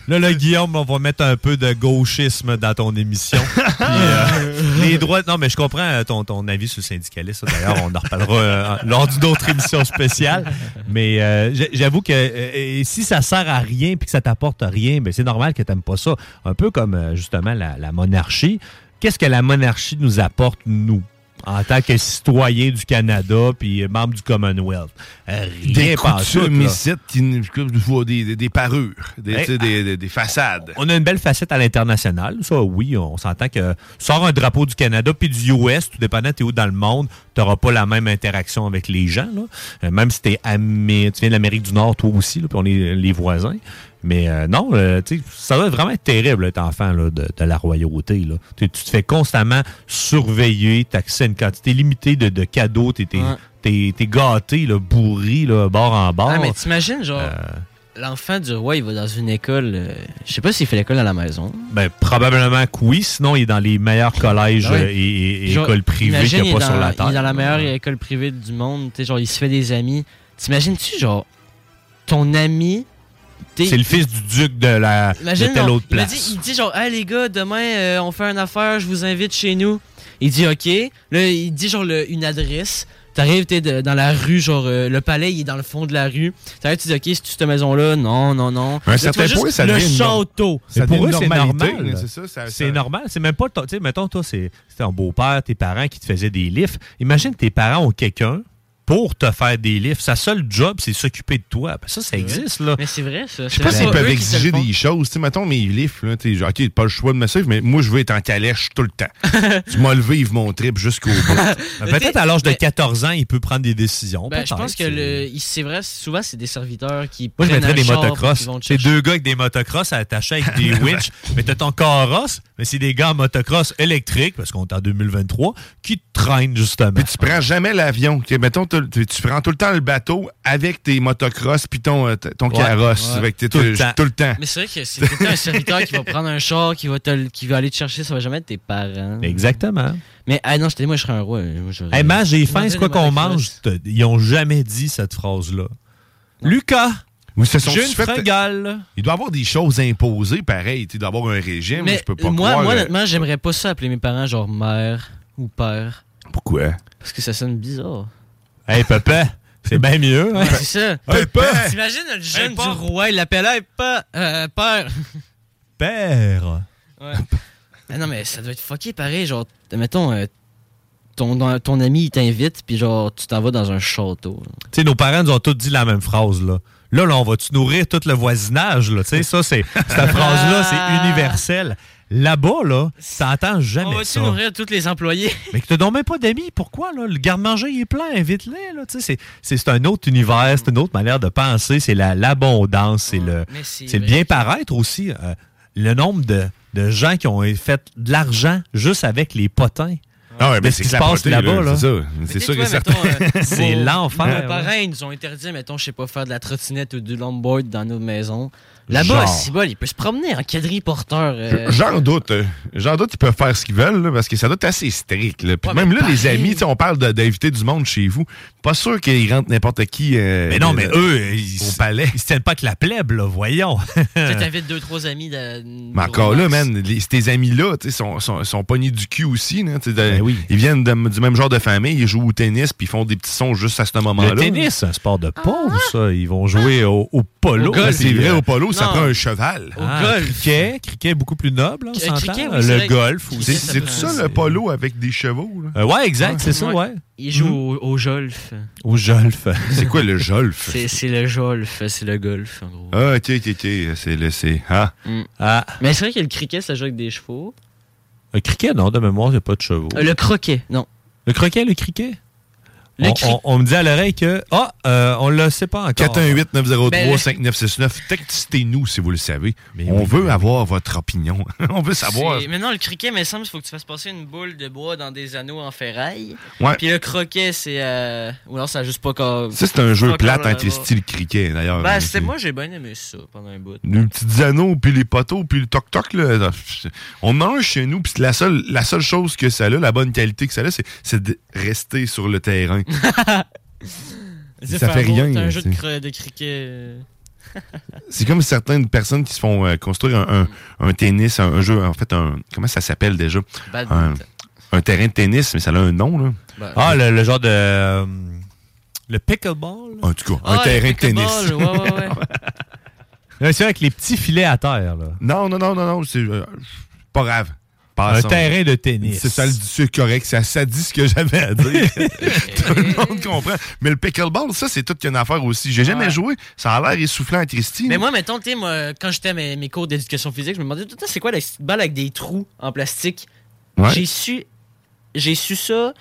[SPEAKER 5] Là, là, Guillaume, on va mettre un peu de gauchisme dans ton
[SPEAKER 6] [LAUGHS]
[SPEAKER 5] émission. Puis, euh, les droits. Non, mais je comprends euh, ton, ton avis sur le syndicalisme. Ça, D'ailleurs, on en reparlera euh, en- lors d'une autre émission spéciale. Mais euh, j'a- j'avoue que euh, et si ça sert à rien puis que ça t'apporte rien, ben, c'est normal que t'aimes pas ça. Un peu comme euh, justement la, la monarchie. Qu'est-ce que la monarchie nous apporte, nous? En tant que citoyens du Canada puis euh, membres du Commonwealth. Euh, Rien
[SPEAKER 6] Des
[SPEAKER 5] pas en tout,
[SPEAKER 6] coutumes
[SPEAKER 5] là.
[SPEAKER 6] ici qui nous- je vois des, des, des parures, des,
[SPEAKER 5] Hey, ah,
[SPEAKER 6] tu sais, des- des- des façades.
[SPEAKER 5] On a une belle facette à l'international. Ça, oui, on s'entend que sort un drapeau du Canada puis du US, tout dépendant t'es où dans le monde, t'auras pas la même interaction avec les gens. là. Euh, même si t'es amé- tu viens de l'Amérique du Nord, toi aussi, là, puis on est les voisins. Mais euh, non, euh, tu sais, ça doit vraiment être terrible d'être enfant là, de, de la royauté. là. Tu tu te fais constamment surveiller, t'as accès à une quantité limitée de, de cadeaux, t'es t'es-
[SPEAKER 4] Ouais.
[SPEAKER 5] t'es- t'es gâté, là, bourri, là, bord en bord.
[SPEAKER 4] Ah, mais t'imagines, genre,
[SPEAKER 6] euh,
[SPEAKER 4] l'enfant du roi, il va dans une école... euh, je sais pas s'il fait l'école à la maison.
[SPEAKER 5] Ben, probablement que oui, sinon il est dans les meilleurs collèges
[SPEAKER 4] Ah ouais.
[SPEAKER 5] euh, et, et
[SPEAKER 4] Genre,
[SPEAKER 5] écoles privées
[SPEAKER 4] imagine,
[SPEAKER 5] qu'il n'y a
[SPEAKER 4] il est
[SPEAKER 5] pas sur
[SPEAKER 4] dans-
[SPEAKER 5] la Terre.
[SPEAKER 4] Il est dans la meilleure école privée du monde. tu sais, genre, il se fait des amis. T'imagines-tu, genre, ton ami... t'es-
[SPEAKER 5] C'est le fils du duc de, la, de
[SPEAKER 4] Imagine,
[SPEAKER 5] telle
[SPEAKER 4] genre,
[SPEAKER 5] autre
[SPEAKER 4] il m'a
[SPEAKER 5] place.
[SPEAKER 4] dit- Il dit, genre, hey les gars, demain euh, on fait une affaire, je vous invite chez nous. Il dit ok. Là, il dit genre le- une adresse. T'arrives, t'es de- dans la rue, genre euh, le palais, il est dans le fond de la rue. T'arrives, tu dis ok, c'est cette maison-là, non, non, non.
[SPEAKER 6] À un
[SPEAKER 4] Là, tu
[SPEAKER 6] certain
[SPEAKER 4] vois juste
[SPEAKER 6] point, ça
[SPEAKER 4] Le
[SPEAKER 6] devient une norme.
[SPEAKER 4] château.
[SPEAKER 6] Ça
[SPEAKER 5] Mais pour eux,
[SPEAKER 6] devient
[SPEAKER 5] c'est
[SPEAKER 6] une normalité,
[SPEAKER 5] normal.
[SPEAKER 6] mais c'est ça, ça-
[SPEAKER 5] C'est
[SPEAKER 6] ça-
[SPEAKER 5] normal. C'est même pas ton. Tu sais, mettons, toi, c'est c'est ton beau-père, tes parents qui te faisaient des lifts. Imagine tes parents ont quelqu'un pour te faire des lifts. Sa seule job, c'est s'occuper de toi. Ben, ça, ça existe, là.
[SPEAKER 4] Mais c'est vrai, ça.
[SPEAKER 6] Je sais pas s'ils peuvent exiger des choses. Tu sais, mettons, mes lifts, là, tu sais, genre, OK, t'as pas le choix de me suivre, mais moi, je veux être en calèche tout
[SPEAKER 5] [LAUGHS]
[SPEAKER 6] le temps. tu m'as levé, ils mon trip jusqu'au bout.
[SPEAKER 5] Ben, Peut-être [LAUGHS] à l'âge de 14 ans, il peut prendre des décisions.
[SPEAKER 4] Ben, je
[SPEAKER 5] peut-être.
[SPEAKER 4] pense que le- il- c'est vrai, souvent c'est des serviteurs qui.
[SPEAKER 5] Moi, je
[SPEAKER 4] prennent
[SPEAKER 5] mettrais
[SPEAKER 4] un
[SPEAKER 5] des
[SPEAKER 4] char, puis
[SPEAKER 5] motocross.
[SPEAKER 4] ils vont te
[SPEAKER 5] C'est deux gars avec des motocross attachés avec
[SPEAKER 6] [LAUGHS]
[SPEAKER 5] des winches. mais t'as ton carrosse, mais c'est des gars en motocross électrique, parce qu'on est en 2023, qui te traînent justement.
[SPEAKER 6] Puis tu prends jamais l'avion. OK, mettons, t'as- tu, tu prends tout le temps le bateau avec tes motocross puis ton, euh, t- ton
[SPEAKER 5] Ouais,
[SPEAKER 6] carrosse.
[SPEAKER 5] ouais.
[SPEAKER 6] Fait que t'es-
[SPEAKER 5] Tout le
[SPEAKER 6] t'es-
[SPEAKER 5] temps.
[SPEAKER 6] tout le temps.
[SPEAKER 4] Mais c'est vrai que c'est peut-être un [LAUGHS] serviteur qui va prendre un char, qui va, te le- qui va aller te chercher, ça va jamais être tes parents.
[SPEAKER 5] Exactement.
[SPEAKER 4] Mais ah non, je t'ai dit, moi, je serais un roi. Moi, j'aurais-
[SPEAKER 5] Hey, man, j'ai
[SPEAKER 4] Je
[SPEAKER 5] faim,
[SPEAKER 4] mangerais
[SPEAKER 5] c'est quoi
[SPEAKER 4] des
[SPEAKER 5] qu'on
[SPEAKER 4] motocross.
[SPEAKER 5] mange? Te- Ils ont jamais dit cette phrase-là. Lucas!
[SPEAKER 6] Oui, se sont
[SPEAKER 5] J'ai une
[SPEAKER 6] fait-
[SPEAKER 5] fringale.
[SPEAKER 6] Il doit y avoir des choses imposées, pareil. tu sais, Il doit y avoir un régime.
[SPEAKER 4] Mais
[SPEAKER 6] je peux pas
[SPEAKER 4] moi,
[SPEAKER 6] croire,
[SPEAKER 4] moi,
[SPEAKER 6] euh,
[SPEAKER 4] honnêtement, j'aimerais pas ça appeler mes parents genre mère ou père.
[SPEAKER 6] Pourquoi?
[SPEAKER 4] Parce que ça sonne bizarre.
[SPEAKER 5] Hey, papa, c'est bien mieux. hein?
[SPEAKER 4] Ouais, c'est ça.
[SPEAKER 5] Hey, père!
[SPEAKER 4] T'imagines le jeune du roi, il l'appelle hey, pa- euh, père.
[SPEAKER 5] Père!
[SPEAKER 4] Ouais. Ah non, mais ça doit être fucké pareil. Genre, mettons, euh, ton, dans- ton ami il t'invite, puis genre, tu t'en vas dans un château.
[SPEAKER 5] Tu sais, nos parents nous ont tous dit la même phrase, là. Là, là, on va-tu nourrir tout le voisinage, là? Tu sais, ça, c'est. Cette phrase-là, c'est universel. Là-bas, là, ça entend jamais
[SPEAKER 4] Ah. On va-tu
[SPEAKER 5] ça.
[SPEAKER 4] nourrir tous les employés?
[SPEAKER 5] Mais que t'as donc même pas d'amis, pourquoi, là? Le garde-manger, il est plein, invite-les, là. Tu sais, c'est- c'est c'est un autre univers, c'est une autre manière de penser, c'est la- l'abondance, c'est le.
[SPEAKER 4] mais c'est
[SPEAKER 5] C'est le
[SPEAKER 4] vrai.
[SPEAKER 5] bien-paraître aussi. euh, le nombre de, de gens qui ont fait de l'argent juste avec les potins.
[SPEAKER 6] Ah ouais,
[SPEAKER 5] De
[SPEAKER 6] mais
[SPEAKER 5] ce
[SPEAKER 6] c'est
[SPEAKER 5] qui se
[SPEAKER 6] capoté,
[SPEAKER 5] passe
[SPEAKER 6] là,
[SPEAKER 5] là-bas, là.
[SPEAKER 6] c'est ça. Mais C'est sûr
[SPEAKER 4] Toi,
[SPEAKER 6] et certain.
[SPEAKER 4] mettons, euh,
[SPEAKER 5] [LAUGHS] C'est
[SPEAKER 4] vos-
[SPEAKER 5] l'enfer,
[SPEAKER 4] Nos
[SPEAKER 5] là.
[SPEAKER 4] parents, ils nous ont interdit, mettons, je sais pas, faire de la trottinette ou du longboard dans nos maisons. Là-bas,
[SPEAKER 6] Genre.
[SPEAKER 4] si bol, il peut se promener en quadriporteur. euh,
[SPEAKER 6] J'en doute. euh, J'en doute qu'ils peuvent faire ce qu'ils veulent, là, parce que ça doit être assez strict. là. Puis
[SPEAKER 4] Ouais,
[SPEAKER 6] même
[SPEAKER 4] mais
[SPEAKER 6] là, les
[SPEAKER 4] pareil.
[SPEAKER 6] amis, tu sais, on parle de- d'inviter du monde chez vous. Pas sûr qu'ils rentrent n'importe qui. euh,
[SPEAKER 5] Mais non,
[SPEAKER 6] euh,
[SPEAKER 5] mais eux, ils,
[SPEAKER 6] Au palais.
[SPEAKER 5] ils se tiennent pas que la plèbe, là, voyons.
[SPEAKER 4] Tu sais, t'invites deux, trois amis. De...
[SPEAKER 6] Mais encore là, man, les- tes amis-là, tu sais, sont, sont, sont pognés du cul aussi. là, tu sais, de-
[SPEAKER 5] Ben
[SPEAKER 6] Ils viennent de- du même genre de famille, ils jouent au tennis, puis ils font des petits sons juste à ce moment-là.
[SPEAKER 5] Le tennis, c'est un sport
[SPEAKER 4] Ah.
[SPEAKER 5] de pauvre, ça. Ils vont jouer au, au polo.
[SPEAKER 6] Au golf.
[SPEAKER 5] là,
[SPEAKER 6] Ah,
[SPEAKER 5] Ah,
[SPEAKER 6] C'est vrai,
[SPEAKER 5] euh,
[SPEAKER 6] au polo, ça Non. prend un cheval. Au golf.
[SPEAKER 5] Cricket, cricket beaucoup plus noble, hein, on
[SPEAKER 6] Euh,
[SPEAKER 5] s'entend.
[SPEAKER 6] cricket, oui, c'est vrai.
[SPEAKER 5] le golf
[SPEAKER 6] C'est
[SPEAKER 5] aussi.
[SPEAKER 6] c'est tout ça, le polo avec des chevaux. là?
[SPEAKER 5] Euh, ouais, exact, c'est ça, ouais.
[SPEAKER 4] Ils jouent au, au jolf.
[SPEAKER 5] Au jolf.
[SPEAKER 6] Mm-hmm. [LAUGHS] C'est quoi le jolf?
[SPEAKER 4] C'est c'est le jolf, c'est le golf, en gros.
[SPEAKER 6] Ah, ok, ok, ok. C'est le. c'est- Ah.
[SPEAKER 5] Ah.
[SPEAKER 4] Mais c'est vrai que le cricket, ça joue avec des chevaux.
[SPEAKER 5] Le cricket, non, de mémoire, il n'y a pas de
[SPEAKER 6] Oh.
[SPEAKER 5] chevaux.
[SPEAKER 4] Euh, le croquet, non.
[SPEAKER 6] Euh,
[SPEAKER 5] Le croquet, le criquet?
[SPEAKER 4] Le
[SPEAKER 5] on,
[SPEAKER 4] cri-
[SPEAKER 5] on- on me dit à l'oreille que. Ah, euh, on le sait pas encore.
[SPEAKER 6] 418-903-5969. Textez-nous si vous le savez. On veut avoir votre opinion. [LAUGHS] On veut savoir.
[SPEAKER 4] C'est- Mais non, le criquet, mais il semble qu'il faut que tu fasses passer une boule de bois dans des anneaux en ferraille.
[SPEAKER 6] Ouais.
[SPEAKER 4] Puis le croquet, c'est. euh, Ou alors, ça a juste pas quand.
[SPEAKER 6] Ça, c'est un jeu
[SPEAKER 4] pas
[SPEAKER 6] plate
[SPEAKER 4] quand-
[SPEAKER 6] entre les styles cricket, d'ailleurs.
[SPEAKER 4] Ben,
[SPEAKER 6] Hein,
[SPEAKER 4] c'était
[SPEAKER 6] c'est-
[SPEAKER 4] moi, j'ai bien aimé ça pendant un bout.
[SPEAKER 6] Les petits anneaux, puis les poteaux, puis le toc-toc, là. On en a un chez nous, puis la seule, la seule chose que ça a, la bonne qualité que ça a, c'est- c'est de rester sur
[SPEAKER 4] [LAUGHS]
[SPEAKER 6] le terrain. ça fait
[SPEAKER 4] Fargo,
[SPEAKER 6] rien.
[SPEAKER 4] C'est un
[SPEAKER 6] là,
[SPEAKER 4] jeu de,
[SPEAKER 6] c'est-
[SPEAKER 4] cro- de cricket. euh.
[SPEAKER 6] C'est comme certaines personnes qui se font euh, construire un, un- un tennis, un, un jeu, en fait, un. Comment ça s'appelle déjà un,
[SPEAKER 4] Badminton.
[SPEAKER 6] un terrain de tennis, mais ça a un nom, là.
[SPEAKER 4] Ben,
[SPEAKER 5] Ah, le, le genre de. euh, le pickleball?
[SPEAKER 6] En tout cas, un Ah, terrain le de tennis. pickleball, ouais, ouais,
[SPEAKER 5] [LAUGHS]
[SPEAKER 6] ouais.
[SPEAKER 5] Là, C'est avec les petits filets à terre, là.
[SPEAKER 6] Non, non, non, non, non, c'est euh, pas grave.
[SPEAKER 5] Un terrain de tennis.
[SPEAKER 6] C'est ça, le- c'est correct. Ça, ça dit ce que j'avais
[SPEAKER 5] [LAUGHS]
[SPEAKER 6] à dire. [LAUGHS] tout le monde comprend. Mais le pickleball, ça, c'est toute une affaire aussi. J'ai jamais
[SPEAKER 4] Ouais.
[SPEAKER 6] joué. Ça a l'air essoufflant à Christine.
[SPEAKER 4] Mais moi, mettons, tu sais, moi, quand j'étais à mes, mes cours d'éducation physique, je me demandais tout le temps, c'est quoi la petite balle avec des trous en plastique?
[SPEAKER 6] Ouais.
[SPEAKER 4] J'ai su. J'ai su ça.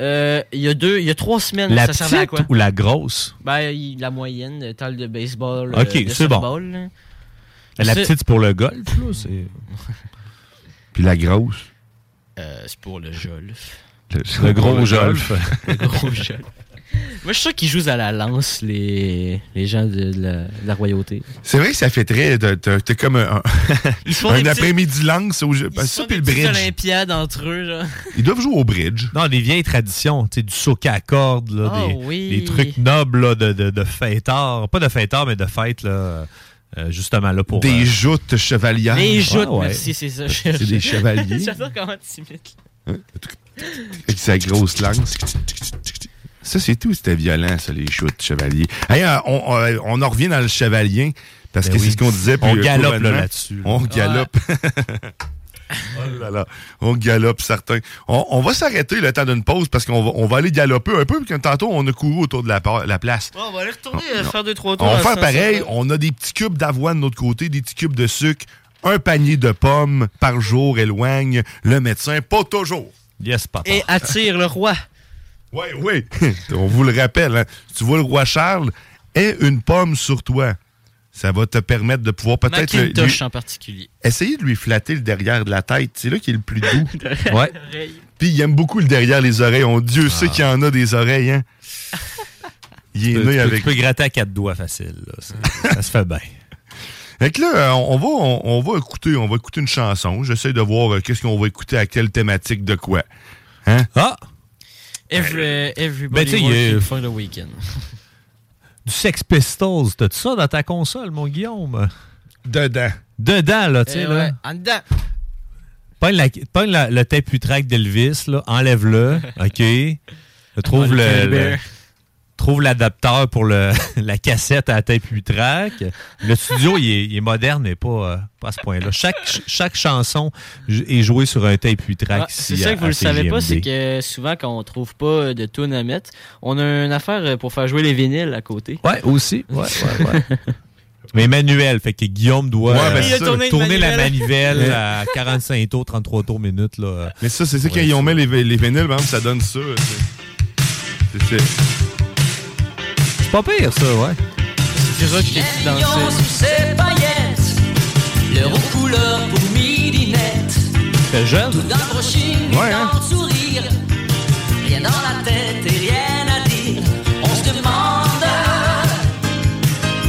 [SPEAKER 4] euh, Il y a deux, il y a trois semaines,
[SPEAKER 5] La
[SPEAKER 4] ça servait à quoi?
[SPEAKER 5] petite ou la grosse?
[SPEAKER 4] Ben, il- la moyenne, euh, talle de baseball.
[SPEAKER 5] Ok,
[SPEAKER 4] euh, de
[SPEAKER 5] c'est bon.
[SPEAKER 4] softball, là.
[SPEAKER 5] La
[SPEAKER 4] C'est-
[SPEAKER 5] petite, c'est pour le golf, là. c'est-
[SPEAKER 6] Puis la grosse.
[SPEAKER 4] [LAUGHS] Euh, c'est pour le golf.
[SPEAKER 6] Le,
[SPEAKER 5] Le gros golf. [LAUGHS]
[SPEAKER 4] le gros golf. Moi, je suis sûr qu'ils jouent à la lance, les, les gens de la, de la royauté.
[SPEAKER 6] C'est vrai que ça fait très. t'as- T'as t'as
[SPEAKER 4] [LAUGHS]
[SPEAKER 6] comme un,
[SPEAKER 4] Ils se font des
[SPEAKER 6] un
[SPEAKER 4] petits-
[SPEAKER 6] après-midi lance au jeu. Ben, Ça, puis le
[SPEAKER 4] Les
[SPEAKER 6] bridge.
[SPEAKER 4] Olympiades entre eux, genre.
[SPEAKER 6] Ils doivent jouer au bridge.
[SPEAKER 5] Non, les vieilles traditions, tu sais, du souk à cordes, là,
[SPEAKER 4] Ah
[SPEAKER 5] des,
[SPEAKER 4] oui.
[SPEAKER 5] des trucs nobles là, de, de, de fêtards. Pas de fêtards, mais de fêtes, là, euh, justement, là, pour...
[SPEAKER 6] Des joutes chevalières.
[SPEAKER 4] Les joutes,
[SPEAKER 5] ouais.
[SPEAKER 4] merci, c'est ça.
[SPEAKER 6] C'est
[SPEAKER 4] [LAUGHS]
[SPEAKER 6] des chevaliers.
[SPEAKER 4] J'adore comment tu imites.
[SPEAKER 6] Avec sa grosse lance. Ça, c'est tout. C'était violent, ça, les shoots chevaliers. Hey, euh, on, euh, on en revient dans le chevalier. Parce
[SPEAKER 5] Ben
[SPEAKER 6] que
[SPEAKER 5] oui.
[SPEAKER 6] c'est ce qu'on disait. puis
[SPEAKER 5] On
[SPEAKER 6] le
[SPEAKER 5] galope,
[SPEAKER 6] couronnement,
[SPEAKER 5] là, là-dessus.
[SPEAKER 6] On
[SPEAKER 5] Ouais.
[SPEAKER 6] galope. [LAUGHS] oh là là. On galope, certains. On, on va s'arrêter le temps d'une pause parce qu'on va, on va aller galoper un peu. Puis comme tantôt, on a couru autour de la, par- la place.
[SPEAKER 4] on Oh, va aller retourner euh, faire deux, trois tours.
[SPEAKER 6] On va faire pareil. On a des petits cubes d'avoine de notre côté, des petits cubes de sucre. Un panier de pommes par jour éloigne le médecin. Pas toujours.
[SPEAKER 5] Yes, papa.
[SPEAKER 4] [LAUGHS] Et attire le roi.
[SPEAKER 6] Oui, oui. [LAUGHS] On vous le rappelle. hein. Si tu vois le roi Charles, aie une pomme sur toi. Ça va te permettre de pouvoir [LAUGHS] peut-être... le-
[SPEAKER 4] Macintosh
[SPEAKER 6] lui-
[SPEAKER 4] en particulier.
[SPEAKER 6] Essayer de lui flatter le derrière de la tête. C'est là qui est le plus doux.
[SPEAKER 4] Derrière
[SPEAKER 5] ouais.
[SPEAKER 6] Puis il aime beaucoup le derrière les oreilles. On, Dieu sait qu'il y en a des oreilles. Hein. Il est
[SPEAKER 5] Tu
[SPEAKER 6] né
[SPEAKER 5] peux- tu peux-
[SPEAKER 6] avec...
[SPEAKER 5] Tu peux gratter à quatre doigts facile, là.
[SPEAKER 6] [LAUGHS]
[SPEAKER 5] Ça, ça se fait bien.
[SPEAKER 6] Fait que là, euh, on va, on, on va écouter, on va écouter une chanson. J'essaie de voir euh, qu'est-ce qu'on va écouter, à quelle thématique, de quoi. Hein?
[SPEAKER 5] Ah!
[SPEAKER 4] Every, euh,
[SPEAKER 5] Ben,
[SPEAKER 4] everybody
[SPEAKER 5] tu sais, il y a-
[SPEAKER 4] working for the [LAUGHS] weekend.
[SPEAKER 5] Du Sex Pistols, t'as tout ça dans ta console, mon Guillaume?
[SPEAKER 6] Dedans.
[SPEAKER 5] Dedans, là, tu sais,
[SPEAKER 4] Eh
[SPEAKER 5] là.
[SPEAKER 4] ouais, En dedans.
[SPEAKER 5] Pogne, la- pogne la- le
[SPEAKER 4] [LAUGHS]
[SPEAKER 5] tape 8 track d'Elvis, là, enlève-le, OK? Trouve
[SPEAKER 4] Bon, le
[SPEAKER 5] le,
[SPEAKER 4] Care
[SPEAKER 5] le-
[SPEAKER 4] Bear.
[SPEAKER 5] Trouve l'adapteur pour le, [LAUGHS] la cassette à la tape 8 track. Le studio, il, est, il est moderne, mais pas, euh, pas à ce point-là. Chaque, ch- chaque chanson j- est jouée sur un tape 8 track.
[SPEAKER 4] Ah, c'est ça que vous ne le savez pas, c'est que souvent, quand on trouve pas euh, de tune à mettre, on a une affaire euh, pour faire jouer les vinyles à côté.
[SPEAKER 5] Ouais, aussi. Ouais, ouais, ouais. Mais manuel, fait que Guillaume doit
[SPEAKER 6] Ouais, ben,
[SPEAKER 5] euh,
[SPEAKER 6] Il a tourné
[SPEAKER 5] tourner,
[SPEAKER 6] une
[SPEAKER 5] la
[SPEAKER 6] manivelle.
[SPEAKER 5] manivelle à 45 tours, 33 tours minute. Là.
[SPEAKER 6] Mais ça, c'est ça qu'ils ont mis les, vi- les vinyles, par exemple, ça donne ça. c'est- C'est c'est-
[SPEAKER 5] C'est pas pire, ça, ouais.
[SPEAKER 4] [LAUGHS] C'est du rock qui est
[SPEAKER 11] Lion sous ses paillettes, leur couleur pour midinette.
[SPEAKER 5] C'est jeune.
[SPEAKER 11] Tout d'un brushing,
[SPEAKER 5] Ouais, hein.
[SPEAKER 11] tant de sourire. Rien dans la tête et rien à dire. On se demande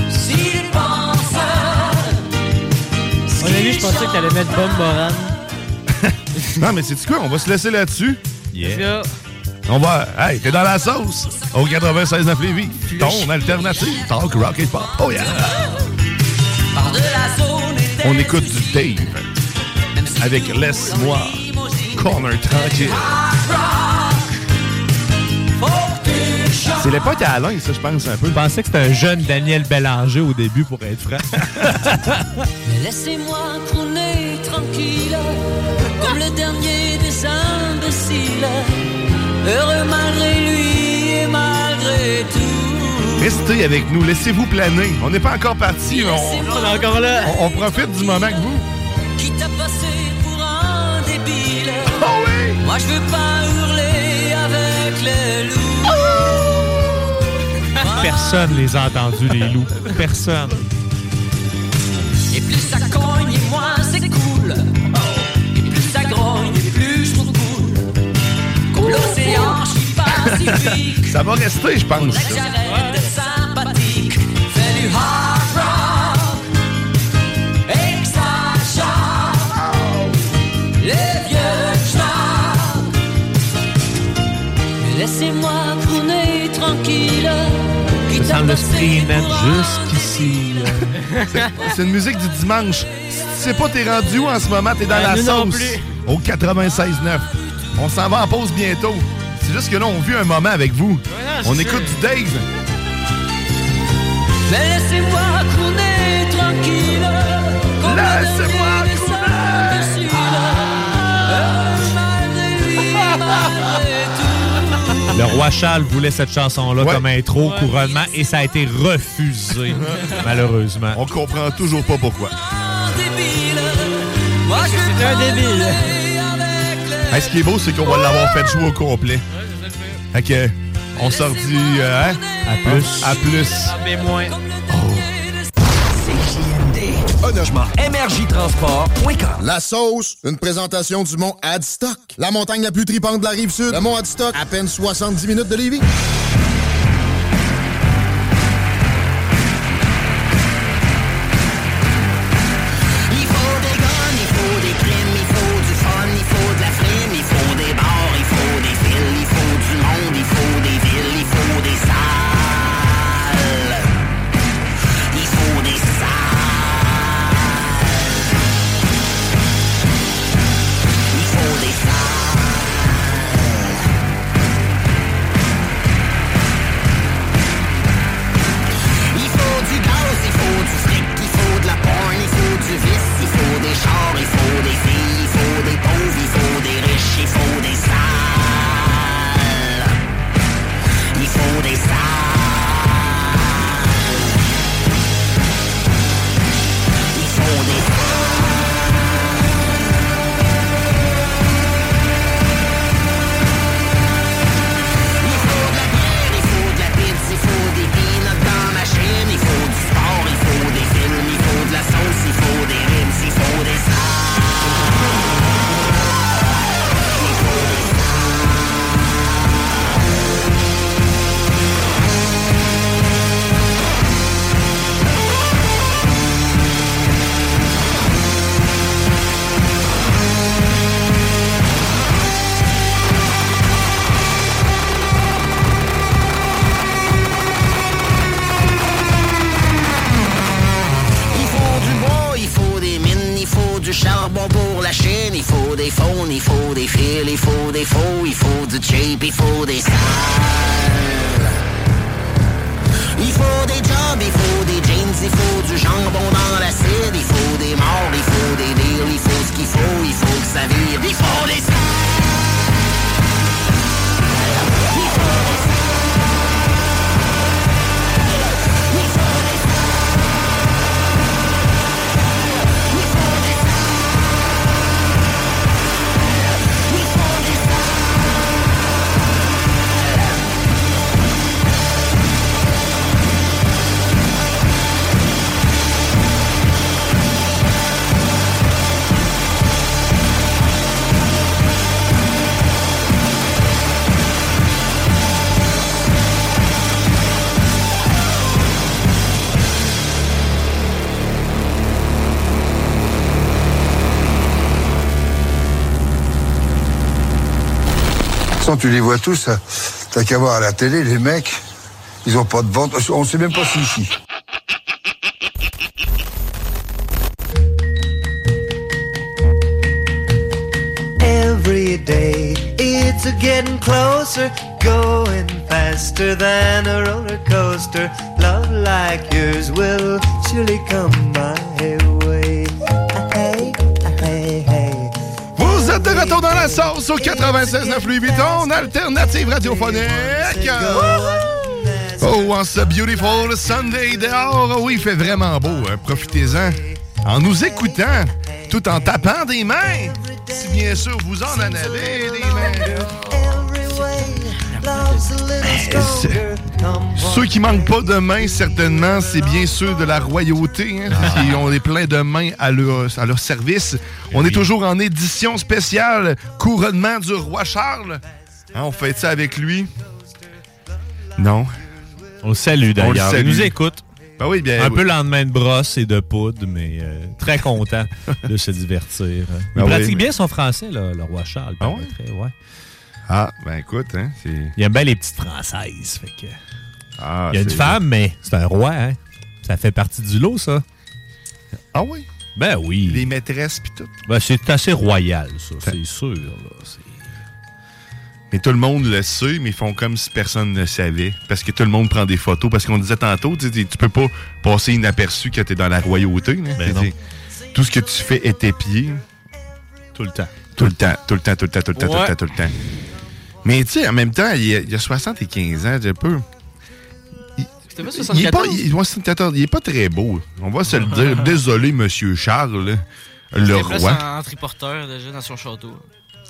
[SPEAKER 11] s'il pense.
[SPEAKER 4] Au début, je pensais que t'allais mettre Bob Moran.
[SPEAKER 6] [LAUGHS] non, mais c'est quoi? On va se laisser là-dessus.
[SPEAKER 4] Yeah.
[SPEAKER 6] On va. Hey, t'es dans la sauce! Au 96 9 Lévis. Ton alternative. Talk, rock et pop. Oh yeah!
[SPEAKER 11] Par de la zone et
[SPEAKER 6] On écoute du Dave. Avec Laisse-moi. Corner tranquille. C'est l'époque à Alain, ça, je pense, un peu. Je
[SPEAKER 5] pensais que c'était un jeune Daniel Bélanger au début, pour être franc.
[SPEAKER 11] [LAUGHS] Mais laissez-moi trôner tranquille, comme le dernier des imbéciles, heureux malgré lui et malgré tout.
[SPEAKER 6] Restez avec nous, laissez-vous planer. On n'est pas encore parti. On,
[SPEAKER 11] On est encore là.
[SPEAKER 6] On, on profite du moment que vous.
[SPEAKER 11] Qui t'a passé pour un débile Moi je veux pas hurler avec les loups.
[SPEAKER 5] Personne les a entendus, les loups. Personne.
[SPEAKER 11] Et plus ça cogne et moins c'est cool. Et plus ça grogne et plus je trouve cool. Comme l'océan, je suis pacifique.
[SPEAKER 6] Ça va rester, je pense.
[SPEAKER 11] Faudrait que j'arrête d'être sympathique. Fais du hard rock. Et que ça chante. Les vieux chantent. Mais Laissez-moi tourner tranquille.
[SPEAKER 5] Ça semble expérimental jusqu'ici.
[SPEAKER 6] C'est- C'est une musique du dimanche. Si tu sais pas t'es rendu où en ce moment, t'es dans
[SPEAKER 5] Ben,
[SPEAKER 6] la
[SPEAKER 5] nous non
[SPEAKER 6] sauce.
[SPEAKER 5] plus.
[SPEAKER 6] Au 96.9. On s'en va en pause bientôt. C'est juste que là, on vit un moment avec vous.
[SPEAKER 11] non,
[SPEAKER 6] on
[SPEAKER 11] c'est
[SPEAKER 6] écoute du Dave.
[SPEAKER 11] Mais laissez-moi tourner tranquille. Comme laissez-moi tourner.
[SPEAKER 5] Le roi Charles voulait cette chanson-là comme intro, couronnement, et ça a été
[SPEAKER 6] [LAUGHS]
[SPEAKER 5] refusé, malheureusement.
[SPEAKER 6] On comprend toujours pas pourquoi.
[SPEAKER 11] Moi je veux
[SPEAKER 4] un débile.
[SPEAKER 6] Hey, ce qui est beau, c'est qu'on va l'avoir fait jouer au complet. Fait que, on sort du... euh, hein? À plus. À plus.
[SPEAKER 4] Mais moins.
[SPEAKER 14] CJMD. Honnêtement, mrjtransport.com.
[SPEAKER 15] La sauce, une présentation du mont Adstock, la montagne la plus tripante de la rive sud. Le mont Adstock, à peine 70 minutes de Lévis.
[SPEAKER 11] Il faut des guns, il faut des primes, il faut du fun, il faut de la frime, il faut des bars, il faut des fils, il faut du monde, il faut des villes, il faut des salles. Il faut des salles. Il faut des salles. Il faut du gaz, il faut du fric, il faut de la porn, il faut du vice, il faut des chars, il faut des filles, il faut des pauvres, il faut des riches, il faut des sales. Il faut des sales. Il faut des Il faut de la pizza, il faut des peanuts dans ma chaîne, il faut du sport, il faut des films, il faut de la sauce, il faut des rimes, il faut des Il faut du bois, il faut des mines, il faut du charbon pour la chaîne, il faut des faunes, il faut des fils, il faut des faux, il faut du cheap, il faut des sales.
[SPEAKER 9] Yes, il faut du jambon dans l'acide, il faut des morts, il faut des dires, il faut ce qu'il faut, il faut que ça vire, il faut des
[SPEAKER 10] Sans, tu les vois tous, hein. t'as qu'à voir à la télé, les mecs, ils ont pas de ventre, on sait même pas s'ils chient.
[SPEAKER 16] Every day it's a getting closer, going faster than a roller coaster. Love like yours will surely come my way. Hey, hey, hey.
[SPEAKER 6] Vous êtes de retour dans la sauce au 96.9 Louis Vuitton, alternative radiophonique. Oh, on ce beautiful Sunday dehors. Oh Oui, il fait vraiment beau. hein. Profitez-en en nous écoutant, tout en tapant des mains. Si bien sûr vous en en avez des mains.
[SPEAKER 16] Love's a little
[SPEAKER 6] Eh, c'est- Ceux qui manquent pas de mains, certainement, c'est bien ceux de la royauté, hein,
[SPEAKER 5] Ah.
[SPEAKER 6] qui ont des pleins de mains à leur, à leur service. On est toujours en édition spéciale, couronnement du roi Charles. Hein, on fait ça avec lui. Non.
[SPEAKER 5] On le salue
[SPEAKER 6] On le
[SPEAKER 5] d'ailleurs. Il
[SPEAKER 6] salue.
[SPEAKER 5] nous écoute.
[SPEAKER 6] Ben oui, bien.
[SPEAKER 5] un
[SPEAKER 6] oui.
[SPEAKER 5] peu lendemain de brosse et de poudre, mais euh, très content de se divertir. Il
[SPEAKER 6] [LAUGHS] Ben oui,
[SPEAKER 5] pratique
[SPEAKER 6] mais-
[SPEAKER 5] bien son français, là, le roi Charles.
[SPEAKER 6] Ah
[SPEAKER 5] paraîtrait, ouais.
[SPEAKER 6] Ah, ben écoute, hein, c'est.
[SPEAKER 5] Il aime bien les petites françaises. fait que-
[SPEAKER 6] Ah,
[SPEAKER 5] Il y a une
[SPEAKER 6] c'est-
[SPEAKER 5] femme, mais c'est un roi. hein. Ça fait partie du lot, ça.
[SPEAKER 6] Ah oui?
[SPEAKER 5] Ben oui.
[SPEAKER 6] Les maîtresses pis tout.
[SPEAKER 5] Ben, c'est assez royal, ça, c'est sûr. là. C'est-
[SPEAKER 6] Mais tout le monde le sait, mais ils font comme si personne ne savait. Parce que tout le monde prend des photos. Parce qu'on disait tantôt, tu, sais, tu peux pas passer inaperçu quand t'es dans la royauté. là. Tu
[SPEAKER 5] Ben
[SPEAKER 6] sais,
[SPEAKER 5] non.
[SPEAKER 6] Tout ce que tu fais est épié.
[SPEAKER 5] Tout le temps.
[SPEAKER 6] Tout le temps, tout le temps, tout le temps, tout le temps, tout
[SPEAKER 5] Ouais.
[SPEAKER 6] le temps, tout le temps. Mais tu sais, en même temps, il y a, il y a 75 ans, j'ai peu.
[SPEAKER 4] C'était pas
[SPEAKER 6] Il est pas,
[SPEAKER 4] 74?
[SPEAKER 6] il, ouais, 74, il est pas très beau. On va se le dire. Désolé, monsieur Charles, le
[SPEAKER 4] C'était plus
[SPEAKER 6] roi.
[SPEAKER 4] en triporteur déjà dans son château.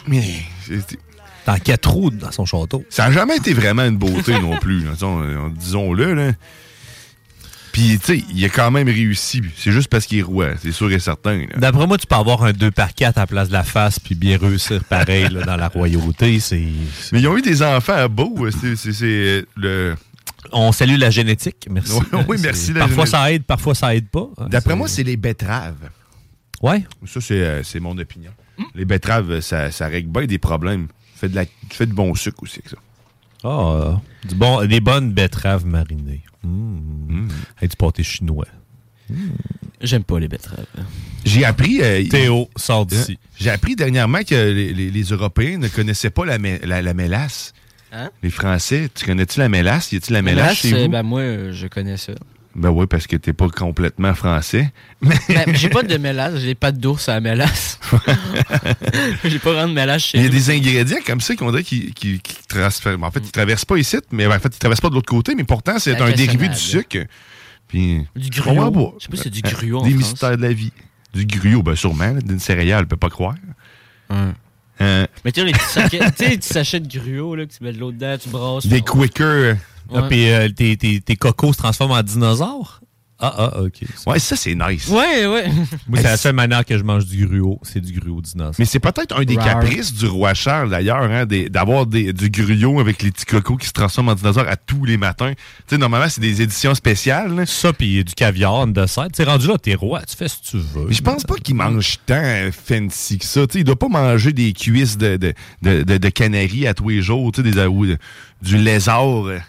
[SPEAKER 6] Mais.
[SPEAKER 5] Dans quatre roues dans son château.
[SPEAKER 6] Ça n'a jamais été vraiment une beauté non plus. là. Disons- euh, Disons-le, là. Puis, tu sais, il a quand même réussi. C'est juste parce qu'il est roi, c'est sûr et certain. là.
[SPEAKER 5] D'après moi, tu peux avoir un 2 par 4 à la place de la face puis bien réussir pareil là, dans la royauté. C'est.
[SPEAKER 6] Mais ils ont eu des enfants beaux. c'est- c'est- C'est euh, le.
[SPEAKER 5] On salue la génétique, merci.
[SPEAKER 6] Oui, oui, merci,
[SPEAKER 5] C'est-
[SPEAKER 6] la
[SPEAKER 5] Parfois
[SPEAKER 6] génétique.
[SPEAKER 5] ça aide, parfois ça aide pas. hein.
[SPEAKER 6] D'après moi, c'est les betteraves.
[SPEAKER 5] Ouais.
[SPEAKER 6] Ça, c'est euh, c'est mon opinion. Les betteraves, ça, ça règle bien des problèmes. Tu fais de, la- tu fais de bon sucre aussi avec ça.
[SPEAKER 5] Ah, euh, du bon, des bonnes betteraves marinées.
[SPEAKER 6] Mmh.
[SPEAKER 5] Mm. Et du pâté chinois.
[SPEAKER 4] J'aime pas les betteraves.
[SPEAKER 6] J'ai appris. euh,
[SPEAKER 5] Théo, sort d'ici.
[SPEAKER 6] Hein? J'ai appris dernièrement que les, les- les Européens ne connaissaient pas la, mé- la- la mélasse.
[SPEAKER 4] Hein?
[SPEAKER 6] Les Français, tu connais-tu la mélasse? Y a-tu la mélasse
[SPEAKER 4] Mélasse,
[SPEAKER 6] chez
[SPEAKER 4] euh,
[SPEAKER 6] vous?
[SPEAKER 4] ben moi, euh, je connais ça.
[SPEAKER 6] Ben oui, parce que t'es pas complètement français.
[SPEAKER 4] Ben, j'ai pas de mélasse, j'ai pas d'ours à la mélasse. [LAUGHS] j'ai pas vraiment de mélasse chez
[SPEAKER 6] Il y a
[SPEAKER 4] nous.
[SPEAKER 6] des ingrédients comme ça qu'on dirait qui, qui, qui transfèrent- En fait, ils traversent pas ici, mais ben, en fait, ils traversent pas de l'autre côté, mais pourtant, c'est un
[SPEAKER 4] Impressionnable.
[SPEAKER 6] dérivé du sucre. Puis,
[SPEAKER 4] Du gruau.
[SPEAKER 6] on va voir.
[SPEAKER 4] Je sais pas si c'est du gruau en
[SPEAKER 6] Des
[SPEAKER 4] France.
[SPEAKER 6] mystères de la vie. Du gruau, ben sûrement, là, d'une céréale, on peut pas croire. Euh,
[SPEAKER 4] Mais tu sais, les petits
[SPEAKER 6] [LAUGHS]
[SPEAKER 4] saquets- tu sais, les petits sachets de gruau, là, que tu mets de l'eau dedans, tu brasses.
[SPEAKER 5] Des
[SPEAKER 4] tu-
[SPEAKER 6] quicker.
[SPEAKER 5] Ah,
[SPEAKER 4] Ouais.
[SPEAKER 5] puis euh, tes, tes- tes cocos se transforment en dinosaures? Ah, ah, ok.
[SPEAKER 6] Ouais, ça, c'est nice.
[SPEAKER 4] Ouais, ouais.
[SPEAKER 5] Moi, c'est la seule manière que je mange du gruau, c'est du gruau dinosaure.
[SPEAKER 6] Mais c'est peut-être un des
[SPEAKER 5] Rar.
[SPEAKER 6] caprices du roi Charles, d'ailleurs, hein, des- d'avoir des- du gruau avec les petits cocos qui se transforment en dinosaures à tous les matins. Tu sais, normalement, c'est des éditions spéciales.
[SPEAKER 5] Ça, puis du caviar, de side. T'es rendu là, t'es roi, tu fais ce que tu veux.
[SPEAKER 6] Mais je pense pas qu'il mange tant euh, fancy que ça. Tu sais, il doit pas manger des cuisses de, de, de, de- de canaries à tous les jours, tu sais, des, ou, de- du lézard. euh,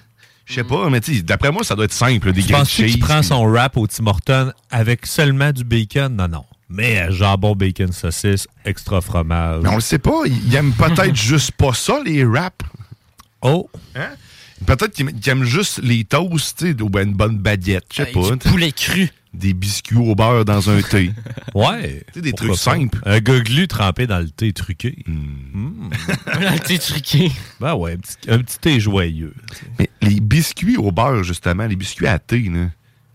[SPEAKER 6] Je sais pas, mais tu sais, d'après moi, ça doit être simple, des
[SPEAKER 5] Tu
[SPEAKER 6] grilled
[SPEAKER 5] penses que
[SPEAKER 6] cheese.
[SPEAKER 5] tu prends son wrap au Tim Hortons avec seulement du bacon? Non,
[SPEAKER 4] [LAUGHS]
[SPEAKER 5] non. Mais euh, jambon, bacon, saucisse, extra fromage. [LAUGHS]
[SPEAKER 6] Mais on le sait pas, il il aime peut-être juste pas ça, les wraps.
[SPEAKER 5] Oh!
[SPEAKER 6] Hein? Peut-être qu'ils qu'ils aiment juste les toasts, tu sais, ou ben une bonne baguette, je sais
[SPEAKER 5] Ah, et
[SPEAKER 6] pas.
[SPEAKER 5] du
[SPEAKER 6] tu sais.
[SPEAKER 4] poulet cru.
[SPEAKER 6] Des biscuits au beurre dans un thé.
[SPEAKER 5] [LAUGHS] Ouais.
[SPEAKER 6] Tu sais, des
[SPEAKER 5] Pourquoi
[SPEAKER 6] trucs
[SPEAKER 5] pas?
[SPEAKER 6] simples.
[SPEAKER 5] Un goglu trempé dans le thé truqué.
[SPEAKER 4] Dans le thé truqué.
[SPEAKER 5] Ben ouais, un petit, un petit thé joyeux.
[SPEAKER 6] Mais les biscuits au beurre, justement, les biscuits à thé, là,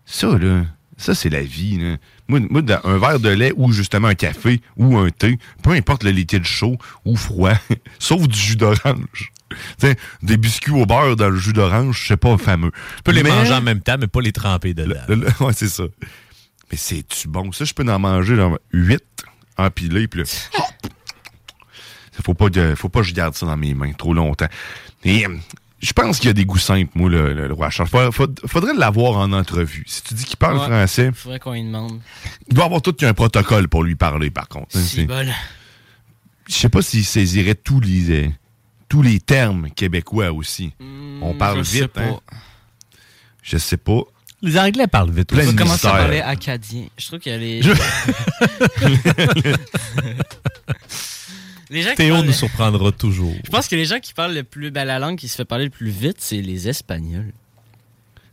[SPEAKER 6] ça, là, ça, c'est la vie. Là. Moi, moi, dans un verre de lait ou justement un café ou un thé, peu importe le liquide chaud ou froid, [LAUGHS] sauf du jus d'orange. Tu sais, des biscuits au beurre dans le jus d'orange, c'est pas fameux. Tu
[SPEAKER 5] peux les manger en même temps, mais pas les tremper dedans.
[SPEAKER 6] ouais, c'est ça. Mais c'est-tu bon? Ça, je peux en manger genre, 8 empilés, puis là, hop! Faut pas, que- faut pas que je garde ça dans mes mains trop longtemps. Et euh, je pense qu'il y a des goûts simples, moi, le, le- le roi Charles. Faudrait, faud- faudrait l'avoir en entrevue. Si tu dis qu'il parle
[SPEAKER 4] Ouais.
[SPEAKER 6] français,
[SPEAKER 4] Faudrait qu'on lui demande.
[SPEAKER 6] il doit avoir tout un protocole pour lui parler, par contre. hein,
[SPEAKER 4] Si ben.
[SPEAKER 6] c'est-
[SPEAKER 4] bol.
[SPEAKER 6] je sais pas s'il saisirait tous les, euh, tous les termes québécois aussi. On parle
[SPEAKER 4] Hmm, je
[SPEAKER 6] vite,
[SPEAKER 4] sais
[SPEAKER 6] hein. Je sais pas.
[SPEAKER 5] Les Anglais parlent vite.
[SPEAKER 4] On
[SPEAKER 6] Plein
[SPEAKER 4] va
[SPEAKER 6] de
[SPEAKER 4] commencer à
[SPEAKER 6] mystères.
[SPEAKER 4] parler acadien. Je trouve qu'il y a les. [LAUGHS] les gens qui
[SPEAKER 5] Théo
[SPEAKER 4] parlent-
[SPEAKER 5] nous surprendra toujours.
[SPEAKER 4] Je pense que les gens qui parlent le plus. Ben, la langue qui se fait parler le plus vite, c'est les Espagnols.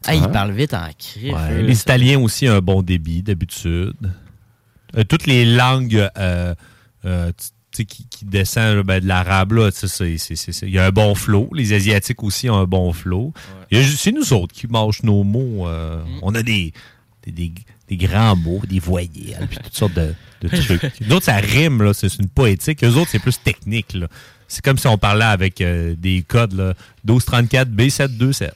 [SPEAKER 4] Ah, ils
[SPEAKER 5] Hein?
[SPEAKER 4] parlent vite en cri.
[SPEAKER 5] Ouais, les Italiens aussi ont un bon débit d'habitude. Euh, toutes les langues euh, euh, tu- tu sais, qui, qui descendent là, ben, de l'arabe, là, tu sais, c'est- c'est- c'est- c'est- il y a un bon flow. Les Asiatiques aussi ont un bon flow. Il y a ju- C'est nous autres qui mâchent nos mots. euh,
[SPEAKER 4] Mm.
[SPEAKER 5] On a des, des, des- des grands mots, des voyelles, puis toutes sortes de, de
[SPEAKER 4] [LAUGHS]
[SPEAKER 5] trucs. D'autres, ça rime, là, c'est c'est une poétique. Eux autres, c'est plus technique. là. C'est comme si on parlait avec euh, des codes là, 1234B727.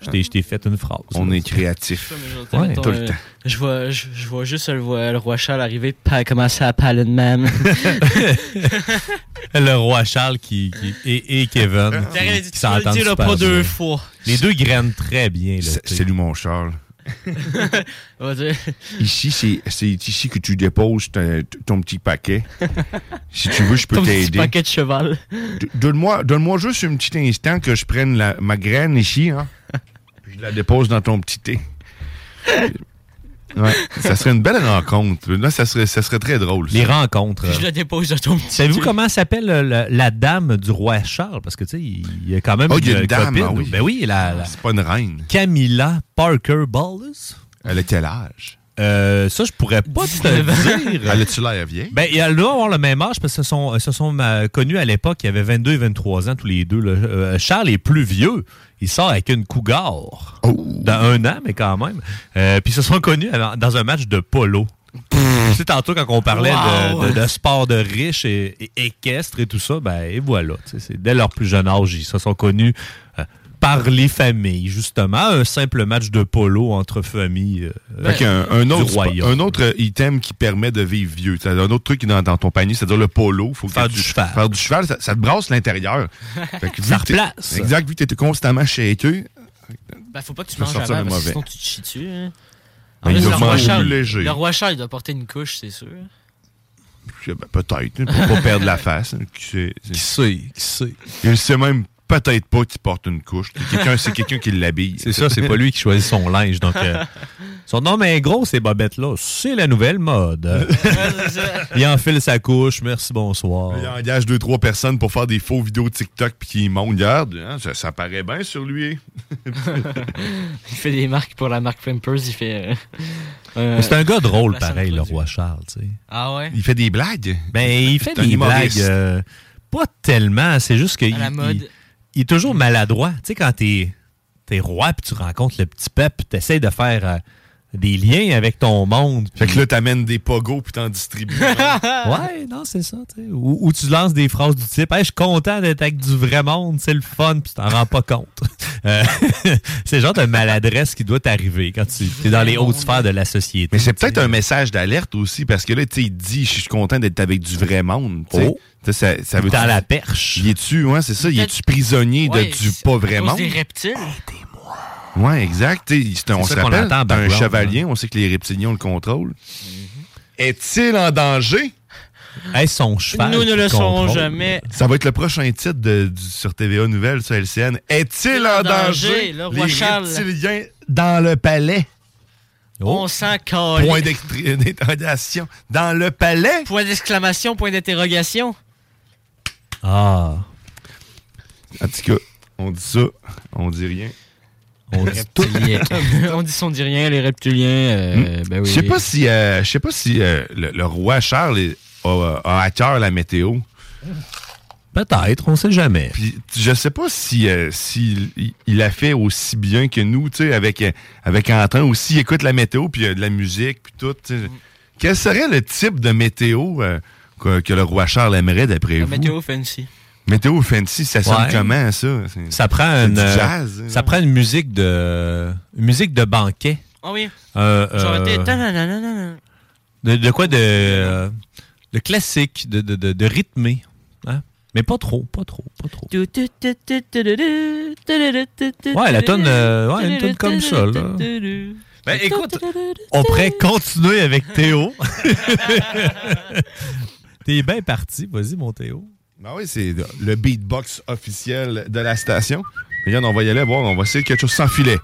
[SPEAKER 5] Je t'ai- je t'ai fait une phrase.
[SPEAKER 6] On
[SPEAKER 5] là.
[SPEAKER 6] est créatif.
[SPEAKER 5] Ouais.
[SPEAKER 6] tout le
[SPEAKER 4] euh,
[SPEAKER 6] temps.
[SPEAKER 4] Je vois, je, je vois juste le, roi- le roi Charles arriver [LAUGHS] pas commencer à parler de même.
[SPEAKER 5] Le roi Charles qui, qui- et, et Kevin.
[SPEAKER 4] T'as rien dit,
[SPEAKER 5] qui
[SPEAKER 4] tu vas le
[SPEAKER 5] s'entendent
[SPEAKER 4] dire, là,
[SPEAKER 5] super
[SPEAKER 4] pas deux
[SPEAKER 5] bien.
[SPEAKER 4] fois.
[SPEAKER 5] Les deux grainent très bien.
[SPEAKER 6] C'est- c'est lui, mon Charles.
[SPEAKER 4] On va dire-
[SPEAKER 6] Ici, c'est c'est ici que tu déposes ton, ton petit paquet. Si tu veux, je peux
[SPEAKER 4] Ton petit
[SPEAKER 6] t'aider.
[SPEAKER 4] paquet de cheval.
[SPEAKER 6] D- Donne-moi donne juste un petit instant que je prenne la- ma graine ici, hein, puis je la dépose dans ton petit thé. Ouais, ça serait une belle rencontre. Là, ça serait, ça serait très drôle.
[SPEAKER 5] Les rencontres. euh,
[SPEAKER 4] Je le dépose dans ton petit.
[SPEAKER 5] Savez-vous comment s'appelle euh, la, la dame du roi Charles? Parce que, tu sais, il y a quand même
[SPEAKER 6] Oh, il y a une dame,
[SPEAKER 5] copine.
[SPEAKER 6] ah oui.
[SPEAKER 5] Ben oui, la, la-
[SPEAKER 6] C'est pas une reine.
[SPEAKER 5] Camilla Parker Bowles. Euh,
[SPEAKER 6] Elle a quel âge?
[SPEAKER 5] ça, je pourrais pas
[SPEAKER 6] [LAUGHS]
[SPEAKER 5] te dire.
[SPEAKER 6] Elle a-tu l'air vieille?
[SPEAKER 5] Ben, elle doit avoir le même âge parce qu'ils se sont, ils se sont euh, connus à l'époque. Ils avaient 22 et 23 ans, tous les deux. là. Euh, Charles est plus vieux. Il sort avec une cougar.
[SPEAKER 6] Oh.
[SPEAKER 5] Dans un an, mais quand même. Euh, Puis ils se sont connus à- dans un match de polo. Tu sais, tantôt, quand on parlait de-
[SPEAKER 4] Wow!
[SPEAKER 5] de, de sport de riches et, et équestre et tout ça, ben, et voilà. Tu sais, c'est dès leur plus jeune âge, ils se sont connus euh, par les familles, justement. Un simple match de polo entre familles euh,
[SPEAKER 6] Fait qu'un- un,
[SPEAKER 5] du
[SPEAKER 6] autre, spa-
[SPEAKER 5] royaume.
[SPEAKER 6] un autre euh, item qui permet de vivre vieux. C'est-à-dire un autre truc qui est dans, dans ton panier, c'est-à-dire le polo. Faut faire du cheval. Faire du cheval, ça, ça te brasse
[SPEAKER 5] [LAUGHS]
[SPEAKER 6] l'intérieur. Fait que vu
[SPEAKER 5] Ça
[SPEAKER 6] que t'es-
[SPEAKER 5] replace.
[SPEAKER 6] Exact, vu que tu es constamment shaker,
[SPEAKER 4] Ben, faut pas que tu
[SPEAKER 6] Tu peux
[SPEAKER 4] manges
[SPEAKER 6] sortir
[SPEAKER 4] avant,
[SPEAKER 6] le
[SPEAKER 4] parce que
[SPEAKER 6] mauvais.
[SPEAKER 4] sinon tu te chies dessus. hein.
[SPEAKER 6] Ben, il
[SPEAKER 4] plus,
[SPEAKER 6] doit
[SPEAKER 4] le, roi
[SPEAKER 6] manger
[SPEAKER 4] Charles,
[SPEAKER 6] plus léger.
[SPEAKER 4] le roi Charles, il doit porter une couche, c'est
[SPEAKER 6] [LAUGHS]
[SPEAKER 4] sûr.
[SPEAKER 6] je- ben, peut-être, hein, pour pas perdre la face. hein, Qui sait? Qui sait? Qui sait? Il sait même peut-être pas qu'il porte une couche. C'est quelqu'un,
[SPEAKER 5] [LAUGHS]
[SPEAKER 6] c'est quelqu'un qui l'habille.
[SPEAKER 5] C'est ça, c'est pas lui qui choisit son linge. Donc,
[SPEAKER 6] [LAUGHS]
[SPEAKER 5] euh, son nom est gros, ces bobettes-là. C'est la nouvelle mode. [LAUGHS] il enfile sa couche. Merci, bonsoir.
[SPEAKER 6] Il engage deux, trois personnes pour faire des faux vidéos TikTok puis qui montent. Regarde, hein, ça, ça paraît bien sur lui.
[SPEAKER 4] Il fait des marques pour la marque Pampers, il fait. euh, euh,
[SPEAKER 5] Mais C'est un gars drôle,
[SPEAKER 4] la chaîne
[SPEAKER 5] pareil, le
[SPEAKER 4] produit.
[SPEAKER 5] roi Charles. tu sais.
[SPEAKER 4] Ah ouais?
[SPEAKER 6] Il fait des blagues.
[SPEAKER 5] Ben, il fait
[SPEAKER 6] C'est un
[SPEAKER 5] des
[SPEAKER 6] humoriste.
[SPEAKER 5] blagues. euh, pas tellement. C'est juste qu'il
[SPEAKER 4] la mode.
[SPEAKER 5] il, il est toujours maladroit. Tu sais, quand t'es es roi puis tu rencontres le petit peuple, t'essayes de faire euh, des liens avec ton monde.
[SPEAKER 6] Fait que là, t'amènes des pogos puis t'en
[SPEAKER 5] [LAUGHS] [LAUGHS]
[SPEAKER 6] distribues.
[SPEAKER 5] ouais, non, c'est ça. tu sais. Ou, ou tu lances des phrases du type Hey, Je suis content d'être avec du vrai monde, c'est le fun, puis tu t'en rends pas compte. [LAUGHS] Euh, c'est le genre de maladresse qui doit t'arriver quand tu es dans les hautes sphères de la société.
[SPEAKER 6] Mais c'est peut-être un message d'alerte aussi, parce que là, tu sais, il dit, je suis content d'être avec du vrai monde. tu sais.
[SPEAKER 5] Oh.
[SPEAKER 6] Tu sais, Ça, ça veut
[SPEAKER 5] Dans la perche.
[SPEAKER 6] Il est-tu, ouais, c'est ça, il est-tu prisonnier
[SPEAKER 4] Ouais,
[SPEAKER 6] de du
[SPEAKER 4] c'est
[SPEAKER 6] pas Ah,
[SPEAKER 4] à
[SPEAKER 6] vrai
[SPEAKER 4] cause
[SPEAKER 6] monde?
[SPEAKER 4] des reptiles.
[SPEAKER 6] Ouais, exact. Tu sais, c'est un-
[SPEAKER 5] C'est
[SPEAKER 6] on
[SPEAKER 5] ça
[SPEAKER 6] se
[SPEAKER 5] qu'on
[SPEAKER 6] rappelle,
[SPEAKER 5] entend en
[SPEAKER 6] t'as un
[SPEAKER 5] background, hein.
[SPEAKER 6] chevalier, on sait que les reptiliens le contrôlent.
[SPEAKER 4] Mm-hmm.
[SPEAKER 6] Est-il en danger?
[SPEAKER 5] Hey, son cheval.
[SPEAKER 4] Nous ne
[SPEAKER 5] qui
[SPEAKER 4] le saurons
[SPEAKER 5] contrôle.
[SPEAKER 4] jamais.
[SPEAKER 6] Ça va être le prochain titre de- du- sur TVA Nouvelle, sur LCN. Est-il en danger?
[SPEAKER 4] le roi
[SPEAKER 6] les
[SPEAKER 4] Charles.
[SPEAKER 6] reptiliens dans le palais.
[SPEAKER 4] On s'en colle.
[SPEAKER 6] oh. Point d'extr- [LAUGHS] d'interrogation. Dans le palais?
[SPEAKER 4] Point d'exclamation, point d'interrogation.
[SPEAKER 5] Ah.
[SPEAKER 6] En tout cas, On dit ça, on dit rien.
[SPEAKER 4] On dit
[SPEAKER 6] [LAUGHS]
[SPEAKER 4] tout. [LAUGHS] Ah, on dit on dit rien, les reptiliens. euh, ben oui.
[SPEAKER 6] Hmm. Je sais pas si, euh, je sais pas si euh, le, le roi Charles est- a, a à cœur la météo.
[SPEAKER 5] Peut-être, on sait jamais.
[SPEAKER 6] Puis je sais pas si, euh, si il, il a fait aussi bien que nous, tu sais, avec, euh, avec Antoine aussi. Il écoute la météo, puis il y a de la musique, puis tout. tu sais. Quel serait le type de météo euh, que, que le roi Charles aimerait, d'après
[SPEAKER 4] La
[SPEAKER 6] vous?
[SPEAKER 4] météo fancy.
[SPEAKER 6] Météo fancy, ça sonne
[SPEAKER 5] Ouais.
[SPEAKER 6] comment, ça? C'est-
[SPEAKER 5] Ça prend
[SPEAKER 6] c'est
[SPEAKER 5] une,
[SPEAKER 6] du
[SPEAKER 5] euh,
[SPEAKER 6] jazz. hein.
[SPEAKER 5] ça prend une musique de une musique de banquet.
[SPEAKER 4] Ah oui.
[SPEAKER 5] Euh,
[SPEAKER 4] Genre,
[SPEAKER 5] euh,
[SPEAKER 4] t'es- tananana.
[SPEAKER 5] de, de quoi de euh, de classique, de, de, de, de rythmé, hein? mais pas trop, pas trop, pas trop.
[SPEAKER 4] Tu, tu, tu, tu, tu, tu, tu, tu, tu, tu,
[SPEAKER 5] Ouais, la tonne, euh, ouais,
[SPEAKER 4] tu,
[SPEAKER 5] une
[SPEAKER 4] tu,
[SPEAKER 5] tonne comme
[SPEAKER 4] tu,
[SPEAKER 5] ça,
[SPEAKER 4] tu,
[SPEAKER 5] là.
[SPEAKER 4] tu, tu.
[SPEAKER 5] Ben, écoute, on pourrait continuer avec Théo. [LAUGHS] T'es bien parti, vas-y mon Théo.
[SPEAKER 6] Ben oui, c'est le beatbox officiel de la station. Mais Regarde, on va y aller voir, on va essayer quelque chose sans filet.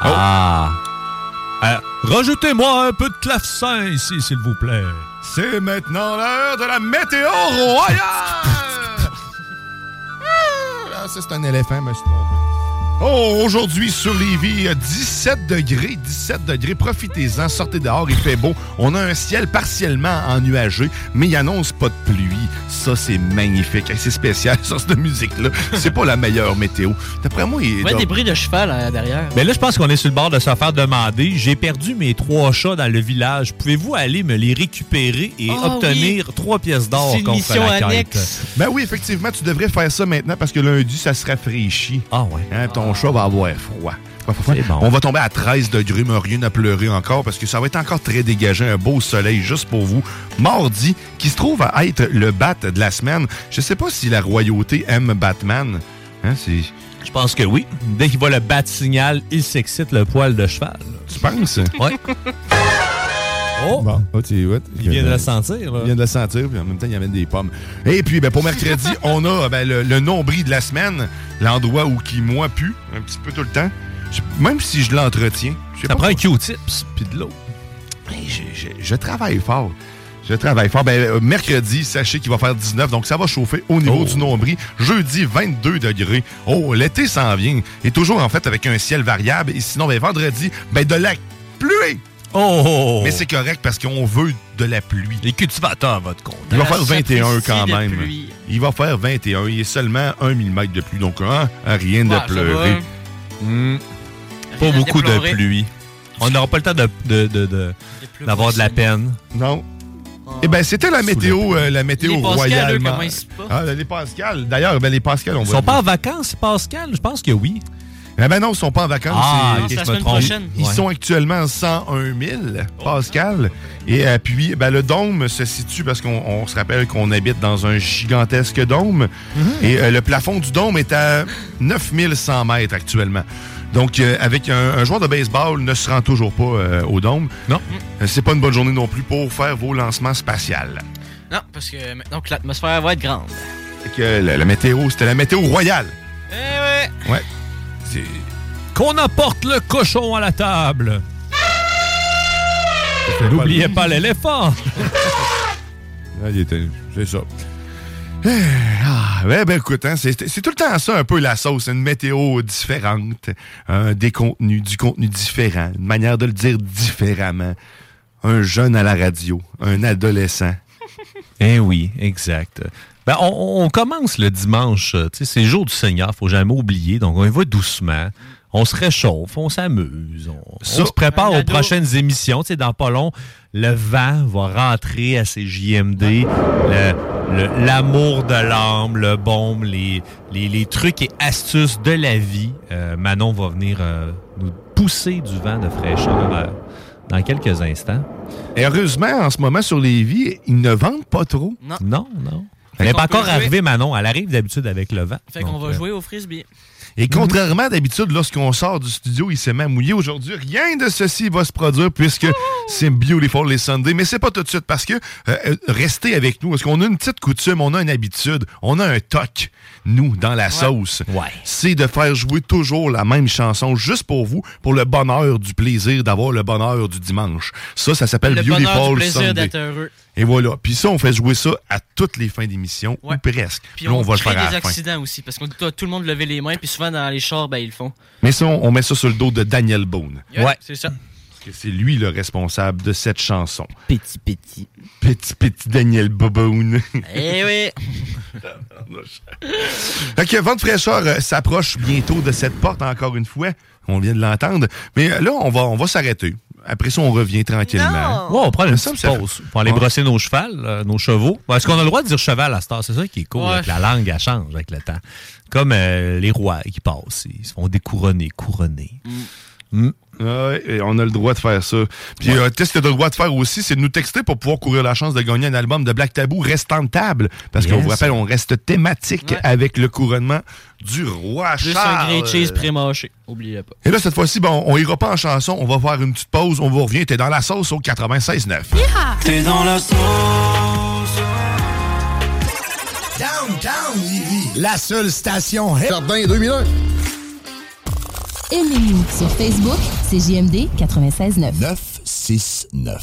[SPEAKER 4] Oh.
[SPEAKER 5] Ah! Rajoutez-moi un peu de clavecin ici, s'il vous plaît.
[SPEAKER 6] C'est maintenant l'heure de la météo
[SPEAKER 5] [LAUGHS]
[SPEAKER 6] royale! Ah, ça, c'est un éléphant, mais je suis trompé. Oh, aujourd'hui sur Lévis, il y a 17 degrés, 17 degrés. Profitez-en, sortez dehors, il fait beau. On a un ciel partiellement ennuagé, mais il annonce pas de pluie. Ça, c'est magnifique. Hey, C'est spécial, [LAUGHS] ça, cette musique-là. C'est pas la meilleure météo. D'après moi, il
[SPEAKER 4] Ouais,
[SPEAKER 6] doit-
[SPEAKER 4] des bruits de cheval euh, derrière.
[SPEAKER 5] Mais là, je pense qu'on est sur le bord de se faire demander. J'ai perdu mes trois chats dans le village. Pouvez-vous aller me les récupérer et
[SPEAKER 6] Ah,
[SPEAKER 5] obtenir trois pièces d'or
[SPEAKER 6] C'est une
[SPEAKER 5] contre
[SPEAKER 6] mission
[SPEAKER 5] la quête?
[SPEAKER 6] annexe. Ben oui, effectivement, tu devrais faire ça maintenant parce que lundi, ça se rafraîchit.
[SPEAKER 5] Ah ouais.
[SPEAKER 6] Hein, ton chat va avoir froid. Froid, froid, froid.
[SPEAKER 5] C'est bon.
[SPEAKER 6] On va tomber à 13 degrés, mais rien à pleurer encore parce que ça va être encore très dégagé, un beau soleil juste pour vous. Mardi, qui se trouve à être le bat de la semaine. Je sais pas si la royauté aime Batman. Hein, c'est...
[SPEAKER 5] Je pense que oui. Dès qu'il voit le bat signal, il s'excite le poil de cheval.
[SPEAKER 6] Tu penses?
[SPEAKER 5] Oui. Oh!
[SPEAKER 6] Bon, oh, tu vois,
[SPEAKER 5] Il vient de le sentir, là.
[SPEAKER 6] Il vient de le sentir, puis en même temps, il amène des pommes. Et puis, ben,
[SPEAKER 5] [LAUGHS]
[SPEAKER 6] pour mercredi, on a ben, le, le nombril de la semaine, l'endroit où qui, moi, pue, un petit peu tout le temps. Je- même si je l'entretiens. Ça prend
[SPEAKER 5] un Q-tips, puis de l'eau.
[SPEAKER 6] Ben, je, je travaille fort. Je travaille fort. Ben, euh, mercredi, sachez qu'il va faire 19, donc ça va chauffer au
[SPEAKER 5] Oh.
[SPEAKER 6] niveau du nombril. Jeudi, 22 degrés. Oh, l'été s'en vient. Et toujours, en fait, avec un ciel variable. Et sinon, ben, vendredi, ben, de la pluie.
[SPEAKER 5] Oh!
[SPEAKER 6] Mais c'est correct parce qu'on veut de la pluie.
[SPEAKER 5] Les cultivateurs, votre compte.
[SPEAKER 6] Il va
[SPEAKER 5] La
[SPEAKER 6] faire 21
[SPEAKER 5] sapristi
[SPEAKER 6] quand
[SPEAKER 5] de
[SPEAKER 6] même.
[SPEAKER 5] pluie.
[SPEAKER 6] Il va faire 21. Il est seulement 1 mm de pluie. Donc, hein, rien de
[SPEAKER 5] Ouais, ça
[SPEAKER 6] pleurer. Hmm.
[SPEAKER 5] Pas
[SPEAKER 6] Rien à
[SPEAKER 5] beaucoup de
[SPEAKER 6] déplorer.
[SPEAKER 5] pluie. On n'aura pas le temps de- de- de- de- d'avoir de, la peine.
[SPEAKER 6] Non. Eh bien, c'était la météo, euh, la météo
[SPEAKER 5] Les Pascal,
[SPEAKER 6] royale.
[SPEAKER 5] eux, comment ils se portent?
[SPEAKER 6] Ah, les Pascal. D'ailleurs, ben, les Pascal, on
[SPEAKER 5] Ils
[SPEAKER 6] va-
[SPEAKER 5] sont pas en vacances, Pascal? Je pense que oui.
[SPEAKER 6] Eh ben non, ils sont pas en vacances.
[SPEAKER 5] Ah,
[SPEAKER 6] c'est-
[SPEAKER 5] ok, Non, c'est la je me semaine trompe. prochaine.
[SPEAKER 6] Ils
[SPEAKER 5] Ouais.
[SPEAKER 6] sont actuellement 101 000, Pascal.
[SPEAKER 5] Oh.
[SPEAKER 6] Et euh, puis, ben, le dôme se situe, parce qu'on on se rappelle qu'on habite dans un gigantesque dôme.
[SPEAKER 5] Mm-hmm.
[SPEAKER 6] Et euh, le plafond du dôme est à 9100 mètres actuellement. Donc, euh, avec un, un joueur de baseball ne se rend toujours pas euh, au dôme. Euh,
[SPEAKER 5] Non.
[SPEAKER 6] C'est pas une bonne journée non plus pour faire vos lancements spatials.
[SPEAKER 4] Non, parce que maintenant que l'atmosphère va être grande.
[SPEAKER 6] Fait que euh, la, la météo, c'était la météo royale.
[SPEAKER 4] Eh ouais.
[SPEAKER 6] Ouais. C'est-
[SPEAKER 5] Qu'on apporte le cochon à la table. N'oubliez pas l'éléphant.
[SPEAKER 6] Ah, il était- C'est ça. Eh, Ah, ben, ben, écoute, hein, c'est c'est tout le temps ça un peu la sauce, une météo différente, hein, des contenus, du contenu différent, une manière de le dire différemment. Un jeune à la radio, un adolescent.
[SPEAKER 5] [LAUGHS] Eh oui, exact. Ben, on, on commence le dimanche. euh, tu sais, C'est le jour du Seigneur, faut jamais oublier. Donc, on y va doucement. On se réchauffe, on s'amuse, on, on
[SPEAKER 6] Ça-
[SPEAKER 5] se prépare
[SPEAKER 6] Un
[SPEAKER 5] aux
[SPEAKER 6] ado.
[SPEAKER 5] prochaines émissions. Tu sais, dans pas long, le vent va rentrer à ses JMD. Le- le- L'amour de l'âme, le baume, les, les, les trucs et astuces de la vie. Euh, Manon va venir euh, nous pousser du vent de fraîcheur euh, dans quelques instants.
[SPEAKER 6] Et heureusement, en ce moment, sur les vies, ils ne vendent pas trop.
[SPEAKER 4] Non.
[SPEAKER 5] Non, non.
[SPEAKER 6] Fait
[SPEAKER 5] Elle n'est
[SPEAKER 6] qu'on
[SPEAKER 5] pas
[SPEAKER 6] peut
[SPEAKER 5] encore
[SPEAKER 6] jouer.
[SPEAKER 5] arrivée, Manon. Elle arrive d'habitude avec le vent.
[SPEAKER 4] Fait qu'on
[SPEAKER 5] Donc,
[SPEAKER 4] va
[SPEAKER 5] euh,
[SPEAKER 4] jouer au frisbee. Mhm.
[SPEAKER 6] Et contrairement d'habitude, lorsqu'on sort du studio, il s'est même mouillé. Aujourd'hui, rien de ceci va se produire puisque
[SPEAKER 4] Oh!
[SPEAKER 6] c'est Beautiful les Sunday. Mais c'est pas tout de suite parce que euh, euh, restez avec nous parce qu'on a une petite coutume, on a une habitude, on a un toc, nous, dans la sauce. C'est de faire jouer toujours la même chanson juste pour vous, pour le bonheur du plaisir d'avoir le bonheur du dimanche. Ça, ça s'appelle
[SPEAKER 4] Le bonheur
[SPEAKER 6] Beautiful
[SPEAKER 4] du plaisir
[SPEAKER 6] Sunday.
[SPEAKER 4] d'être heureux.
[SPEAKER 6] Et voilà. Puis ça, on fait jouer ça à toutes les fins d'émission, ou presque.
[SPEAKER 4] Puis
[SPEAKER 6] Là,
[SPEAKER 4] on,
[SPEAKER 6] va le
[SPEAKER 4] crée
[SPEAKER 6] faire à la
[SPEAKER 4] des
[SPEAKER 6] fin.
[SPEAKER 4] accidents aussi, parce qu'on doit tout le monde lever les mains, puis souvent dans les chars, ben, ils le font.
[SPEAKER 6] Mais ça, on on met ça sur le dos de Daniel Boone.
[SPEAKER 4] Ouais. C'est ça.
[SPEAKER 6] Parce que c'est lui le responsable de cette chanson.
[SPEAKER 4] Petit, petit.
[SPEAKER 6] Petit, petit Daniel Boone. [LAUGHS]
[SPEAKER 4] Eh oui!
[SPEAKER 6] Fait que Vente fraîcheur euh, s'approche bientôt de cette porte, encore une fois. On vient de l'entendre. Mais euh, là, on va, on va s'arrêter. Après ça, on revient tranquillement.
[SPEAKER 5] Ouais, on prend une
[SPEAKER 6] Ça,
[SPEAKER 5] petite
[SPEAKER 6] ça fait-
[SPEAKER 5] pause. On va aller
[SPEAKER 6] Ouais.
[SPEAKER 5] brosser nos chevals, euh, nos chevaux. Est-ce qu'on a le droit de dire cheval à cette heure? C'est ça qui est cool.
[SPEAKER 6] Ouais.
[SPEAKER 5] avec La langue, elle change avec le temps. Comme euh, les rois qui passent. Ils se font découronner, couronner.
[SPEAKER 6] Ouais, et on a le droit de faire ça. Puis, euh, qu'est-ce que tu as le droit de faire aussi, c'est de nous texter pour pouvoir courir la chance de gagner un album de Black Tabou restant de table. Parce qu'on
[SPEAKER 5] Yes.
[SPEAKER 6] vous rappelle, on reste thématique avec le couronnement du roi
[SPEAKER 4] Juste un
[SPEAKER 6] Ah, Charles.
[SPEAKER 4] grilled cheese pré-mâché. Oubliez pas.
[SPEAKER 6] Et là, cette fois-ci, bon, on ira pas en chanson. On va faire une petite pause. On vous revient. T'es dans la sauce au 96.9.
[SPEAKER 2] T'es dans la sauce.
[SPEAKER 7] Downtown Lévis, la seule station hip. Jardin 2001.
[SPEAKER 17] Aimez-nous sur Facebook, c'est JMD 96.9.
[SPEAKER 10] 6-9.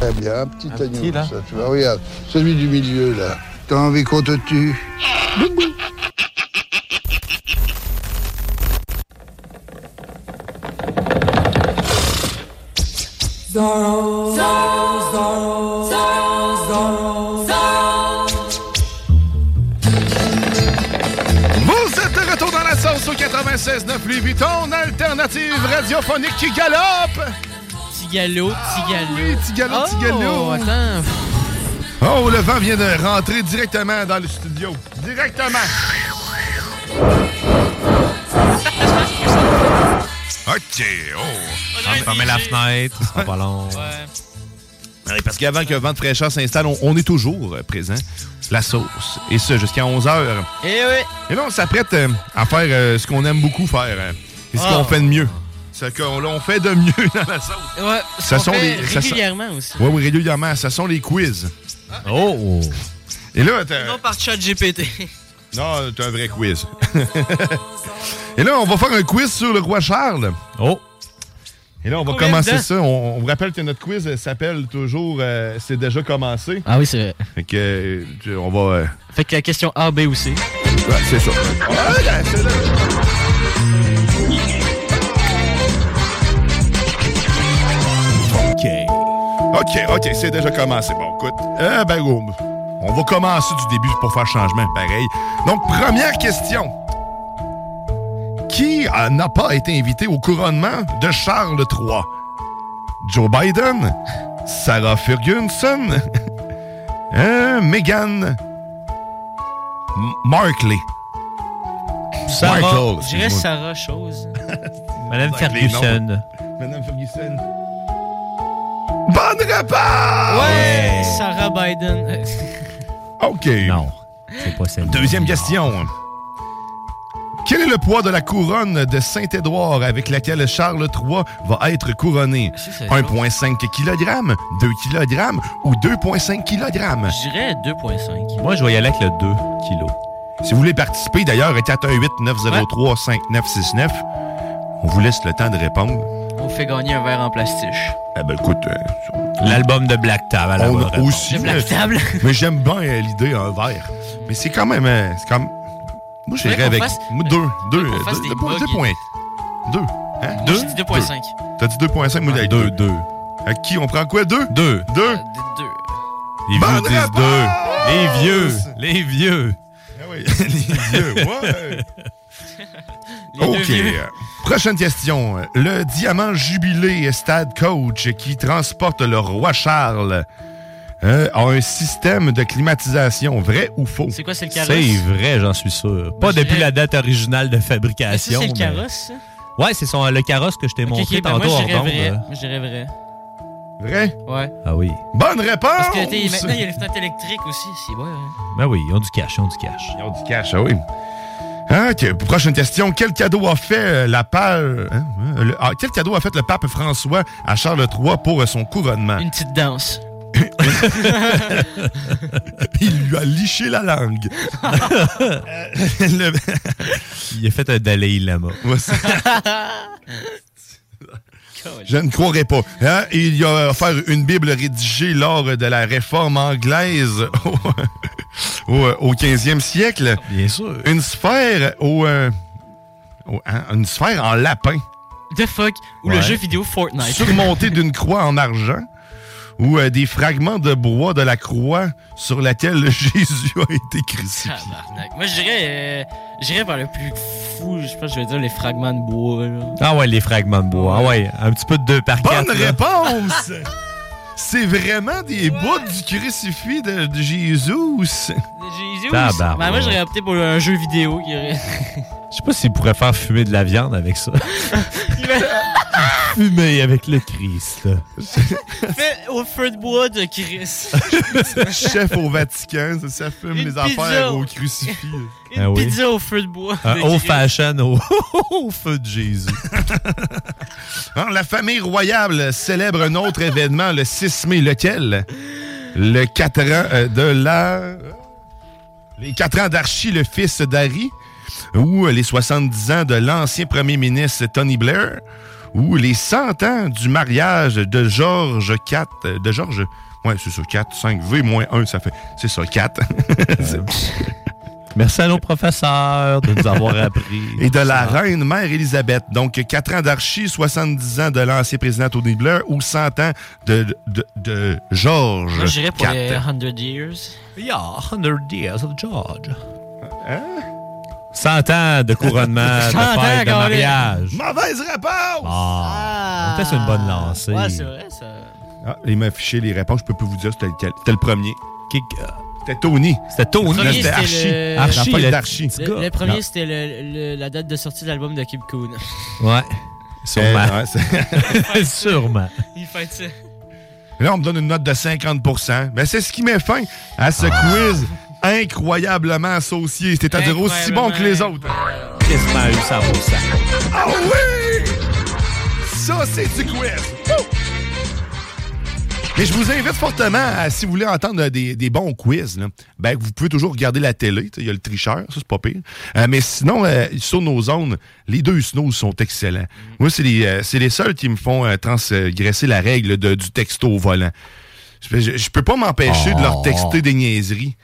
[SPEAKER 10] Très bien, un petit agneau, ça, tu vois. Regarde, celui du milieu, là. T'as envie qu'on te tue
[SPEAKER 2] Zorro, Zorro, Zorro,
[SPEAKER 6] Vous êtes de retour dans la sauce au 96.9 Louis Vuitton, alternative radiophonique qui galope.
[SPEAKER 4] Tigalo,
[SPEAKER 6] Ah
[SPEAKER 4] Tigalo. Oui,
[SPEAKER 6] Tigalo,
[SPEAKER 4] Oh, attends.
[SPEAKER 6] Oh, le vent vient de rentrer directement dans le studio. Directement. OK, oh.
[SPEAKER 5] On ferme la fenêtre, ce sera pas long.
[SPEAKER 6] Ouais, Parce qu'avant que Vent de fraîcheur s'installe, on, on est toujours euh, présent. La sauce. Et ça, jusqu'à 11h.
[SPEAKER 4] Eh oui.
[SPEAKER 6] Et là, on s'apprête euh, à faire euh, ce qu'on aime beaucoup faire. euh, et ce
[SPEAKER 4] Ah.
[SPEAKER 6] qu'on fait de mieux. Ce qu'on on fait de mieux [LAUGHS] dans la sauce.
[SPEAKER 4] Ouais,
[SPEAKER 6] Ça
[SPEAKER 4] on
[SPEAKER 6] sont
[SPEAKER 4] fait
[SPEAKER 6] les- ça sont-
[SPEAKER 4] régulièrement aussi. Ah.
[SPEAKER 6] Oui, oui, régulièrement. Ça sont les quiz.
[SPEAKER 5] Oh!
[SPEAKER 6] Et là, t'as-
[SPEAKER 4] Non, par chat GPT.
[SPEAKER 6] Non, t'as un vrai quiz. Et là, on va faire un quiz sur le roi Charles.
[SPEAKER 5] Oh!
[SPEAKER 6] Et là, on va
[SPEAKER 5] Combien
[SPEAKER 6] commencer
[SPEAKER 5] dedans?
[SPEAKER 6] ça. On, on vous rappelle que notre quiz euh, s'appelle toujours euh, C'est déjà commencé.
[SPEAKER 4] Ah oui, c'est vrai.
[SPEAKER 6] Fait que, euh, tu- on va. euh,
[SPEAKER 4] Fait que la question A, B ou C.
[SPEAKER 6] Ouais, c'est ça.
[SPEAKER 5] OK.
[SPEAKER 6] OK, OK, c'est déjà commencé. Bon, écoute. Eh ben, go. on va commencer du début pour faire changement, pareil. Donc, première question. Qui euh, n'a pas été invité au couronnement de Charles III? Joe Biden? Sarah Ferguson? [LAUGHS] euh, Meghan? M- Markley?
[SPEAKER 4] Sarah,
[SPEAKER 6] Markle,
[SPEAKER 4] je dirais
[SPEAKER 6] excuse-moi.
[SPEAKER 4] Sarah chose.
[SPEAKER 5] Madame
[SPEAKER 6] Avec les noms.
[SPEAKER 5] Ferguson.
[SPEAKER 6] Madame Ferguson. [LAUGHS] Bonne réponse!
[SPEAKER 4] Ouais, Sarah Biden. Euh,
[SPEAKER 6] OK.
[SPEAKER 5] Non, c'est pas celle
[SPEAKER 6] Deuxième question. Quel est le poids de la couronne de Saint-Édouard avec laquelle Charles III va être couronné?
[SPEAKER 4] c'est
[SPEAKER 6] 1,5 kg, 2 kg ou 2,5 kg?
[SPEAKER 4] Je dirais 2.5.
[SPEAKER 5] Moi, je vais y aller avec le 2 kilos.
[SPEAKER 6] Si vous voulez participer, d'ailleurs, 418-903-5969. On vous laisse le temps de répondre.
[SPEAKER 4] On fait gagner un verre en plastiche.
[SPEAKER 6] Eh ben, écoute, euh,
[SPEAKER 5] L'album de Black Tab à la
[SPEAKER 6] on
[SPEAKER 5] bonne
[SPEAKER 6] a
[SPEAKER 5] réponse.
[SPEAKER 6] aussi...
[SPEAKER 4] J'aime la table.
[SPEAKER 6] [LAUGHS] mais j'aime bien euh, l'idée un verre. Mais c'est quand même... euh, C'est quand même- Moi,
[SPEAKER 4] Faudrait
[SPEAKER 6] j'irais
[SPEAKER 4] qu'on
[SPEAKER 6] avec...
[SPEAKER 4] fasse-
[SPEAKER 6] moi, deux. Deux.
[SPEAKER 4] qu'on
[SPEAKER 6] euh,
[SPEAKER 4] fasse
[SPEAKER 6] deux-
[SPEAKER 4] des
[SPEAKER 6] deux points-
[SPEAKER 4] bugs.
[SPEAKER 6] deux points. Deux. Hein?
[SPEAKER 4] Moi, j'ai dit 2.5.
[SPEAKER 6] Deux. T'as dit 2.5,
[SPEAKER 5] Ah,
[SPEAKER 6] moi, j'ai 2. 2. À qui on prend quoi? 2? 2.
[SPEAKER 4] Euh,
[SPEAKER 6] 2.
[SPEAKER 5] Les vieux
[SPEAKER 6] Bonne
[SPEAKER 5] disent deux. Les vieux. Les vieux. [LAUGHS]
[SPEAKER 6] Les vieux, Ben ouais. OK. Prochaine question. Le diamant jubilé Stade Coach qui transporte le roi Charles euh, a un système de climatisation. Vrai ou faux?
[SPEAKER 4] C'est quoi, c'est le carrosse?
[SPEAKER 5] C'est vrai, j'en suis sûr. Pas
[SPEAKER 4] Moi, je
[SPEAKER 5] depuis
[SPEAKER 4] dirais-
[SPEAKER 5] la date originale de
[SPEAKER 4] Ça,
[SPEAKER 5] fabrication.
[SPEAKER 4] c'est le
[SPEAKER 5] mais-
[SPEAKER 4] carrosse, ça?
[SPEAKER 5] Ouais, c'est son- le carrosse que je t'ai
[SPEAKER 4] Ok,
[SPEAKER 5] montré
[SPEAKER 4] ok, ben moi,
[SPEAKER 5] tantôt
[SPEAKER 4] je
[SPEAKER 5] hors
[SPEAKER 4] dirais
[SPEAKER 5] d'onde.
[SPEAKER 4] vrai. Moi, je dirais vrai.
[SPEAKER 6] Vrai?
[SPEAKER 4] Ouais.
[SPEAKER 5] Ah oui.
[SPEAKER 6] Bonne réponse!
[SPEAKER 4] Parce que t'es- maintenant, il y a les fenêtres électriques aussi. C'est ouais. hein.
[SPEAKER 5] Ben oui, ils ont du cash, ils ont du cash.
[SPEAKER 6] Ils ont du cash, ah oui. OK. Prochaine question. Quel cadeau a fait euh, la page... hein, hein, le- ah, quel cadeau a fait le pape François à Charles III pour euh, son couronnement?
[SPEAKER 4] Une petite danse.
[SPEAKER 6] [LAUGHS] Il lui a liché la
[SPEAKER 5] [LAUGHS]
[SPEAKER 6] langue. Euh, [LAUGHS] le-
[SPEAKER 5] Il a fait un Dalai Lama.
[SPEAKER 6] Moi, c'est- Je ne croirais pas. Hein? Il y a offert une Bible rédigée lors de la réforme anglaise [LAUGHS] au, au- au 15e siècle. Bien sûr. Une sphère au, euh, au- hein, une sphère en lapin.
[SPEAKER 4] The fuck? Ou le
[SPEAKER 6] Ouais.
[SPEAKER 4] jeu vidéo Fortnite. [LAUGHS]
[SPEAKER 6] Surmontée d'une croix en argent ou euh, des fragments de bois de la croix sur laquelle [LAUGHS] Jésus a été crucifié.
[SPEAKER 4] Tabarnak. Moi, j'irais, euh, j'irais vers le plus fou. Je pense que je vais dire les fragments de bois. là.
[SPEAKER 5] Ah ouais, les fragments de bois. Ah ouais, un petit peu de deux par quatre.
[SPEAKER 6] Bonne
[SPEAKER 5] là.
[SPEAKER 6] réponse! C'est vraiment des bouts du crucifix de, de Jésus.
[SPEAKER 4] Jésus.
[SPEAKER 5] Tabarnak.
[SPEAKER 4] Ben, moi, j'aurais opté pour un jeu vidéo. qui aurait- [LAUGHS]
[SPEAKER 5] Je sais pas s'ils pourraient faire fumer de la viande avec ça. fumer avec le Christ. là.
[SPEAKER 4] [LAUGHS] Fait au feu de bois de Chris.
[SPEAKER 6] [LAUGHS] Chef au Vatican, ça, ça fume
[SPEAKER 4] Une
[SPEAKER 6] les
[SPEAKER 4] [LAUGHS] pizza.
[SPEAKER 6] affaires au crucifix.
[SPEAKER 4] Une
[SPEAKER 5] Ah oui.
[SPEAKER 4] pizza au feu de bois.
[SPEAKER 5] Un
[SPEAKER 4] de
[SPEAKER 5] haut
[SPEAKER 4] Chris.
[SPEAKER 5] fashion Euh, au, [LAUGHS] au feu de Jésus.
[SPEAKER 6] Hein, la famille royale célèbre un autre événement le 6 mai, lequel? Le 4 ans euh, de la... Les 4 ans d'Archie, le fils d'Harry, ou les 70 ans de l'ancien premier ministre Tony Blair, ou les 100 ans du mariage de George IV, euh, de George... Ouais, c'est ça, 4, 5, V moins 1, ça fait... C'est ça, [LAUGHS] 4.
[SPEAKER 5] Merci à nos professeurs de nous avoir appris.
[SPEAKER 6] Et de la reine mère Élisabeth. Donc, 4 ans d'Archie, 70 ans de l'ancien président Tony Blair ou 100 ans de, de, de George.
[SPEAKER 4] Moi, j'irais pour
[SPEAKER 6] IV.
[SPEAKER 4] les 100 years.
[SPEAKER 5] Yeah, 100 years of George.
[SPEAKER 6] Hein?
[SPEAKER 5] 100 ans de couronnement,
[SPEAKER 4] [LAUGHS]
[SPEAKER 5] de
[SPEAKER 4] 100 ans,
[SPEAKER 5] fête, de
[SPEAKER 4] Colin.
[SPEAKER 5] mariage.
[SPEAKER 6] Mauvaise réponse!
[SPEAKER 5] Ah, on était sur une bonne lancée.
[SPEAKER 4] Ouais, c'est vrai, ça.
[SPEAKER 6] Ah, il m'a affiché les réponses. Je peux plus vous dire c'était lequel. C'était le premier. C'était Tony.
[SPEAKER 5] euh, C'était
[SPEAKER 4] Le
[SPEAKER 5] Tony. Ah.
[SPEAKER 4] premier,
[SPEAKER 6] C'était Archie.
[SPEAKER 4] le-
[SPEAKER 6] Archie,
[SPEAKER 4] le-
[SPEAKER 6] d'Archie.
[SPEAKER 4] Le, le premier, c'était le- le- la date de sortie de l'album de Kip Koon.
[SPEAKER 5] Ouais. Sûrement.
[SPEAKER 6] Euh, ouais,
[SPEAKER 5] [LAUGHS]
[SPEAKER 6] c'est-
[SPEAKER 5] Sûrement.
[SPEAKER 4] Il fait ça.
[SPEAKER 6] Là, on me donne une note de 50 Mais c'est ce qui met fin à ce quiz incroyablement associé. C'est-à-dire aussi bon que les autres.
[SPEAKER 5] Quasiment eu 100%.
[SPEAKER 6] Ah oui! Ça, c'est du quiz! Wouh! Et je vous invite fortement à, si vous voulez entendre des, des bons quiz, là, ben, vous pouvez toujours regarder la télé. Tu sais, Il y a le tricheur, ça, c'est pas pire. Euh, mais sinon, euh, sur nos zones, les deux snows sont excellents. Moi, c'est les, euh, c'est les seuls qui me font euh, transgresser la règle de- du texto au volant. Je, je- je peux pas m'empêcher de leur texter des niaiseries.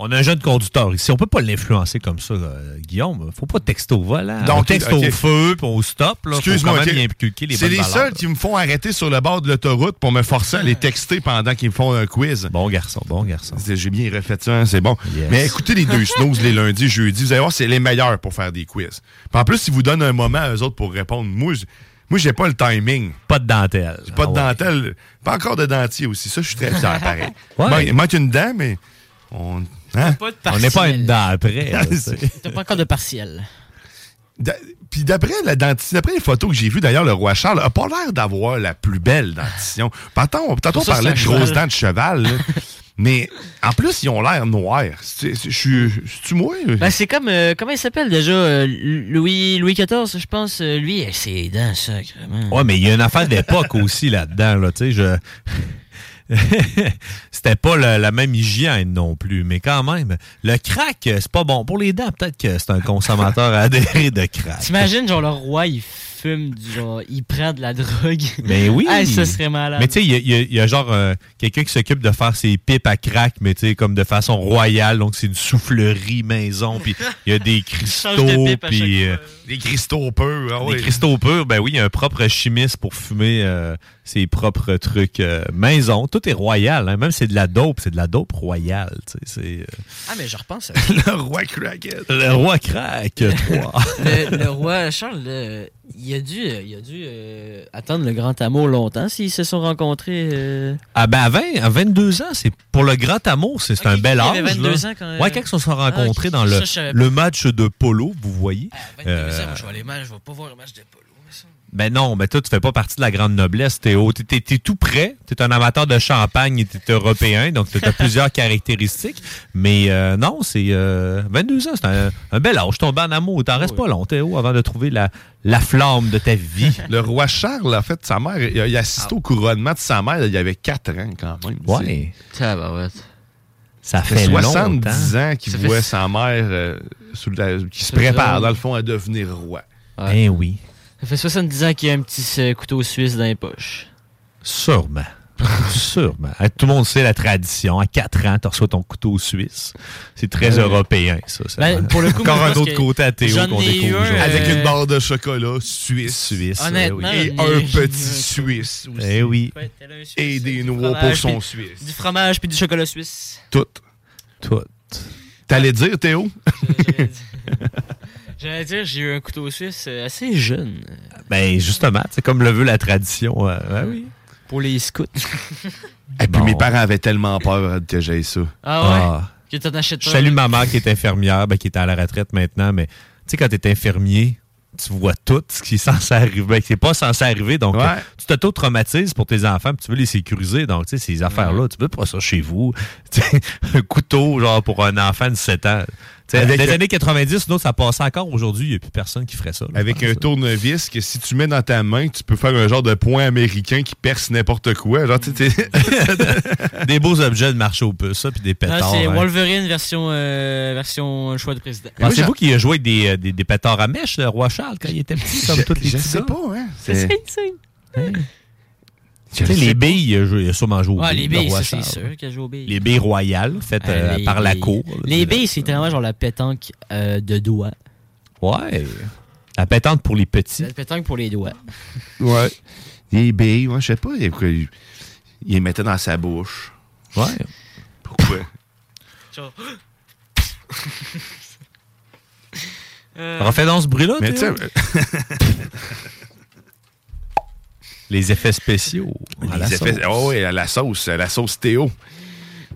[SPEAKER 5] On a un jeune conducteur ici. On peut pas l'influencer comme ça, euh, Guillaume. Faut pas texter au volant.
[SPEAKER 6] Donc,
[SPEAKER 5] on texte
[SPEAKER 6] ok.
[SPEAKER 5] au feu, puis on stop. Là. Faut quand
[SPEAKER 6] ok.
[SPEAKER 5] même y inculquer les
[SPEAKER 6] C'est
[SPEAKER 5] bonnes
[SPEAKER 6] les
[SPEAKER 5] valeurs. Ah.
[SPEAKER 6] seuls qui me font arrêter sur le bord de l'autoroute pour me forcer à les texter pendant qu'ils me font un quiz.
[SPEAKER 5] Bon garçon, bon garçon.
[SPEAKER 6] J'ai bien refait ça, hein, c'est bon. Mais écoutez
[SPEAKER 5] [LAUGHS]
[SPEAKER 6] les deux snooze les lundis, jeudis. Vous allez voir, c'est les meilleurs pour faire des quiz. Puis en plus, ils vous donnent un moment à eux autres pour répondre. Moi, j- moi j'ai pas le timing.
[SPEAKER 5] Pas de dentelle.
[SPEAKER 6] J'ai pas de
[SPEAKER 5] Ah ouais.
[SPEAKER 6] dentelle. Pas encore de dentier aussi. Ça, je suis
[SPEAKER 5] [LAUGHS]
[SPEAKER 6] très fier, pareil. Man- Il manque une dent, mais on... hein?
[SPEAKER 4] pas de On n'est pas à une partiel.
[SPEAKER 5] dent après,
[SPEAKER 6] [LAUGHS]
[SPEAKER 5] là, tu sais.
[SPEAKER 4] T'as pas encore de partiel.
[SPEAKER 6] D'a- Puis d'après la dentition, d'après les photos que j'ai vues d'ailleurs, le roi Charles a pas l'air d'avoir la plus belle dentition. Tantôt, tantôt on
[SPEAKER 4] Pour ça,
[SPEAKER 6] parlait de
[SPEAKER 4] c'est un
[SPEAKER 6] grosses
[SPEAKER 4] cheval.
[SPEAKER 6] dents de cheval, là. mais en plus, ils ont l'air noirs. C'est- c'est- Je suis. C'est-tu moi?
[SPEAKER 5] Mhm.
[SPEAKER 4] Ben, c'est comme. euh, comment il s'appelle déjà euh, Louis, Louis XIV, je pense. euh, lui, euh, c'est dents, sacrément.
[SPEAKER 5] Ouais, mais il y a une affaire d'époque aussi là-dedans. Là, tu sais, je... [LAUGHS] C'était pas le- la même hygiène non plus, mais quand même, le crack, euh, c'est pas bon pour les dents. Peut-être que c'est un consommateur [LAUGHS] adhéré de crack.
[SPEAKER 4] T'imagines, genre, le roi, il fume, du genre, il prend de la drogue.
[SPEAKER 5] Mais Ben oui.
[SPEAKER 4] Hey, Ah, ça serait malade.
[SPEAKER 5] Mais tu sais, il y a- il y, a- il y a genre euh, quelqu'un qui s'occupe de faire ses pipes à crack, mais tu sais, comme de façon royale. Donc, c'est une soufflerie maison, puis il y
[SPEAKER 4] [LAUGHS]
[SPEAKER 5] a des
[SPEAKER 6] Change de
[SPEAKER 5] cristaux,
[SPEAKER 6] pipe à
[SPEAKER 5] puis.
[SPEAKER 6] chaque
[SPEAKER 5] euh,
[SPEAKER 6] Des cristaux purs. ah
[SPEAKER 5] des
[SPEAKER 6] oui.
[SPEAKER 5] cristaux purs, ben oui, il y a un propre chimiste pour fumer euh, ses propres trucs euh, maison. Tout est royal, hein. même si c'est de la dope, c'est de la dope royale. tu sais, c'est, euh,
[SPEAKER 4] Ah, mais je
[SPEAKER 5] [LAUGHS]
[SPEAKER 4] repense. à-
[SPEAKER 6] le roi crackhead.
[SPEAKER 5] le roi
[SPEAKER 4] [LAUGHS]
[SPEAKER 5] crack, toi.
[SPEAKER 4] le, le roi Charles, là, il a dû, il a dû euh, attendre le grand amour longtemps s'ils se sont rencontrés. euh.
[SPEAKER 5] Ah ben à, 20, à 22 ans, c'est pour le grand amour, c'est c'est un bel
[SPEAKER 4] il
[SPEAKER 5] âge.
[SPEAKER 4] avait 22
[SPEAKER 5] là.
[SPEAKER 4] ans quand-
[SPEAKER 5] Ouais, quand ils se sont
[SPEAKER 4] Ah,
[SPEAKER 5] rencontrés
[SPEAKER 4] ok,
[SPEAKER 5] dans le,
[SPEAKER 4] ça, je savais
[SPEAKER 5] le
[SPEAKER 4] pas. Ah,
[SPEAKER 5] match de polo, vous voyez. Euh,
[SPEAKER 4] je vais aller mal, je vais pas voir le match de polo.
[SPEAKER 5] ben non, mais toi, tu fais pas partie de la grande noblesse, Théo. T'es, t'es- t'es tout prêt. T'es un amateur de champagne et t'es européen, donc t'as,
[SPEAKER 4] [LAUGHS]
[SPEAKER 5] t'as plusieurs caractéristiques. Mais euh, non, c'est euh, 22 ans, c'est un, un bel âge. Tombé en amour. T'en restes pas long, Théo, avant de trouver la, la flamme de ta vie.
[SPEAKER 6] Le roi Charles, en fait, sa mère, il, a- il a assisté au couronnement de sa mère, il y avait 4 ans quand même.
[SPEAKER 5] Ouais. Ça
[SPEAKER 6] C'est
[SPEAKER 5] fait
[SPEAKER 6] 70
[SPEAKER 5] longtemps.
[SPEAKER 6] ans qu'il
[SPEAKER 5] Ça fait-
[SPEAKER 6] voit sa mère euh, sous la- qui se
[SPEAKER 5] Ça
[SPEAKER 6] prépare,
[SPEAKER 5] fait-
[SPEAKER 6] dans le fond, à devenir roi.
[SPEAKER 5] Ben oui.
[SPEAKER 4] Ça fait 70 ans qu'il y a un petit euh, couteau suisse dans les poches.
[SPEAKER 5] Sûrement. [LAUGHS] Sûrement. Hein, Tout le monde sait la tradition. À 4 ans, tu reçois ton couteau suisse. C'est très
[SPEAKER 4] Ouais.
[SPEAKER 5] européen, ça. ça.
[SPEAKER 4] Euh, Ben, pour le coup,
[SPEAKER 5] Encore
[SPEAKER 4] moi, je
[SPEAKER 5] un
[SPEAKER 4] pense
[SPEAKER 5] autre
[SPEAKER 4] que
[SPEAKER 5] côté à Théo
[SPEAKER 4] j'en
[SPEAKER 5] qu'on
[SPEAKER 4] ai eu
[SPEAKER 5] découvre
[SPEAKER 4] un,
[SPEAKER 5] aujourd'hui.
[SPEAKER 4] euh, Avec une
[SPEAKER 6] barre de chocolat suisse.
[SPEAKER 5] Suisse.
[SPEAKER 4] Honnêtement, j'en
[SPEAKER 6] Et
[SPEAKER 4] ai-
[SPEAKER 6] un
[SPEAKER 4] j'en ai eu un
[SPEAKER 6] petit Suisse aussi.
[SPEAKER 5] Eh oui.
[SPEAKER 6] Et des noix
[SPEAKER 5] Ah,
[SPEAKER 6] pour
[SPEAKER 4] Fromage,
[SPEAKER 6] son
[SPEAKER 4] puis-
[SPEAKER 6] Suisse.
[SPEAKER 4] Du fromage puis du chocolat suisse.
[SPEAKER 6] Tout.
[SPEAKER 5] Tout.
[SPEAKER 6] T'allais dire, Théo?
[SPEAKER 4] J'allais dire, j'ai eu un couteau suisse euh, assez jeune.
[SPEAKER 5] Ben, justement, c'est comme le veut la tradition. euh, ouais, oui.
[SPEAKER 4] Ah Pour les scouts.
[SPEAKER 6] Et puis mes parents avaient tellement peur que j'aille ça.
[SPEAKER 4] Ah ouais? Que t'en achètes
[SPEAKER 5] Je
[SPEAKER 4] pas.
[SPEAKER 5] salue ma mère qui est infirmière, ben, qui est à la retraite maintenant, mais tu sais, quand t'es infirmier, tu vois tout ce qui est censé arriver, ben, qui n'est pas censé arriver. Donc, euh, tu t'auto-traumatises pour tes enfants, puis tu veux les sécuriser. Donc, tu sais, ces affaires-là, tu veux pas ça chez vous. [LAUGHS] Tu sais, [LAUGHS] un couteau, genre, pour un enfant de 7 ans. Tu sais,
[SPEAKER 6] Avec
[SPEAKER 5] des
[SPEAKER 6] le-
[SPEAKER 5] années 90, nous, ça passait encore. Aujourd'hui, il n'y a plus personne qui ferait Ah, ça. là,
[SPEAKER 6] Avec
[SPEAKER 5] je pense,
[SPEAKER 6] un
[SPEAKER 5] là.
[SPEAKER 6] tournevis que si tu mets dans ta main, tu peux faire un genre de point américain qui perce n'importe quoi. Genre, tu sais,
[SPEAKER 5] [LAUGHS]
[SPEAKER 6] t'es-
[SPEAKER 5] Des beaux objets de marché aux puces, ça, puis des
[SPEAKER 4] Ah,
[SPEAKER 5] pétards.
[SPEAKER 4] c'est
[SPEAKER 5] hein.
[SPEAKER 4] Wolverine version, euh, version choix de président.
[SPEAKER 5] Pensez-vous qu'il a joué avec des, euh, des, des pétards à mèche, le roi Charles, quand il était petit, comme tous les
[SPEAKER 4] je
[SPEAKER 5] petits
[SPEAKER 4] sais
[SPEAKER 5] gars?
[SPEAKER 4] pas,
[SPEAKER 6] hein.
[SPEAKER 4] C'est ça, c'est
[SPEAKER 5] Tu sais, les billes, il a, joué- il a sûrement joué aux
[SPEAKER 4] Ouais, les
[SPEAKER 5] billes. le
[SPEAKER 4] billes,
[SPEAKER 5] roi
[SPEAKER 4] ça, c'est
[SPEAKER 5] Charles.
[SPEAKER 4] sûr qu'il a joué aux billes.
[SPEAKER 5] Les billes royales, faites
[SPEAKER 4] Ah,
[SPEAKER 5] euh,
[SPEAKER 4] les
[SPEAKER 5] par la
[SPEAKER 4] billes.
[SPEAKER 5] cour. là,
[SPEAKER 4] Les
[SPEAKER 5] c'est-
[SPEAKER 4] billes, c'est vraiment genre la pétanque euh, de doigts.
[SPEAKER 5] Ouais. La pétante pour les petits.
[SPEAKER 4] La pétanque pour les doigts.
[SPEAKER 6] ouais. Des billes, ouais, je sais pas. Il, il- il les mettait dans sa bouche.
[SPEAKER 5] Ouais.
[SPEAKER 6] Pourquoi?
[SPEAKER 4] Genre-
[SPEAKER 5] Refais donc ce bruit-là,
[SPEAKER 6] Mais
[SPEAKER 5] Théo.
[SPEAKER 6] tu sais,
[SPEAKER 4] [LAUGHS]
[SPEAKER 5] Les effets spéciaux. à la
[SPEAKER 6] Les effets-
[SPEAKER 5] sauce.
[SPEAKER 6] Ah oui, à la sauce, à la sauce Théo.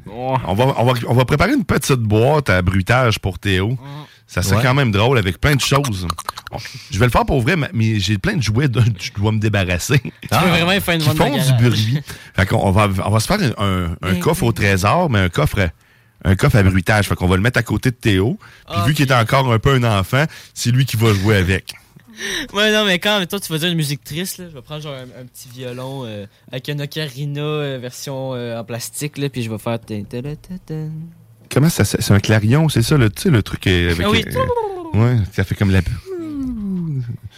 [SPEAKER 6] On, va, on, va, on va préparer une petite boîte à brutage pour Théo. Ça serait
[SPEAKER 5] Ouais.
[SPEAKER 6] quand même drôle avec plein de choses. Bon, Je vais le faire pour vrai, mais- mais j'ai plein de jouets dont je dois me débarrasser.
[SPEAKER 4] peux vraiment faire une
[SPEAKER 6] Qui
[SPEAKER 4] vente de
[SPEAKER 6] font du
[SPEAKER 4] garage.
[SPEAKER 6] bruit. Fait qu'on- on, va, on va se faire un, un- un
[SPEAKER 4] Mais-
[SPEAKER 6] coffre au trésor, mais un coffre, à- un coffre à bruitage. Fait qu'on va le mettre à côté de Théo. Puis
[SPEAKER 4] Ah,
[SPEAKER 6] vu qu'il est encore un peu un enfant, c'est lui qui va jouer avec.
[SPEAKER 4] Ouais, non, mais quand toi, tu vas dire une musique triste, là, je vais prendre genre un, un petit violon euh, avec une ocarina euh, version euh, en plastique, là, puis je vais faire. tin, tin, tin, tin, tin.
[SPEAKER 6] Comment ça s'appelle? C'est un clarion, c'est ça, le, tu sais, le truc euh, avec.
[SPEAKER 4] Ah oui.
[SPEAKER 6] euh, ouais, ça fait comme la.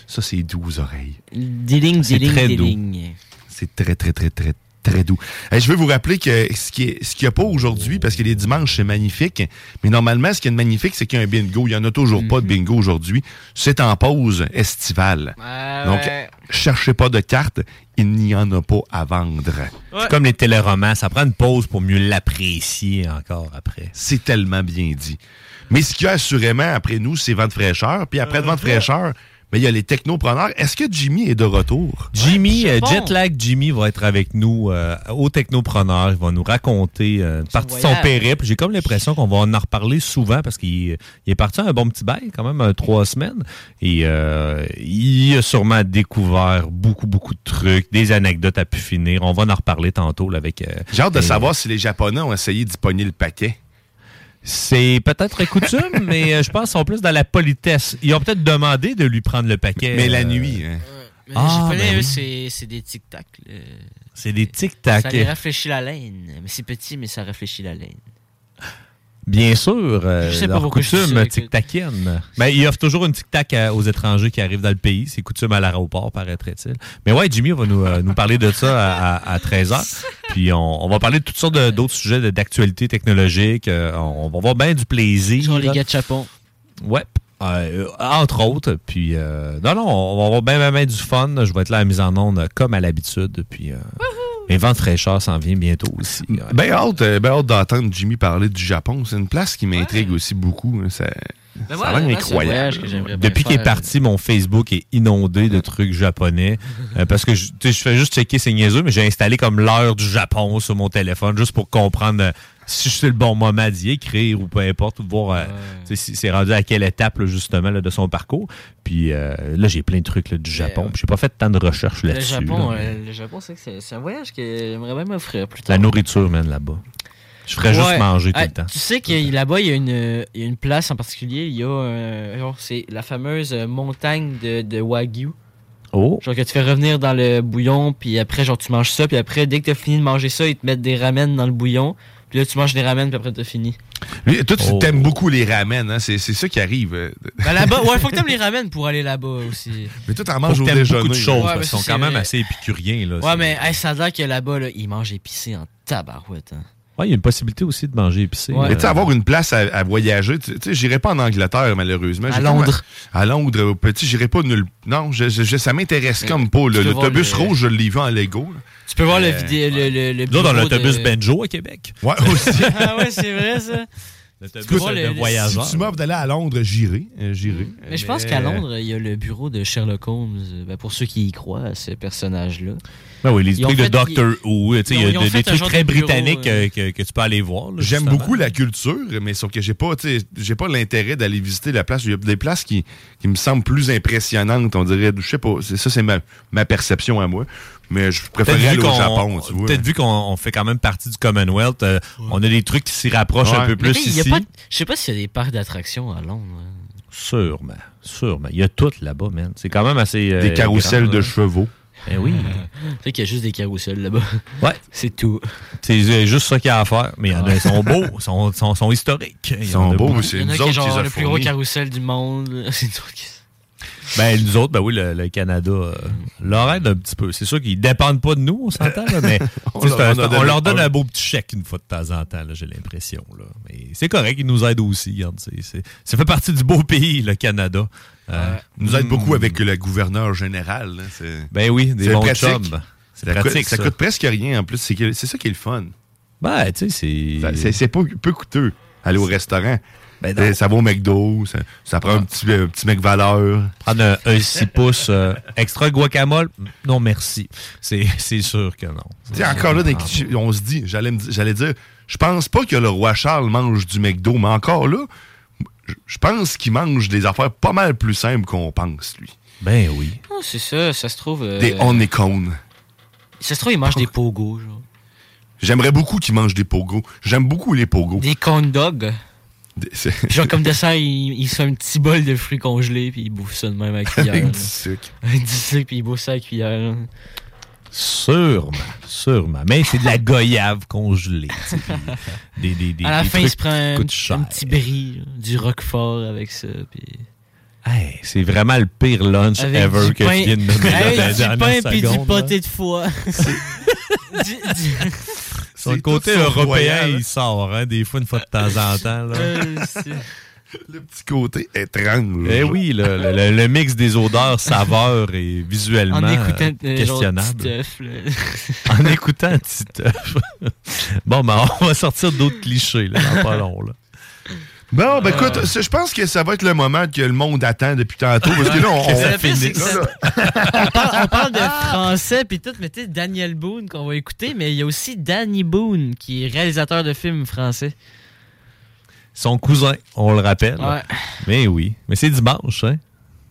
[SPEAKER 6] Ça, c'est doux aux oreilles.
[SPEAKER 4] Diling,
[SPEAKER 6] C'est
[SPEAKER 4] diling,
[SPEAKER 6] très doux.
[SPEAKER 4] diling.
[SPEAKER 6] C'est très, très, très, très, très doux. Eh, je veux vous rappeler que ce qui est- ce qu'il n'y a pas aujourd'hui, parce que les dimanches, c'est magnifique, mais normalement, ce qui est magnifique, c'est qu'il y a un bingo. Il n'y en a toujours
[SPEAKER 4] Mm-hmm.
[SPEAKER 6] pas de bingo aujourd'hui. C'est en pause estivale.
[SPEAKER 4] Ouais,
[SPEAKER 6] Donc,
[SPEAKER 4] ouais.
[SPEAKER 6] cherchez pas de cartes. Il n'y en a pas à vendre.
[SPEAKER 4] Ouais.
[SPEAKER 5] C'est comme les téléromans, ça prend une pause pour mieux l'apprécier encore après.
[SPEAKER 6] C'est tellement bien dit. Mais ce qu'il y a assurément après nous, c'est vent de fraîcheur. Puis
[SPEAKER 4] Euh,
[SPEAKER 6] après le vent de fraîcheur, ben, il y a les technopreneurs. Est-ce que Jimmy est de retour?
[SPEAKER 5] Jimmy, euh,
[SPEAKER 6] bon.
[SPEAKER 5] Jetlag Jimmy va être avec nous euh, au Technopreneur. Il va nous raconter euh, une partie de son
[SPEAKER 6] voyage.
[SPEAKER 5] périple. J'ai comme l'impression qu'on va en reparler souvent parce qu'il il est parti un bon petit bail, quand même, euh, trois semaines. Et euh, il a sûrement découvert beaucoup, beaucoup de trucs, des anecdotes à pu finir. On va en reparler tantôt là, avec. euh,
[SPEAKER 6] J'ai hâte de
[SPEAKER 5] et-
[SPEAKER 6] savoir si les Japonais ont essayé d'y pogner le paquet.
[SPEAKER 5] C'est peut-être une coutume, [LAUGHS] mais euh, je pense qu'ils sont plus dans la politesse. Ils ont peut-être demandé de lui prendre le paquet.
[SPEAKER 6] Mais la
[SPEAKER 5] euh,
[SPEAKER 6] nuit, hein.
[SPEAKER 4] Mais
[SPEAKER 5] Ah,
[SPEAKER 4] les japonais,
[SPEAKER 5] ben
[SPEAKER 4] eux,
[SPEAKER 5] oui.
[SPEAKER 4] c'est- c'est des tic-tac. là.
[SPEAKER 5] C'est des
[SPEAKER 4] Ça
[SPEAKER 5] tic-tac.
[SPEAKER 4] les réfléchit la laine. Mais c'est petit, mais ça réfléchit la laine.
[SPEAKER 5] Bien sûr, euh,
[SPEAKER 4] Je sais pas
[SPEAKER 5] leur
[SPEAKER 4] pourquoi je dis
[SPEAKER 5] coutume
[SPEAKER 4] ça, que-
[SPEAKER 5] tic-tacienne. Ben, ils offrent toujours une tic-tac à- aux étrangers qui arrivent dans le pays. C'est coutume à l'aéroport, paraîtrait-il. Mais ouais, Jimmy va nous, euh, nous parler de ça à, 13h. Puis on, on va parler de toutes sortes de- d'autres sujets de- d'actualité technologique. Euh, on, va avoir bien du plaisir. Genre les gars
[SPEAKER 4] de Japon.
[SPEAKER 5] Ouais. Euh, entre autres. Puis euh, non, non, on va avoir bien, bien, bien du fun. Je vais être là à la mise en onde comme à l'habitude. Puis euh, les vents de fraîcheur s'en viennent bientôt aussi.
[SPEAKER 6] Ben hâte, euh, ben hâte d'entendre Jimmy parler du Japon. C'est une place qui m'intrigue aussi beaucoup. hein. Ça,
[SPEAKER 4] Ben
[SPEAKER 6] ça a
[SPEAKER 4] ouais,
[SPEAKER 6] l'air
[SPEAKER 4] ouais,
[SPEAKER 6] incroyable.
[SPEAKER 4] c'est un voyage que j'aimerais bien
[SPEAKER 5] Depuis qu'il est
[SPEAKER 4] faire.
[SPEAKER 5] parti, mon Facebook est inondé de trucs japonais. Euh, parce que je tu sais, je fais juste checker ces niaiseux, mais j'ai installé comme l'heure du Japon sur mon téléphone, juste pour comprendre euh, si c'est le bon moment d'y écrire ou peu importe, ou voir euh, tu sais, si c'est rendu à quelle étape, là, justement, là, de son parcours. Puis euh, là, j'ai plein de trucs là, du Japon. Puis J'ai pas fait tant de recherches
[SPEAKER 4] Le
[SPEAKER 5] là-dessus.
[SPEAKER 4] Japon,
[SPEAKER 5] là, mais
[SPEAKER 4] euh, le Japon, c'est que c'est c'est un voyage que j'aimerais même offrir plus tard.
[SPEAKER 5] La nourriture, man, là-bas. Je ferais
[SPEAKER 4] Ouais.
[SPEAKER 5] juste manger
[SPEAKER 4] Ah,
[SPEAKER 5] tout le temps.
[SPEAKER 4] Tu sais que là-bas, il y, a une, euh, il y a une place en particulier. Il y a euh, genre, c'est la fameuse euh, montagne de, de Wagyu.
[SPEAKER 5] Oh.
[SPEAKER 4] Genre que tu fais revenir dans le bouillon, puis après, genre, tu manges ça, puis après, dès que tu as fini de manger ça, ils te mettent des ramen dans le bouillon. Puis Puis là, tu manges des ramen, puis après, t'as fini.
[SPEAKER 6] Lui, toi, tu
[SPEAKER 5] Oh.
[SPEAKER 6] t'aimes beaucoup les ramen, hein? c'est, c'est ça qui arrive. euh.
[SPEAKER 4] Ben là-bas, ouais, faut que t'aimes les ramen pour aller là-bas aussi.
[SPEAKER 6] [LAUGHS] Mais toi, t'en manges
[SPEAKER 5] Faut
[SPEAKER 6] au
[SPEAKER 5] que t'aimes
[SPEAKER 6] déjeuner.
[SPEAKER 5] beaucoup de choses,
[SPEAKER 4] Ouais,
[SPEAKER 5] parce
[SPEAKER 4] mais
[SPEAKER 5] qu'ils sont
[SPEAKER 4] ça,
[SPEAKER 5] quand
[SPEAKER 4] c'est
[SPEAKER 5] même
[SPEAKER 4] vrai.
[SPEAKER 5] assez épicuriens. Là,
[SPEAKER 4] Ouais, mais hey, ça a l'air que là-bas, là, ils mangent épicé en tabarouette. hein.
[SPEAKER 5] Ouais, Ah, il y a une possibilité aussi de manger épicé.
[SPEAKER 6] Mais tu sais, avoir une place à, à voyager, tu tu sais, j'irai pas en Angleterre, malheureusement.
[SPEAKER 5] À
[SPEAKER 6] J'ai
[SPEAKER 5] Londres.
[SPEAKER 6] comme- À Londres, au petit, j'irai pas nulle Non, je, je- je- ça m'intéresse
[SPEAKER 4] Ouais.
[SPEAKER 6] comme pas. là.
[SPEAKER 4] Tu peux voir
[SPEAKER 6] L'autobus
[SPEAKER 4] le-
[SPEAKER 6] rouge, je l'ai vu en Lego. là.
[SPEAKER 4] Tu peux voir le
[SPEAKER 6] Euh,
[SPEAKER 4] vidéo, le, le, le
[SPEAKER 5] Nous autres, on a
[SPEAKER 4] bureau de-
[SPEAKER 5] l'autobus Benjo à Québec.
[SPEAKER 6] Ouais, [LAUGHS]
[SPEAKER 4] [LAUGHS]
[SPEAKER 6] aussi.
[SPEAKER 4] ah ouais, c'est vrai, ça. Tu peux voir le- le-
[SPEAKER 6] Si tu m'offres d'aller à Londres, j'irai. euh, j'irai. Euh,
[SPEAKER 4] Mais je pense qu'à Londres, il y a le bureau de Sherlock Holmes, euh, ben, pour ceux qui y croient, à ce personnage-là.
[SPEAKER 5] Ben oui, les
[SPEAKER 4] Ils ont
[SPEAKER 5] trucs de
[SPEAKER 4] fait-
[SPEAKER 5] Doctor
[SPEAKER 4] ils-
[SPEAKER 5] Who, tu sais, il y a
[SPEAKER 4] ils ont- ils
[SPEAKER 5] des-
[SPEAKER 4] ont fait
[SPEAKER 5] des
[SPEAKER 4] un
[SPEAKER 5] trucs
[SPEAKER 4] genre de
[SPEAKER 5] très
[SPEAKER 4] bureau,
[SPEAKER 5] britanniques
[SPEAKER 4] euh,
[SPEAKER 5] euh, que, que tu peux aller voir. là,
[SPEAKER 6] J'aime
[SPEAKER 5] justement.
[SPEAKER 6] beaucoup la culture, mais sauf que j'ai pas, tu sais, j'ai pas l'intérêt d'aller visiter la place. Il y a des places qui, qui me semblent plus impressionnantes, on dirait. Je sais pas, c'est- ça c'est ma, ma perception à moi. Mais je
[SPEAKER 5] Peut-être
[SPEAKER 6] préférerais
[SPEAKER 5] vu
[SPEAKER 6] aller au
[SPEAKER 5] qu'on-
[SPEAKER 6] Japon, tu vois.
[SPEAKER 5] Peut-être vu qu'on on fait quand même partie du Commonwealth, euh, on a des trucs qui s'y rapprochent un
[SPEAKER 6] Ouais.
[SPEAKER 5] peu
[SPEAKER 4] Mais
[SPEAKER 5] plus
[SPEAKER 4] tu sais, il y a
[SPEAKER 5] ici.
[SPEAKER 4] pas de- Je sais pas s'il y a des parcs d'attractions à Londres. hein.
[SPEAKER 5] Sûrement, sûrement. Il y a tout là-bas, man. C'est quand même assez. euh,
[SPEAKER 6] Des carousels
[SPEAKER 5] grand,
[SPEAKER 6] de
[SPEAKER 5] là.
[SPEAKER 6] chevaux.
[SPEAKER 5] Ben oui.
[SPEAKER 4] [LAUGHS] Tu sais hein. qu'il y a juste des carousels là-bas.
[SPEAKER 5] Ouais.
[SPEAKER 4] C'est tout.
[SPEAKER 5] [LAUGHS] C'est euh, juste ça qu'il y a à faire. Mais il y en a- ils sont beaux, ils sont, sont, sont historiques. Il y
[SPEAKER 6] Ils
[SPEAKER 5] en
[SPEAKER 6] sont
[SPEAKER 5] a
[SPEAKER 6] beaux,
[SPEAKER 5] beaucoup.
[SPEAKER 6] c'est
[SPEAKER 4] Il y en a
[SPEAKER 6] nous
[SPEAKER 4] qui est
[SPEAKER 6] autres qui
[SPEAKER 4] genre
[SPEAKER 6] les a
[SPEAKER 4] le plus gros
[SPEAKER 6] fournis.
[SPEAKER 4] carousel du monde. [LAUGHS] C'est nous autres qui-
[SPEAKER 5] Ben, nous autres, ben oui, le, le Canada euh, leur aide un petit peu. C'est sûr qu'ils dépendent pas de nous, on s'entend, là, [LAUGHS] mais
[SPEAKER 6] On
[SPEAKER 5] tu sais, c'est
[SPEAKER 6] leur
[SPEAKER 5] un-
[SPEAKER 6] en a
[SPEAKER 5] on,
[SPEAKER 6] donné
[SPEAKER 5] leur donne
[SPEAKER 6] un.
[SPEAKER 5] un beau petit chèque une fois de temps en temps, là, j'ai l'impression. là. Mais c'est correct, ils nous aident aussi. regarde, c'est- c'est- ça fait partie du beau pays, le Canada. Euh,
[SPEAKER 6] Ils nous aident
[SPEAKER 5] mm,
[SPEAKER 6] beaucoup avec le gouverneur général. là, c'est-
[SPEAKER 5] Ben oui, des
[SPEAKER 6] c'est
[SPEAKER 5] bons
[SPEAKER 6] pratique.
[SPEAKER 5] chums. C'est
[SPEAKER 6] Ça coûte-
[SPEAKER 5] pratique,
[SPEAKER 6] Ça
[SPEAKER 5] ça.
[SPEAKER 6] coûte presque rien en plus. C'est que- c'est ça qui est le fun.
[SPEAKER 5] Ben, tu sais,
[SPEAKER 6] Ça- C'est c'est pas peu coûteux aller au restaurant.
[SPEAKER 5] Ben
[SPEAKER 6] Euh, ça va au McDo, ça, ça prend un petit, un petit mec valeur.
[SPEAKER 5] Prendre un, un 6 pouces euh, extra guacamole, non merci. C'est c'est sûr que non.
[SPEAKER 6] Tu sais, encore là, dans les clichés, on se dit, j'allais me di- j'allais dire, je pense pas que le roi Charles mange du McDo, mais encore là, je- je pense qu'il mange des affaires pas mal plus simples qu'on pense, lui.
[SPEAKER 5] Ben oui.
[SPEAKER 4] Ah, c'est ça, ça se trouve. euh,
[SPEAKER 6] Des on icônes.
[SPEAKER 4] Ça se trouve, ils mangent des pogos, genre.
[SPEAKER 6] J'aimerais beaucoup qu'il mange des pogos. J'aime beaucoup les pogos.
[SPEAKER 4] Des corn dogs.
[SPEAKER 6] Des- c'est-
[SPEAKER 4] Puis [LAUGHS] genre, comme
[SPEAKER 6] [LAUGHS]
[SPEAKER 4] dessert, ils, ils se font un petit bol de fruits congelés, puis ils bouffent ça de même à cuillère.
[SPEAKER 6] Avec
[SPEAKER 4] là.
[SPEAKER 6] du sucre.
[SPEAKER 4] [LAUGHS] Avec du sucre, puis ils bouffent ça à cuillère. là.
[SPEAKER 5] Sûrement, sûrement. Mais c'est de la goyave congelée. tu sais, puis Des, des,
[SPEAKER 4] [LAUGHS]
[SPEAKER 5] des,
[SPEAKER 4] à la
[SPEAKER 5] des
[SPEAKER 4] fin,
[SPEAKER 5] trucs
[SPEAKER 4] ils se prennent
[SPEAKER 5] qui
[SPEAKER 4] un,
[SPEAKER 5] coûtent
[SPEAKER 4] un
[SPEAKER 5] cher.
[SPEAKER 4] petit brie, là, du roquefort avec ça, puis...
[SPEAKER 5] Hey, c'est vraiment le pire lunch
[SPEAKER 4] Avec
[SPEAKER 5] ever
[SPEAKER 4] du
[SPEAKER 5] que
[SPEAKER 4] pain-
[SPEAKER 5] tu viens de me
[SPEAKER 4] Avec
[SPEAKER 5] mettre
[SPEAKER 4] du pain puis du pâté de foie. [LAUGHS] Du- du-
[SPEAKER 5] [LAUGHS] Sur le côté
[SPEAKER 6] tout sauf
[SPEAKER 5] européen,
[SPEAKER 6] royal, hein.
[SPEAKER 5] il sort, hein, des fois, une fois de temps en temps. Là.
[SPEAKER 4] Euh, c'est-
[SPEAKER 6] Le petit côté étrange.
[SPEAKER 5] Eh oui, là, le, le- le mix des odeurs, saveurs et visuellement
[SPEAKER 4] en écoutant
[SPEAKER 5] euh,
[SPEAKER 4] euh, genre, [LAUGHS]
[SPEAKER 5] questionnable.
[SPEAKER 4] Titeuf, là.
[SPEAKER 5] [LAUGHS] en écoutant
[SPEAKER 4] [LAUGHS]
[SPEAKER 5] Titeuf. [LAUGHS] bon, ben, on va sortir d'autres clichés là, dans pas long. Là.
[SPEAKER 6] Bon, ben écoute, c'est- je pense que ça va être le moment que le monde attend depuis tantôt. Parce que là,
[SPEAKER 5] [LAUGHS]
[SPEAKER 6] on.
[SPEAKER 5] Que
[SPEAKER 6] on-
[SPEAKER 5] ça
[SPEAKER 6] là,
[SPEAKER 5] finisse.
[SPEAKER 6] là,
[SPEAKER 4] on, parle, on parle de français puis tout, mais tu sais, Daniel Boone qu'on va écouter, mais il y a aussi Danny Boone qui est réalisateur de films français.
[SPEAKER 5] Son cousin, on le rappelle.
[SPEAKER 4] Ouais.
[SPEAKER 5] Mais oui. Mais c'est dimanche, hein?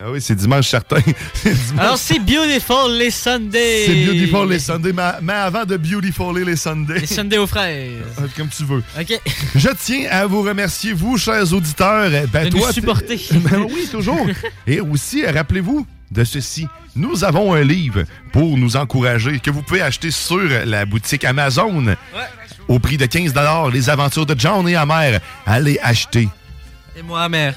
[SPEAKER 6] Ah oui, c'est dimanche certain. C'est dimanche.
[SPEAKER 4] Alors c'est Beautiful les Sundays.
[SPEAKER 6] C'est Beautiful les Sundays, mais, mais avant de Beautiful les Sundays.
[SPEAKER 4] Les Sundays aux fraises.
[SPEAKER 6] Euh, Comme tu veux.
[SPEAKER 4] OK.
[SPEAKER 6] [LAUGHS] Je tiens à vous remercier, vous, chers auditeurs. Eh
[SPEAKER 4] De
[SPEAKER 6] Ben, toi,
[SPEAKER 4] nous
[SPEAKER 6] t'es-
[SPEAKER 4] supporter.
[SPEAKER 6] [LAUGHS] Ben oui,
[SPEAKER 4] [LAUGHS]
[SPEAKER 6] toujours. Et aussi, rappelez-vous de ceci. Nous avons un livre pour nous encourager que vous pouvez acheter sur la boutique Amazon au prix de 15 Les aventures de John et Amer. Allez acheter.
[SPEAKER 4] Et moi,
[SPEAKER 5] [LAUGHS]
[SPEAKER 4] mère.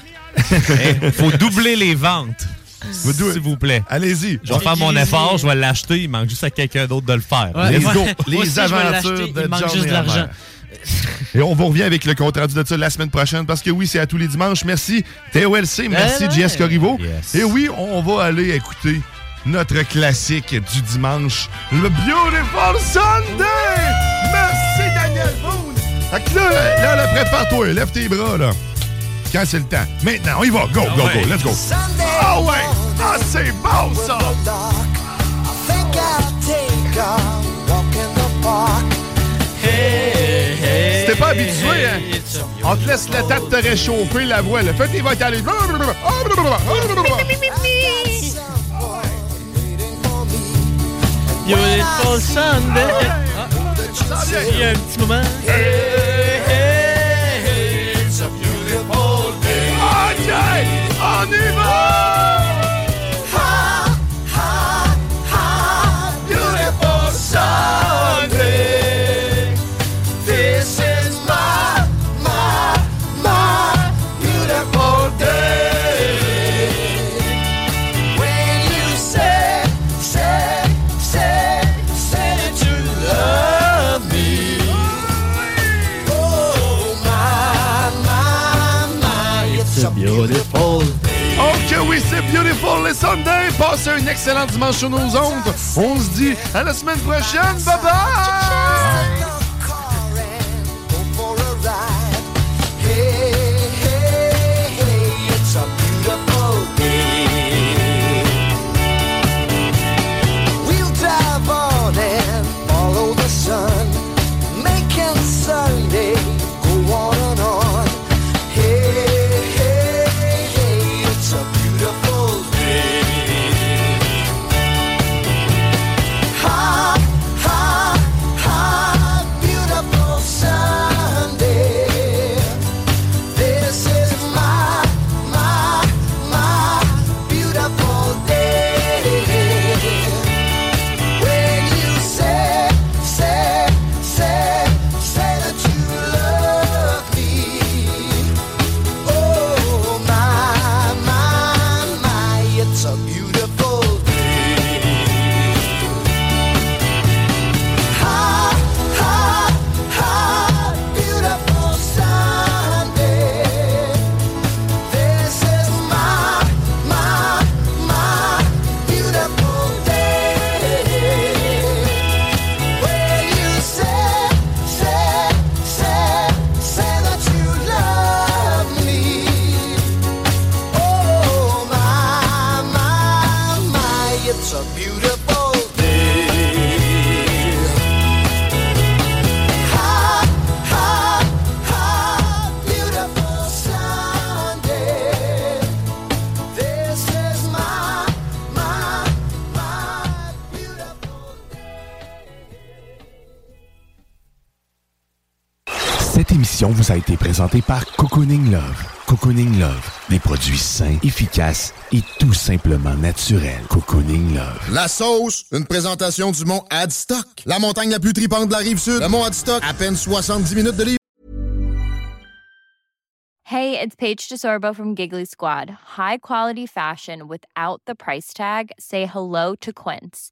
[SPEAKER 5] Il faut doubler les ventes. S'il vous plaît.
[SPEAKER 6] Allez-y.
[SPEAKER 5] Je vais faire mon effort, je vais l'acheter. Il manque juste à quelqu'un d'autre de le faire.
[SPEAKER 4] Ouais,
[SPEAKER 6] Let's
[SPEAKER 4] moi-
[SPEAKER 6] go.
[SPEAKER 4] [LAUGHS] moi
[SPEAKER 6] Les
[SPEAKER 4] aussi, je vais
[SPEAKER 6] aventures
[SPEAKER 4] l'acheter,
[SPEAKER 6] de
[SPEAKER 4] Il manque
[SPEAKER 6] John
[SPEAKER 4] juste
[SPEAKER 6] et
[SPEAKER 4] de l'argent.
[SPEAKER 6] Amère. Et on vous revient avec le compte rendu de ça la semaine prochaine parce que oui, c'est à tous les dimanches. Merci TOLC, merci
[SPEAKER 4] Ben ouais.
[SPEAKER 6] JS Corriveau.
[SPEAKER 5] Yes.
[SPEAKER 6] Et oui, on va aller écouter notre classique du dimanche, le Beautiful Sunday! Merci Daniel Boone! Fait que là, là, là, prépare-toi, lève tes bras, là. Quand c'est le temps. Maintenant, on y va. Go, go, go, let's go. Ah ouais! Ah, c'est bon, ça!
[SPEAKER 2] think I'll take a walk in the park.
[SPEAKER 6] Si t'es pas habitué, hein? On te laisse le temps de te réchauffer la voix, là. Fais tes vocales. Blablabla, blablabla, blablabla.
[SPEAKER 2] e
[SPEAKER 4] Beautiful Sunday. Ah, Il y a un petit moment.
[SPEAKER 2] Eh, Ok,
[SPEAKER 6] on y va!
[SPEAKER 2] Ha, ha, e ha, beautiful Sunday. This is Oh,
[SPEAKER 6] beautiful. Oh que oui, c'est beautiful les Sundays. Passez un excellent dimanche sur nos ondes. On se dit à la semaine prochaine. Bye bye.
[SPEAKER 2] We'll drive on and follow the sun, making Sunday go on and on. Hey, hey, hey, it's a beautiful day. Hot, hot, hot, beautiful Sunday. This is my, my, my beautiful day. When you say, say, say, say that you love me, oh my, my, my, it's a beautiful day. Hot, hot, hot, beautiful Sunday. This is my, my, my beautiful day. When you say, say, say, say that you love me. Oh my, my, my, it's a beautiful day. Hot, hot, hot, beautiful Sunday. This is my, my, my beautiful
[SPEAKER 18] Cette émission vous a été présentée par Cocooning Love. Cocooning Love, des produits sains, efficaces et tout simplement naturels. Cocooning Love.
[SPEAKER 15] La sauce, une présentation du mont Adstock, la montagne la plus tripante de la rive sud. Le mont Adstock, à peine 70 minutes de livre.
[SPEAKER 13] Hey, it's Paige DeSorbo from Giggly Squad. High quality fashion without the price tag. Say hello to Quince.